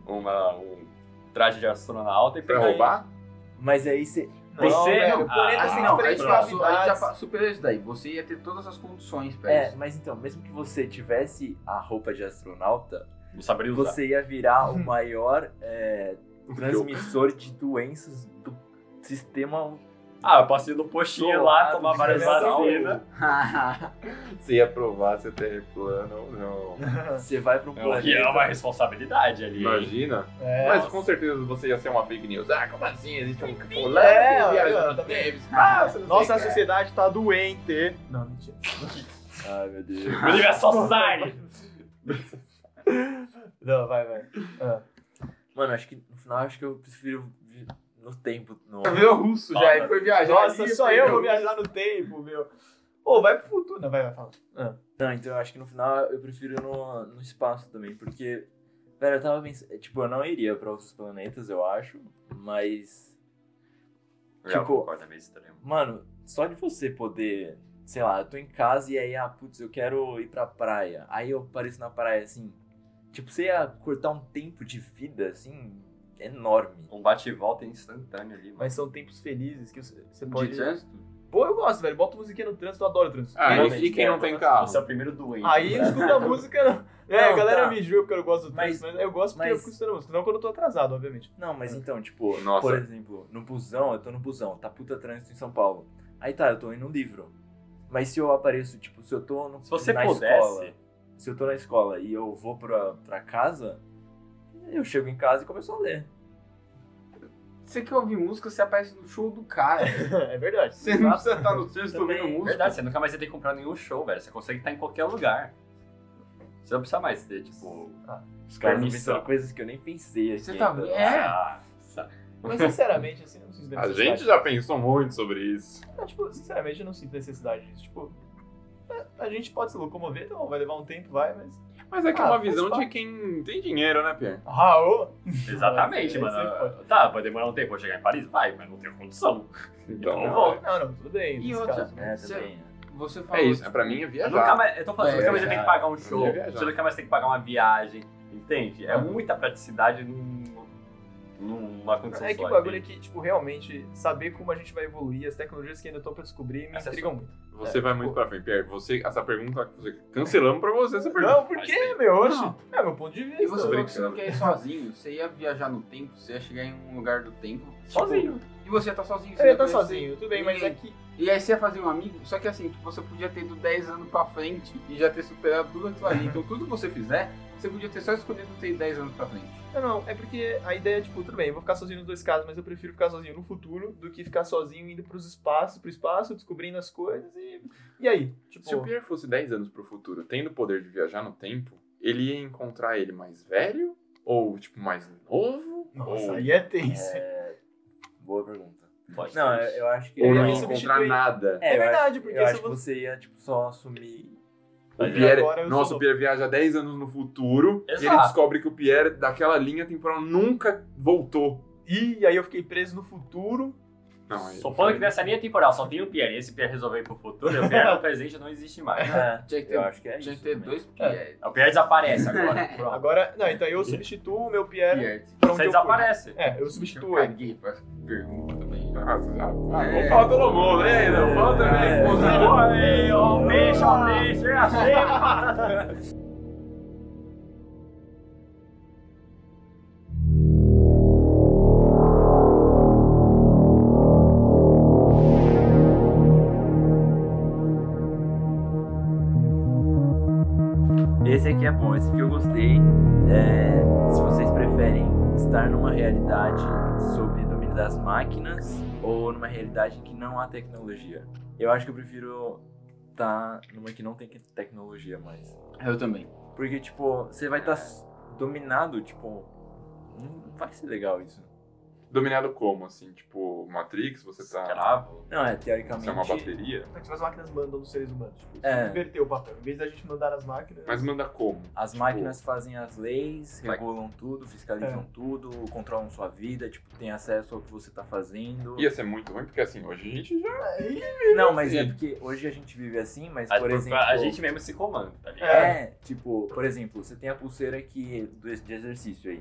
[SPEAKER 4] Uma, um traje de astronauta e
[SPEAKER 6] Pra
[SPEAKER 4] pegar.
[SPEAKER 6] roubar?
[SPEAKER 3] Mas aí você.
[SPEAKER 4] Você-
[SPEAKER 5] velho, o planeta
[SPEAKER 4] Ah,
[SPEAKER 5] sem
[SPEAKER 2] não, a gente,
[SPEAKER 5] diferentes
[SPEAKER 2] passou, a gente já
[SPEAKER 5] gravidades.
[SPEAKER 2] fa- superou isso daí. Você ia ter todas as condições pra
[SPEAKER 3] É,
[SPEAKER 2] isso.
[SPEAKER 3] mas então, mesmo que você tivesse a roupa de astronauta,
[SPEAKER 4] ele. Não saberia usar.
[SPEAKER 3] você ia virar o maior é, transmissor de doenças do sistema. um.
[SPEAKER 4] Ah, eu posso ir no postinho lá,
[SPEAKER 3] Isolado,
[SPEAKER 4] tomar várias
[SPEAKER 3] desgraçado.
[SPEAKER 4] vacinas.
[SPEAKER 6] Você ia provar se a Terra é plana ou não.
[SPEAKER 3] Você vai pra um
[SPEAKER 4] E é
[SPEAKER 3] planeta.
[SPEAKER 4] uma responsabilidade ali. hein?
[SPEAKER 6] Imagina.
[SPEAKER 5] É,
[SPEAKER 6] Mas com certeza você ia ser uma fake news. Ah, como assim? Existe um fulano
[SPEAKER 5] É,
[SPEAKER 6] que
[SPEAKER 5] eu
[SPEAKER 6] viaja no
[SPEAKER 5] também.
[SPEAKER 6] tempo, espaço, Ah, não sei
[SPEAKER 5] Nossa,
[SPEAKER 6] o
[SPEAKER 5] a
[SPEAKER 6] que é.
[SPEAKER 5] sociedade tá doente. Não, mentira.
[SPEAKER 3] Ai, meu Deus.
[SPEAKER 4] Inclusive é só Sari.
[SPEAKER 5] Não, vai, vai. Ah.
[SPEAKER 3] Mano, acho que no final acho que eu prefiro vi- no tempo. No...
[SPEAKER 4] Tá
[SPEAKER 2] Virou russo já, ele foi viajar.
[SPEAKER 5] Nossa,
[SPEAKER 2] ali,
[SPEAKER 5] só
[SPEAKER 2] perdeu.
[SPEAKER 5] eu vou viajar no tempo, meu. Pô, vai pro futuro. Não, vai, vai, fala.
[SPEAKER 3] Não, então eu acho que no final eu prefiro no, no espaço também, porque. Velho, eu tava pensando. Tipo, eu não iria pra outros planetas, eu acho, mas.
[SPEAKER 4] Eu
[SPEAKER 3] Tipo-
[SPEAKER 4] concordo, é meio estranho.
[SPEAKER 3] Mano, só de você poder, sei lá, eu tô em casa e aí, ah, putz, eu quero ir pra praia. Aí eu apareço na praia, assim. Tipo, você ia cortar um tempo de vida, assim, enorme.
[SPEAKER 4] Um bate e volta instantâneo ali, mano.
[SPEAKER 5] Mas são tempos felizes que você você
[SPEAKER 2] De
[SPEAKER 5] pode.
[SPEAKER 2] trânsito?
[SPEAKER 5] Pô, eu gosto, velho. Bota musiquinha no trânsito, eu adoro trânsito.
[SPEAKER 6] Ah,
[SPEAKER 5] Aí-
[SPEAKER 6] e, e quem não tem carro?
[SPEAKER 4] Você é o primeiro doente.
[SPEAKER 5] Aí
[SPEAKER 4] né?
[SPEAKER 5] escuta a música. não. É,
[SPEAKER 3] Não,
[SPEAKER 5] a galera
[SPEAKER 3] tá.
[SPEAKER 5] me julga porque eu não gosto do trânsito, mas,
[SPEAKER 3] Mas-
[SPEAKER 5] eu gosto porque eu
[SPEAKER 3] mas-
[SPEAKER 5] fico escutando música. Não quando eu tô atrasado, obviamente.
[SPEAKER 3] Não, mas então, tipo,
[SPEAKER 6] Nossa.
[SPEAKER 3] por exemplo, no busão, eu tô no busão, tá puta trânsito em São Paulo. Aí tá, eu tô indo um livro. Mas se eu apareço, tipo, se eu tô no,
[SPEAKER 4] Se você
[SPEAKER 3] na
[SPEAKER 4] pudesse.
[SPEAKER 3] escola, se eu tô na escola e eu vou pra, pra casa, eu chego em casa e começo a ler.
[SPEAKER 2] Você quer ouvir música, você aparece no show do cara.
[SPEAKER 5] é verdade.
[SPEAKER 2] Você não precisa estar no trânsito
[SPEAKER 3] Também.
[SPEAKER 2] ouvindo música.
[SPEAKER 4] É Verdade, você nunca mais ia ter que comprar nenhum show, velho. Você consegue estar em qualquer lugar. Você não precisa mais ter, tipo.
[SPEAKER 3] Os caras estão
[SPEAKER 4] Permissão.
[SPEAKER 3] pensando coisas que eu nem pensei aqui.
[SPEAKER 2] Você tá
[SPEAKER 3] ainda.
[SPEAKER 2] vendo? É.
[SPEAKER 4] ah,
[SPEAKER 5] Mas sinceramente, assim, não sinto
[SPEAKER 6] A
[SPEAKER 5] necessidade.
[SPEAKER 6] gente já pensou muito sobre isso.
[SPEAKER 5] Não, tipo, sinceramente, eu não sinto necessidade disso. Tipo, a- a gente pode se locomover, então vai levar um tempo, vai, mas.
[SPEAKER 6] Mas é que é
[SPEAKER 5] Ah,
[SPEAKER 6] uma
[SPEAKER 5] faz
[SPEAKER 6] visão de
[SPEAKER 5] parte.
[SPEAKER 6] quem tem dinheiro, né, Pierre?
[SPEAKER 5] Ah, ô!
[SPEAKER 4] Exatamente,
[SPEAKER 5] Mas, é, você
[SPEAKER 4] mano. Tá, vai demorar um tempo pra chegar em Paris? Vai, mas não tenho condição. Então, eu vou.
[SPEAKER 5] Não, não, tudo bem.
[SPEAKER 2] E
[SPEAKER 5] nesse
[SPEAKER 2] outra?
[SPEAKER 5] caso.
[SPEAKER 3] É,
[SPEAKER 2] Você-
[SPEAKER 3] também. né?
[SPEAKER 2] Você falou.
[SPEAKER 6] é isso.
[SPEAKER 2] tipo,
[SPEAKER 6] Pra mim é
[SPEAKER 4] Eu nunca
[SPEAKER 6] viajar.
[SPEAKER 4] mais, eu tô falando, você nunca mais
[SPEAKER 6] É,
[SPEAKER 4] Tá. tem que
[SPEAKER 6] viajar.
[SPEAKER 4] pagar um show,
[SPEAKER 6] É viajar.
[SPEAKER 4] você nunca mais tem que pagar uma viagem, entende? É muita praticidade num, numa condição
[SPEAKER 5] É que
[SPEAKER 4] só,
[SPEAKER 5] o bagulho é
[SPEAKER 4] entende?
[SPEAKER 5] que, tipo, realmente, saber como a gente vai evoluir, as tecnologias que ainda estão pra descobrir, me
[SPEAKER 4] Essa é
[SPEAKER 5] intrigam muito.
[SPEAKER 6] Você vai muito pra frente, Pierre. Você, essa pergunta que você cancelamos pra você essa pergunta.
[SPEAKER 5] Não, por quê, meu? Oxe, é meu ponto de vista.
[SPEAKER 2] E você falou que você não
[SPEAKER 6] brincando.
[SPEAKER 2] quer ir sozinho. Você ia viajar no tempo, você ia chegar em um lugar do tempo.
[SPEAKER 3] tá
[SPEAKER 4] tipo, Sozinho.
[SPEAKER 2] E você ia estar sozinho.
[SPEAKER 5] Eu ia
[SPEAKER 2] não
[SPEAKER 5] estar
[SPEAKER 2] conhecia.
[SPEAKER 5] sozinho, tudo bem, mas
[SPEAKER 2] Ninguém.
[SPEAKER 5] aqui.
[SPEAKER 2] E aí você ia fazer um amigo, só que assim, tipo, você podia ter ido 10 anos pra frente e já ter superado tudo aquilo ali. Então tudo que você fizer, você podia ter só escolhido ter ido 10 anos pra frente.
[SPEAKER 5] Não, não, é porque a ideia é, tipo, tudo bem, eu vou ficar sozinho nos dois casos, mas eu prefiro ficar sozinho no futuro do que ficar sozinho indo pros espaços, pro espaço, descobrindo as coisas e. E aí? Tipo.
[SPEAKER 6] Se o Pierre fosse 10 anos pro futuro, tendo o poder de viajar no tempo, ele ia encontrar ele mais velho? Ou, tipo, mais novo?
[SPEAKER 5] Nossa,
[SPEAKER 6] ou
[SPEAKER 5] aí é tenso.
[SPEAKER 3] É, boa pergunta.
[SPEAKER 4] Pode
[SPEAKER 3] Não, é,
[SPEAKER 4] ser.
[SPEAKER 3] eu, eu acho que.
[SPEAKER 6] ou
[SPEAKER 5] ele
[SPEAKER 6] não
[SPEAKER 5] ia
[SPEAKER 6] ia encontrar
[SPEAKER 5] substituir.
[SPEAKER 6] nada?
[SPEAKER 3] É,
[SPEAKER 5] É
[SPEAKER 3] eu
[SPEAKER 5] verdade,
[SPEAKER 3] acho,
[SPEAKER 5] porque
[SPEAKER 3] eu
[SPEAKER 5] se
[SPEAKER 3] acho que você ia tipo, só assumir.
[SPEAKER 6] O
[SPEAKER 4] Mas
[SPEAKER 6] Pierre,
[SPEAKER 5] agora eu sou
[SPEAKER 6] nossa, o
[SPEAKER 5] novo.
[SPEAKER 6] Pierre viaja 10 anos no futuro e ele
[SPEAKER 4] Exato.
[SPEAKER 6] descobre que o Pierre daquela linha temporal nunca voltou.
[SPEAKER 5] E aí eu fiquei preso no futuro.
[SPEAKER 6] Não, aí-
[SPEAKER 4] Supondo que nessa linha é temporal só tem o Pierre, esse Pierre resolveu ir pro futuro, e o Pierre no presente não existe mais. É,
[SPEAKER 3] É,
[SPEAKER 2] Tinha que ter,
[SPEAKER 3] eu acho que é
[SPEAKER 2] tinha
[SPEAKER 3] isso.
[SPEAKER 2] que ter
[SPEAKER 3] também.
[SPEAKER 2] dois É. Pierre.
[SPEAKER 4] O Pierre desaparece agora. Pronto.
[SPEAKER 5] Agora, não, então eu substituo o meu Pierre
[SPEAKER 2] Pierre.
[SPEAKER 5] pra onde
[SPEAKER 4] Você
[SPEAKER 5] eu
[SPEAKER 4] desaparece.
[SPEAKER 5] fui. É, eu
[SPEAKER 2] Eu
[SPEAKER 5] substituo ele.
[SPEAKER 2] caguei pra pergunta também.
[SPEAKER 6] Ah, já- ah,
[SPEAKER 2] É.
[SPEAKER 6] Vamos falar todo mundo, hein? Não fala
[SPEAKER 3] É.
[SPEAKER 6] também.
[SPEAKER 4] Os
[SPEAKER 6] moça.
[SPEAKER 4] dois, ó, peixe, ó, peixe, é a xepa.
[SPEAKER 3] Esse aqui é bom, esse aqui eu gostei. É, se vocês preferem estar numa realidade sob domínio das máquinas ou numa realidade em que não há tecnologia. Eu acho que eu prefiro estar numa que não tem tecnologia mais.
[SPEAKER 2] Eu também.
[SPEAKER 3] Porque, tipo, você vai estar dominado, tipo. Não vai ser legal isso.
[SPEAKER 6] Dominado como, assim? Tipo, Matrix, você tá...
[SPEAKER 4] Escravo.
[SPEAKER 3] Não, é
[SPEAKER 6] Você é uma
[SPEAKER 3] teoricamente.
[SPEAKER 6] bateria?
[SPEAKER 5] Só que as máquinas mandam nos seres humanos. Tipo,
[SPEAKER 3] É.
[SPEAKER 5] inverteu o papel. Em vez da gente mandar as máquinas.
[SPEAKER 6] Mas manda como?
[SPEAKER 3] As máquinas fazem as leis,
[SPEAKER 6] Tipo, Vai.
[SPEAKER 3] regulam tudo, fiscalizam tudo, controlam sua vida, tipo, tem acesso ao que você tá fazendo.
[SPEAKER 6] Ia ser muito ruim, porque assim, hoje a gente já...
[SPEAKER 3] Não, mas é
[SPEAKER 6] Sim.
[SPEAKER 3] porque hoje a gente vive assim, mas
[SPEAKER 4] Mas,
[SPEAKER 3] por
[SPEAKER 4] por-
[SPEAKER 3] exemplo.
[SPEAKER 4] A gente mesmo se comanda, tá ligado?
[SPEAKER 3] É, tipo, por exemplo, você tem a pulseira que, do- de exercício aí.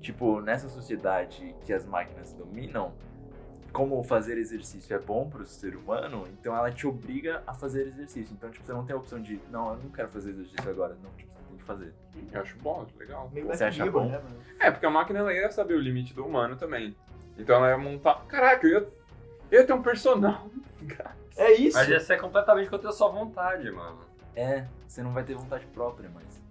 [SPEAKER 3] Tipo, nessa sociedade que as máquinas dominam, como fazer exercício é bom pro ser humano, então ela te obriga a fazer exercício. Então, tipo, você não tem a opção de, não, eu não quero fazer exercício agora. Não, tipo, você tem que fazer.
[SPEAKER 6] Eu acho bom, acho legal.
[SPEAKER 5] Meio
[SPEAKER 3] Você
[SPEAKER 5] Black
[SPEAKER 3] acha
[SPEAKER 5] Mirror,
[SPEAKER 3] bom?
[SPEAKER 5] né, mano?
[SPEAKER 6] É, porque a máquina ela ia saber o limite do humano também. Então ela ia montar... Caraca, eu ia, eu ia ter um personal.
[SPEAKER 5] É isso.
[SPEAKER 4] Mas isso é completamente contra a sua vontade, mano.
[SPEAKER 3] É, você não vai ter vontade própria, mas.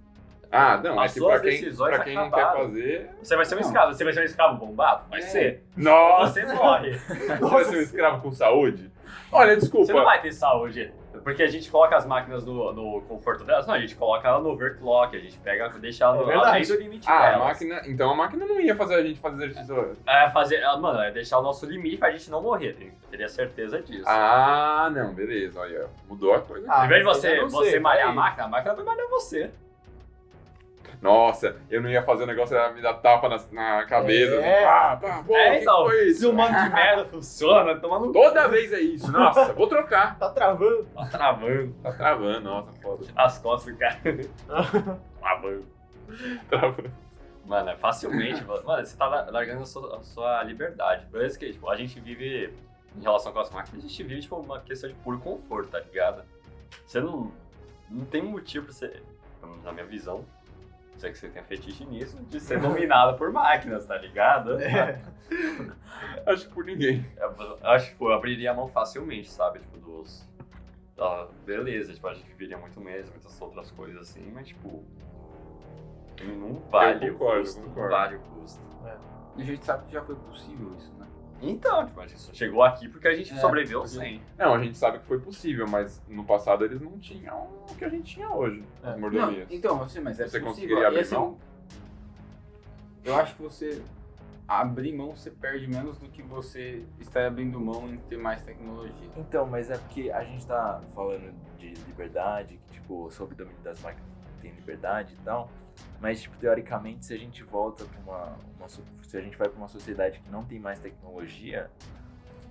[SPEAKER 6] Ah, não,
[SPEAKER 4] As
[SPEAKER 6] é que
[SPEAKER 4] suas
[SPEAKER 6] pra quem,
[SPEAKER 4] decisões tá
[SPEAKER 6] pra quem não quer
[SPEAKER 4] acabaram.
[SPEAKER 6] fazer...
[SPEAKER 4] Você vai ser um
[SPEAKER 6] Não.
[SPEAKER 4] escravo. Você vai ser um escravo bombado? Vai
[SPEAKER 6] É.
[SPEAKER 4] ser.
[SPEAKER 6] Nossa!
[SPEAKER 4] Você morre.
[SPEAKER 6] Você vai ser um escravo com saúde? Olha, desculpa.
[SPEAKER 4] Você não vai ter saúde. Porque a gente coloca as máquinas no, no conforto delas. Não, a gente coloca ela no overclock. A gente pega, deixa ela
[SPEAKER 5] É
[SPEAKER 4] no
[SPEAKER 5] verdade.
[SPEAKER 4] além do limite
[SPEAKER 6] Ah, a
[SPEAKER 4] delas.
[SPEAKER 6] máquina. Então a máquina não ia fazer a gente fazer exercício.
[SPEAKER 4] É fazer, é, mano, é deixar o nosso limite pra gente não morrer. Tem, teria certeza disso.
[SPEAKER 6] Ah, não, beleza. Olha, mudou a coisa.
[SPEAKER 5] Ah,
[SPEAKER 4] Em vez de
[SPEAKER 5] mas eu
[SPEAKER 4] você,
[SPEAKER 5] não sei,
[SPEAKER 4] você malhar a
[SPEAKER 5] peraí.
[SPEAKER 4] máquina, a máquina vai malhar você.
[SPEAKER 6] Nossa, eu não ia fazer o negócio, ela me dar tapa na, na cabeça.
[SPEAKER 5] É.
[SPEAKER 6] assim, pá, pá, pô,
[SPEAKER 4] é,
[SPEAKER 6] que
[SPEAKER 4] então,
[SPEAKER 6] foi isso?
[SPEAKER 4] se o mano de merda funciona, toma no
[SPEAKER 6] Toda vez é isso. Nossa, vou trocar.
[SPEAKER 5] Tá travando.
[SPEAKER 4] Tá travando
[SPEAKER 6] Tá travando, nossa, foda.
[SPEAKER 4] as costas do cara. travando.
[SPEAKER 6] Travando.
[SPEAKER 4] Mano, é facilmente. mano, você tá la- largando a sua, a sua liberdade. Beleza que, tipo, a gente vive, em relação com as máquinas, a gente vive, tipo, uma questão de puro conforto, tá ligado? Você não, não tem motivo pra você, pelo menos na minha visão, se é que você tenha fetiche nisso, de ser dominado por máquinas, tá ligado?
[SPEAKER 5] É.
[SPEAKER 6] Acho que por ninguém.
[SPEAKER 4] Eu eu acho que tipo, eu abriria a mão facilmente, sabe? Tipo, dos. Da beleza, tipo, a gente viveria muito mais, muitas outras coisas assim, mas tipo. Não vale
[SPEAKER 6] Eu concordo,
[SPEAKER 4] o custo.
[SPEAKER 6] eu
[SPEAKER 4] Não
[SPEAKER 6] concordo.
[SPEAKER 4] vale o custo.
[SPEAKER 2] E a gente sabe que já foi possível isso, né?
[SPEAKER 4] Então, tipo, a gente só chegou aqui porque a gente
[SPEAKER 2] É,
[SPEAKER 4] sobreviveu
[SPEAKER 2] porque-
[SPEAKER 4] sem.
[SPEAKER 6] Não, a gente sabe que foi possível, mas no passado eles não tinham o que a gente tinha hoje.
[SPEAKER 4] É.
[SPEAKER 6] As
[SPEAKER 2] Não,
[SPEAKER 6] mordomias.
[SPEAKER 2] então, assim, mas é
[SPEAKER 6] Você
[SPEAKER 2] possível.
[SPEAKER 6] conseguiria
[SPEAKER 2] E,
[SPEAKER 6] abrir
[SPEAKER 2] assim,
[SPEAKER 6] mão?
[SPEAKER 2] Eu acho que você abrir mão, você perde menos do que você estar abrindo mão em ter mais tecnologia.
[SPEAKER 3] Então, mas é porque a gente tá falando de liberdade, que, tipo, sob o domínio das máquinas tem liberdade e tal. Mas, tipo, teoricamente, se a gente volta pra uma, uma so- Se a gente vai pra uma sociedade que não tem mais tecnologia,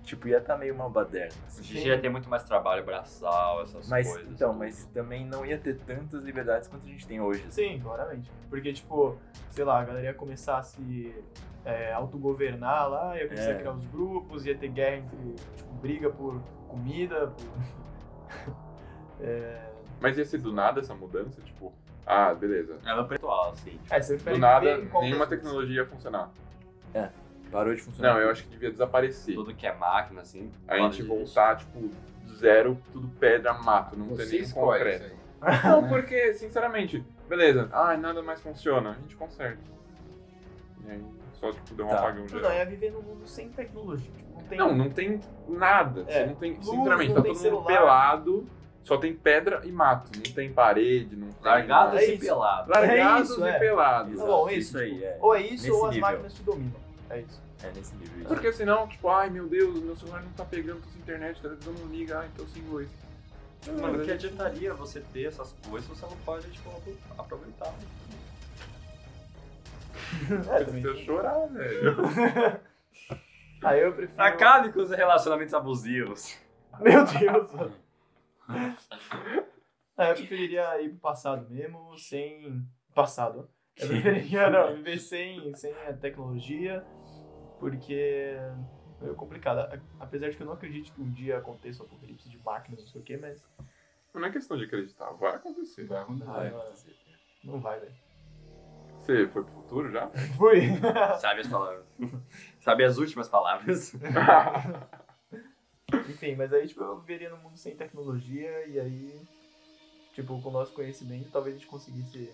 [SPEAKER 3] tipo, ia tá meio uma baderna.
[SPEAKER 4] A
[SPEAKER 3] assim.
[SPEAKER 4] gente ia ter muito mais trabalho braçal, essas
[SPEAKER 3] Mas,
[SPEAKER 4] coisas.
[SPEAKER 3] então,
[SPEAKER 4] tudo.
[SPEAKER 3] mas também não ia ter tantas liberdades quanto a gente tem hoje. assim.
[SPEAKER 5] Sim, claramente. Porque, tipo, sei lá, a galera ia começar a se é, autogovernar lá, ia começar
[SPEAKER 3] É.
[SPEAKER 5] a criar os grupos, ia ter guerra entre, tipo, briga por comida, por...
[SPEAKER 6] Mas ia ser do nada essa mudança? Tipo, ah, beleza.
[SPEAKER 4] Era um ritual, assim. tipo,
[SPEAKER 5] É, você prefere
[SPEAKER 6] Do nada,
[SPEAKER 5] ver qual
[SPEAKER 6] nenhuma
[SPEAKER 5] das-
[SPEAKER 6] tecnologia ia funcionar.
[SPEAKER 3] Parou de funcionar.
[SPEAKER 6] Não, eu acho que devia desaparecer.
[SPEAKER 4] Tudo que é máquina, assim.
[SPEAKER 6] A
[SPEAKER 4] pode-
[SPEAKER 6] gente voltar, tipo, do zero, tudo pedra, mato, não tem
[SPEAKER 2] Você
[SPEAKER 6] nem
[SPEAKER 2] escolhe isso
[SPEAKER 6] concreto.
[SPEAKER 2] aí.
[SPEAKER 6] Não, porque, sinceramente, beleza, ai, nada mais funciona, a gente conserta. E aí, só, tipo, deu um
[SPEAKER 3] Tá.
[SPEAKER 6] apagão
[SPEAKER 5] Não, não,
[SPEAKER 6] geral.
[SPEAKER 5] ia viver num mundo sem tecnologia. Tipo, não tem...
[SPEAKER 6] Não, não tem nada,
[SPEAKER 5] É.
[SPEAKER 6] você não tem,
[SPEAKER 5] Luz,
[SPEAKER 6] sinceramente,
[SPEAKER 5] não
[SPEAKER 6] tá
[SPEAKER 5] tem
[SPEAKER 6] todo
[SPEAKER 5] celular.
[SPEAKER 6] mundo pelado, só tem pedra e mato, não tem parede, não tem.
[SPEAKER 3] Largadas
[SPEAKER 5] É
[SPEAKER 3] e
[SPEAKER 4] assim,
[SPEAKER 5] isso.
[SPEAKER 3] pelado.
[SPEAKER 6] Largados
[SPEAKER 5] É isso,
[SPEAKER 6] e
[SPEAKER 5] é.
[SPEAKER 6] pelados.
[SPEAKER 5] Tá bom, isso.
[SPEAKER 3] isso aí,
[SPEAKER 4] tipo.
[SPEAKER 3] é.
[SPEAKER 5] Ou é isso
[SPEAKER 3] Nesse
[SPEAKER 5] ou as
[SPEAKER 3] nível.
[SPEAKER 5] máquinas te dominam. É isso.
[SPEAKER 3] É nesse nível. isso.
[SPEAKER 6] Porque senão, tipo, ai meu Deus, meu celular não tá pegando, tô sem internet, a televisão não liga, ah, então sem luz.
[SPEAKER 4] Mano, Hum, que adiantaria você ter essas coisas se você não pode, tipo, aproveitar?
[SPEAKER 5] É, também.
[SPEAKER 6] Precisa chorar, velho.
[SPEAKER 5] Ah, eu prefiro.
[SPEAKER 4] Acabe com os relacionamentos abusivos.
[SPEAKER 5] Meu Deus, mano. Ah, eu preferiria ir pro passado mesmo, sem. Passado. Eu preferiria não, viver sem, sem a tecnologia, porque é meio complicado. A- Apesar de que eu não acredito que um dia aconteça o apocalipse de máquinas, não sei o que, mas
[SPEAKER 6] Não é questão de acreditar, vai acontecer.
[SPEAKER 3] Vai acontecer.
[SPEAKER 5] Vai
[SPEAKER 2] É.
[SPEAKER 5] acontecer. não vai, velho.
[SPEAKER 6] Você foi pro futuro já?
[SPEAKER 5] Fui!
[SPEAKER 4] Sabe as palavras. Sabe as últimas palavras.
[SPEAKER 5] Enfim, mas aí tipo, eu viveria num mundo sem tecnologia e aí, tipo, com o nosso conhecimento, talvez a gente conseguisse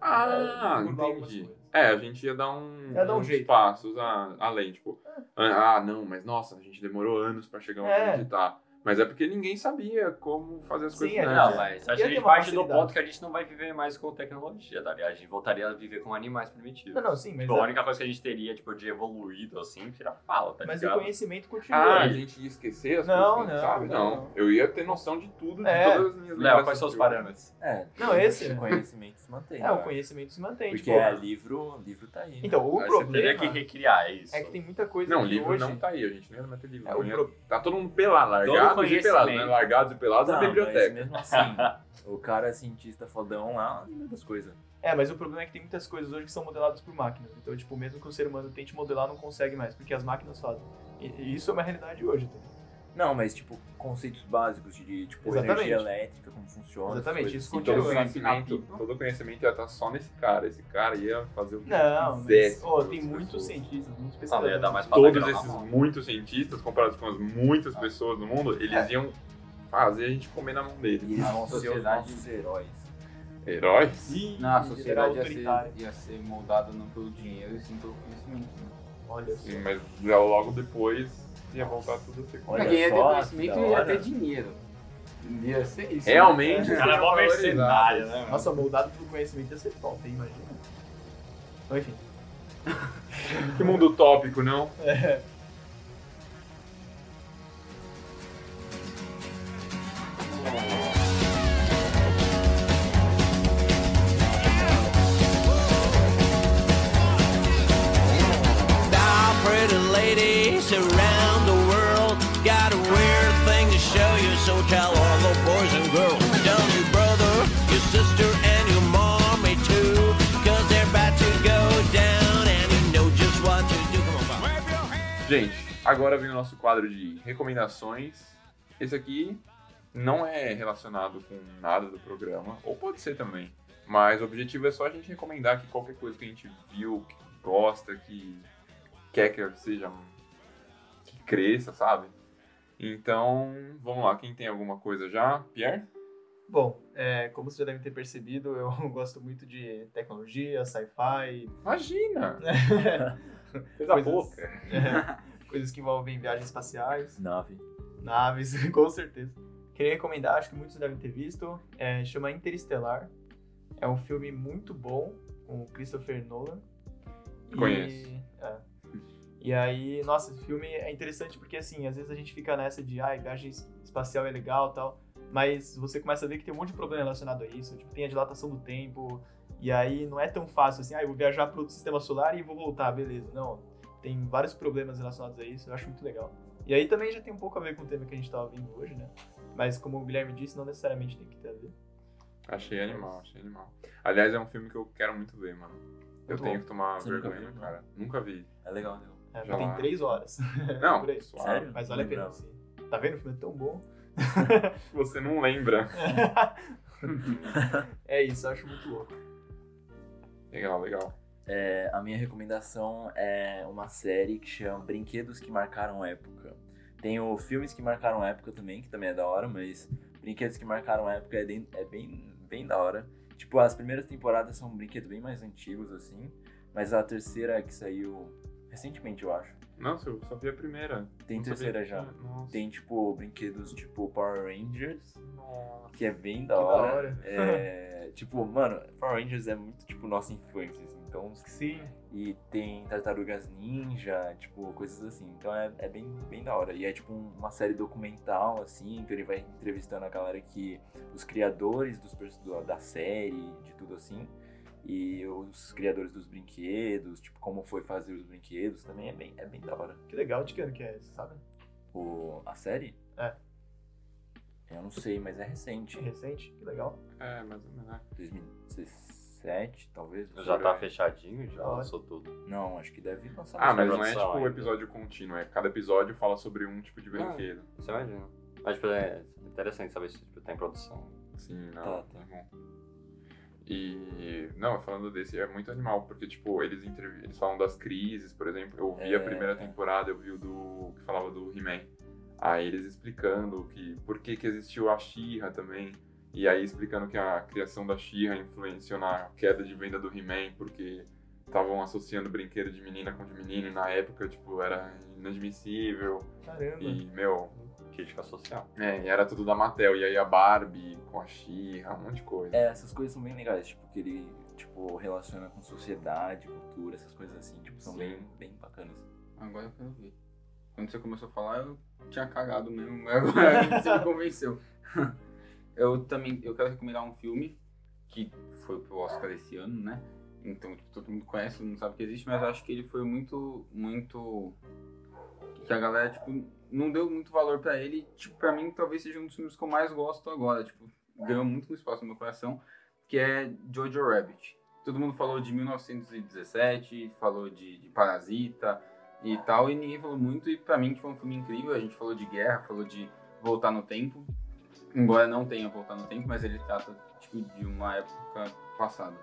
[SPEAKER 6] Ah,
[SPEAKER 5] mudar algumas
[SPEAKER 6] entendi.
[SPEAKER 5] coisas.
[SPEAKER 6] É, a gente ia dar um,
[SPEAKER 5] Ia dar um
[SPEAKER 6] uns
[SPEAKER 5] jeito.
[SPEAKER 6] passos a- além, tipo, ah, ah, não, mas nossa, a gente demorou anos pra chegar onde
[SPEAKER 5] É.
[SPEAKER 6] a gente tá. Mas é porque ninguém sabia como fazer as
[SPEAKER 5] Sim,
[SPEAKER 6] coisas.
[SPEAKER 5] é
[SPEAKER 6] né?
[SPEAKER 4] Não, mas a
[SPEAKER 5] Ia ter
[SPEAKER 4] gente
[SPEAKER 5] uma
[SPEAKER 4] parte do
[SPEAKER 5] facilidade.
[SPEAKER 4] ponto que a gente não vai viver mais com tecnologia, tá ligado? A gente voltaria a viver com animais primitivos.
[SPEAKER 5] Não, não, sim, mas, é-
[SPEAKER 4] Tipo, a
[SPEAKER 5] a-
[SPEAKER 4] única coisa que a gente teria, tipo, de evoluído, assim, tira fala, tá
[SPEAKER 5] mas o
[SPEAKER 4] ligado?
[SPEAKER 5] conhecimento continua.
[SPEAKER 6] Ah, a gente ia esquecer as
[SPEAKER 5] Não,
[SPEAKER 6] coisas, que
[SPEAKER 5] não,
[SPEAKER 6] a gente sabe? Não.
[SPEAKER 5] não.
[SPEAKER 6] Eu ia ter noção de tudo, de
[SPEAKER 5] É.
[SPEAKER 6] todas as minhas
[SPEAKER 4] Léo, quais são os
[SPEAKER 6] que eu-
[SPEAKER 4] parâmetros?
[SPEAKER 3] É,
[SPEAKER 5] Não, esse-
[SPEAKER 3] O conhecimento se mantém.
[SPEAKER 5] É, o
[SPEAKER 3] né?
[SPEAKER 5] conhecimento se mantém.
[SPEAKER 3] Porque
[SPEAKER 5] tipo,
[SPEAKER 3] é, livro, livro tá aí. né?
[SPEAKER 5] Então, o
[SPEAKER 6] Aí você
[SPEAKER 4] Teria que
[SPEAKER 5] problema
[SPEAKER 4] recriar é isso.
[SPEAKER 5] é que tem muita coisa
[SPEAKER 6] Não,
[SPEAKER 5] que
[SPEAKER 6] livro
[SPEAKER 5] hoje...
[SPEAKER 6] não tá aí, a gente não ia meter livro.
[SPEAKER 5] É,
[SPEAKER 6] não
[SPEAKER 5] o
[SPEAKER 6] ia-
[SPEAKER 5] pro-
[SPEAKER 6] Tá todo mundo pelado,
[SPEAKER 4] Todo
[SPEAKER 6] largados e pelados, né?
[SPEAKER 4] conhecimento.
[SPEAKER 6] Largados e pelados na
[SPEAKER 3] Não, mas
[SPEAKER 6] biblioteca.
[SPEAKER 3] mesmo assim, o cara cientista fodão lá lembra das coisas.
[SPEAKER 5] É, mas o problema é que tem muitas coisas hoje que são modeladas por máquinas. Então, tipo, mesmo que o ser humano tente modelar, não consegue mais, porque as máquinas fazem. E, e isso é uma realidade hoje, tá? ligado?
[SPEAKER 3] Não, mas tipo, conceitos básicos de tipo
[SPEAKER 5] Exatamente.
[SPEAKER 3] energia elétrica, como funciona. essas
[SPEAKER 5] Exatamente,
[SPEAKER 3] coisas
[SPEAKER 5] isso
[SPEAKER 3] assim.
[SPEAKER 5] continua.
[SPEAKER 6] Todo
[SPEAKER 5] Sabe
[SPEAKER 6] conhecimento, todo conhecimento ia estar só nesse cara. Esse cara ia fazer o que
[SPEAKER 5] Não, mas...
[SPEAKER 6] quisesse
[SPEAKER 5] Ó,
[SPEAKER 6] com
[SPEAKER 5] tem
[SPEAKER 6] as
[SPEAKER 5] muitos
[SPEAKER 6] pessoas.
[SPEAKER 5] cientistas, muitos
[SPEAKER 4] Não, ia
[SPEAKER 5] pesquisadores.
[SPEAKER 4] dar mais
[SPEAKER 6] Todos
[SPEAKER 4] palavrão na
[SPEAKER 6] esses
[SPEAKER 4] mão.
[SPEAKER 6] muitos cientistas, comparados com as muitas pessoas do mundo, eles
[SPEAKER 5] É.
[SPEAKER 6] iam fazer a gente comer na mão
[SPEAKER 3] E
[SPEAKER 6] deles.
[SPEAKER 3] eles vão ser os
[SPEAKER 2] Sociedade.
[SPEAKER 3] nossos heróis.
[SPEAKER 6] Heróis?
[SPEAKER 5] Sim,
[SPEAKER 2] Não, a
[SPEAKER 5] em
[SPEAKER 2] sociedade ia
[SPEAKER 5] geral, autoritária.
[SPEAKER 2] ser, ia ser moldada não pelo dinheiro e sim pelo conhecimento. né?
[SPEAKER 5] Olha só.
[SPEAKER 6] Sim,
[SPEAKER 1] Hum.
[SPEAKER 6] mas logo depois ia voltar tudo a ser
[SPEAKER 3] Olha
[SPEAKER 2] Pra quem ia ter
[SPEAKER 3] só,
[SPEAKER 2] conhecimento é
[SPEAKER 3] que da
[SPEAKER 2] ia
[SPEAKER 3] hora.
[SPEAKER 2] ter dinheiro. Ia ser isso. né?
[SPEAKER 6] Realmente,
[SPEAKER 4] O cara é mó mercenário, né? mano?
[SPEAKER 5] Nossa, moldado pelo conhecimento ia ser top, hein? Imagina. Então, enfim.
[SPEAKER 6] Que mundo tópico, não?
[SPEAKER 7] Thou pretty ladies around the world got a weird thing to show you, so tell all the boys and girls. Tell your brother, your sister, and your mommy too, cause they're about to go down and you know just what to do. Come on, Bob.
[SPEAKER 6] Gente, agora vem o nosso quadro de recomendações. Esse aqui não é relacionado com nada do programa, ou pode ser também. Mas o objetivo é só a gente recomendar que qualquer coisa que a gente viu, que gosta, que quer que seja. que cresça, sabe? Então, vamos lá, quem tem alguma coisa já? Pierre?
[SPEAKER 5] Bom, é, como vocês já devem ter percebido, eu gosto muito de tecnologia, sci-fi,
[SPEAKER 6] Imagina!
[SPEAKER 5] Coisa boca. É, coisas que envolvem viagens espaciais.
[SPEAKER 3] Nave.
[SPEAKER 5] Naves, com certeza. Queria recomendar, acho que muitos devem ter visto, é, chama Interestelar. É um filme muito bom, com o Christopher Nolan. E-
[SPEAKER 6] Conheço.
[SPEAKER 5] é. E aí, nossa, esse filme é interessante porque, assim, às vezes a gente fica nessa de, ai, viagem es- espacial é legal e tal, mas você começa a ver que tem um monte de problema relacionado a isso, tipo, tem a dilatação do tempo, e aí não é tão fácil assim, ah, eu vou viajar para outro sistema solar e vou voltar, beleza. Não, tem vários problemas relacionados a isso, eu acho muito legal. E aí também já tem um pouco a ver com o tema que a gente tava vendo hoje, né? Mas como o Guilherme disse, não necessariamente tem que ter a ver.
[SPEAKER 6] Achei animal, achei animal. Aliás, é um filme que eu quero muito ver, mano. Eu
[SPEAKER 5] Muito
[SPEAKER 6] tenho
[SPEAKER 5] bom.
[SPEAKER 6] que tomar
[SPEAKER 3] Você nunca
[SPEAKER 6] Ah, vergonha,
[SPEAKER 3] viu, não?
[SPEAKER 6] cara. Nunca vi.
[SPEAKER 3] É legal, né?
[SPEAKER 5] É,
[SPEAKER 6] Já.
[SPEAKER 5] tem três horas.
[SPEAKER 6] Não,
[SPEAKER 5] Por aí.
[SPEAKER 6] suave.
[SPEAKER 3] Sério?
[SPEAKER 5] Mas vale a pena,
[SPEAKER 3] Legal.
[SPEAKER 5] assim. Tá vendo? O filme é tão bom.
[SPEAKER 6] Você não lembra.
[SPEAKER 5] é isso, eu acho muito louco.
[SPEAKER 6] Legal, legal.
[SPEAKER 3] É, a minha recomendação é uma série que chama Brinquedos que Marcaram Época. Tem o Filmes que Marcaram Época também, que também é da hora, mas Brinquedos que Marcaram Época é, bem- é bem, bem da hora. Tipo, as primeiras temporadas são brinquedos bem mais antigos, assim, mas a terceira que saiu Recentemente, eu acho.
[SPEAKER 6] Nossa, eu só vi a primeira.
[SPEAKER 3] Tem
[SPEAKER 6] Não sabia
[SPEAKER 3] terceira
[SPEAKER 6] que
[SPEAKER 3] já.
[SPEAKER 6] tinha. Nossa.
[SPEAKER 3] Tem, tipo, brinquedos tipo Power Rangers,
[SPEAKER 6] Nossa.
[SPEAKER 3] que é bem da
[SPEAKER 5] Que da
[SPEAKER 3] hora.
[SPEAKER 5] hora.
[SPEAKER 3] É, tipo, mano, Power Rangers é muito, tipo, nossa infância, assim. Então,
[SPEAKER 5] Sim.
[SPEAKER 3] e tem Tartarugas Ninja, tipo, coisas assim. Então é, é bem, bem da hora. E é tipo um- uma série documental, assim, então ele vai entrevistando a galera que. os criadores dos pers- do- da série, de tudo assim. E os criadores dos brinquedos, tipo, como foi fazer os brinquedos, também é bem, é bem da hora.
[SPEAKER 5] Que legal, de que ano que é esse, sabe?
[SPEAKER 3] O, a série?
[SPEAKER 5] É. Uhum.
[SPEAKER 3] Eu não sei, mas é recente.
[SPEAKER 5] Recente, que legal.
[SPEAKER 6] É, mais ou menos.
[SPEAKER 3] 2017, talvez?
[SPEAKER 4] Já tá fechadinho, já
[SPEAKER 5] Da hora.
[SPEAKER 4] lançou tudo.
[SPEAKER 3] Não, acho que deve lançar.
[SPEAKER 6] Ah,
[SPEAKER 3] mais
[SPEAKER 6] mas não é
[SPEAKER 4] produção
[SPEAKER 6] tipo um
[SPEAKER 4] ainda.
[SPEAKER 6] episódio contínuo, é cada episódio fala sobre um tipo de
[SPEAKER 3] Ah.
[SPEAKER 6] brinquedo.
[SPEAKER 4] Você imagina. Mas tipo, é interessante saber se tipo, tá em produção.
[SPEAKER 6] Sim,
[SPEAKER 3] Tá,
[SPEAKER 6] não,
[SPEAKER 3] tá.
[SPEAKER 6] tá bom. E, não, falando desse, é muito animal, porque, tipo, eles, entrevi- eles falam das crises, por exemplo. Eu vi
[SPEAKER 3] É,
[SPEAKER 6] a primeira
[SPEAKER 3] é.
[SPEAKER 6] temporada, eu vi o do, que falava do He-Man. Aí eles explicando que, por que que existiu a She-Ra também. E aí explicando que a criação da She-Ra influenciou na queda de venda do He-Man, porque estavam associando brinquedo de menina com de menino, e na época, tipo, era inadmissível.
[SPEAKER 5] Caramba.
[SPEAKER 6] E, meu,
[SPEAKER 4] Uhum. Crítica social.
[SPEAKER 6] é, e era tudo da Mattel. E aí a Barbie com a She-Ra, um monte de coisa.
[SPEAKER 3] É, essas coisas são bem legais, tipo, que ele, tipo, relaciona com sociedade, cultura, essas coisas assim, tipo, são
[SPEAKER 6] Sim.
[SPEAKER 3] bem, bem bacanas.
[SPEAKER 2] Agora eu quero ver. Quando você começou a falar, eu tinha cagado mesmo. Agora você me convenceu. Eu também eu quero recomendar um filme que foi pro Oscar esse ano, né? Então tipo, todo mundo conhece, todo mundo sabe que existe, mas eu acho que ele foi muito, muito. Que a galera, tipo, não deu muito valor pra ele. Tipo, pra mim talvez seja um dos filmes que eu mais gosto agora. Tipo, ganhou muito espaço no meu coração, que é Jojo Rabbit. Todo mundo falou de 1917, falou de- de Parasita, e tal, e ninguém falou muito, e pra mim tipo, foi um filme incrível, a gente falou de guerra, falou de voltar no tempo, embora não tenha voltar no tempo, mas ele trata tipo, de uma época passada.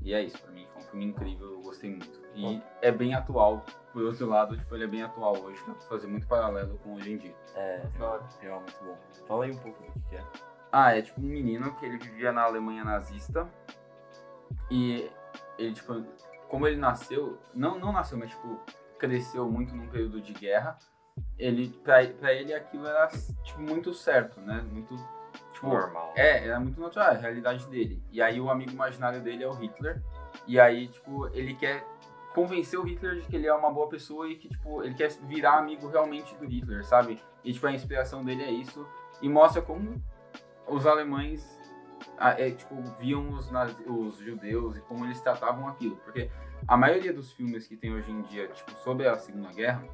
[SPEAKER 2] E é isso, pra mim foi um filme incrível, eu gostei muito. E é bem atual, por outro lado, tipo, ele é bem atual hoje, dá pra fazer muito paralelo com hoje em dia.
[SPEAKER 3] É,
[SPEAKER 5] Da hora.
[SPEAKER 3] real, muito bom. Fala aí um pouco do que que é.
[SPEAKER 2] Ah, é tipo um menino que ele vivia na Alemanha nazista. E ele, tipo, como ele nasceu, não, não nasceu, mas tipo, cresceu muito num período de guerra. Ele, pra, pra ele aquilo era, tipo, muito certo, né? Muito, tipo,
[SPEAKER 4] Normal.
[SPEAKER 2] é, era muito natural, a realidade dele. E aí o amigo imaginário dele é o Hitler. E aí, tipo, ele quer convencer o Hitler de que ele é uma boa pessoa e que, tipo, ele quer virar amigo realmente do Hitler, sabe? E, tipo, a inspiração dele é isso. E mostra como os alemães, ah, é, tipo, viam os, nazi- os judeus e como eles tratavam aquilo. Porque a maioria dos filmes que tem hoje em dia, tipo, sobre a Segunda Guerra,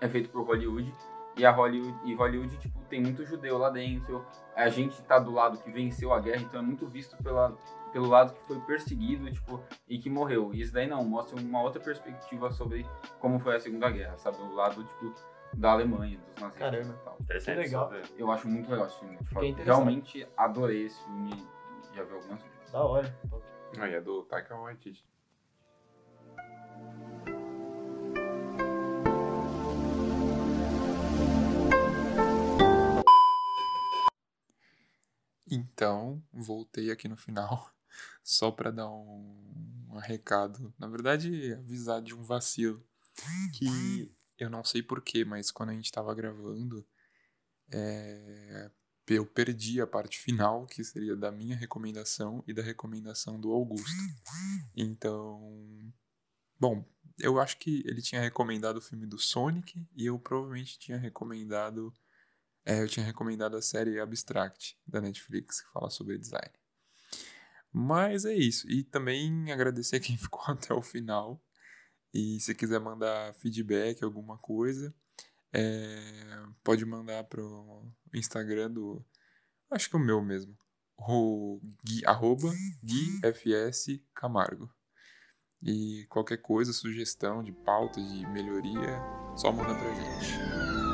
[SPEAKER 2] é feito por Hollywood. E a Hollywood, e Hollywood, tipo, tem muito judeu lá dentro a gente tá do lado que venceu a guerra, então é muito visto pela, pelo lado que foi perseguido, tipo, e que morreu. E isso daí não, mostra uma outra perspectiva sobre como foi a Segunda Guerra, sabe? O lado, tipo, da Alemanha, dos nazistas
[SPEAKER 5] Caramba.
[SPEAKER 2] e tal.
[SPEAKER 4] Interessante
[SPEAKER 5] Que legal.
[SPEAKER 4] saber.
[SPEAKER 2] Eu acho muito legal esse filme. tipo,
[SPEAKER 5] Fiquei interessado.
[SPEAKER 2] realmente adorei esse filme. Já vi algumas vezes.
[SPEAKER 5] Da hora.
[SPEAKER 6] Aí é do Taika Waititi.
[SPEAKER 1] Então, voltei aqui no final só para dar um, um recado. Na verdade, avisar de um vacilo que eu não sei porquê, mas quando a gente estava gravando, é, eu perdi a parte final, que seria da minha recomendação e da recomendação do Augusto. Então, bom, eu acho que ele tinha recomendado o filme do Sonic e eu provavelmente tinha recomendado é, eu tinha recomendado a série Abstract da Netflix, que fala sobre design. Mas é isso. E também agradecer quem ficou até o final. E se quiser mandar feedback, alguma coisa, é, pode mandar pro Instagram do. Acho que é o meu mesmo. O Gui, arroba GuiFS Camargo. E qualquer coisa, sugestão de pauta, de melhoria, só manda pra gente.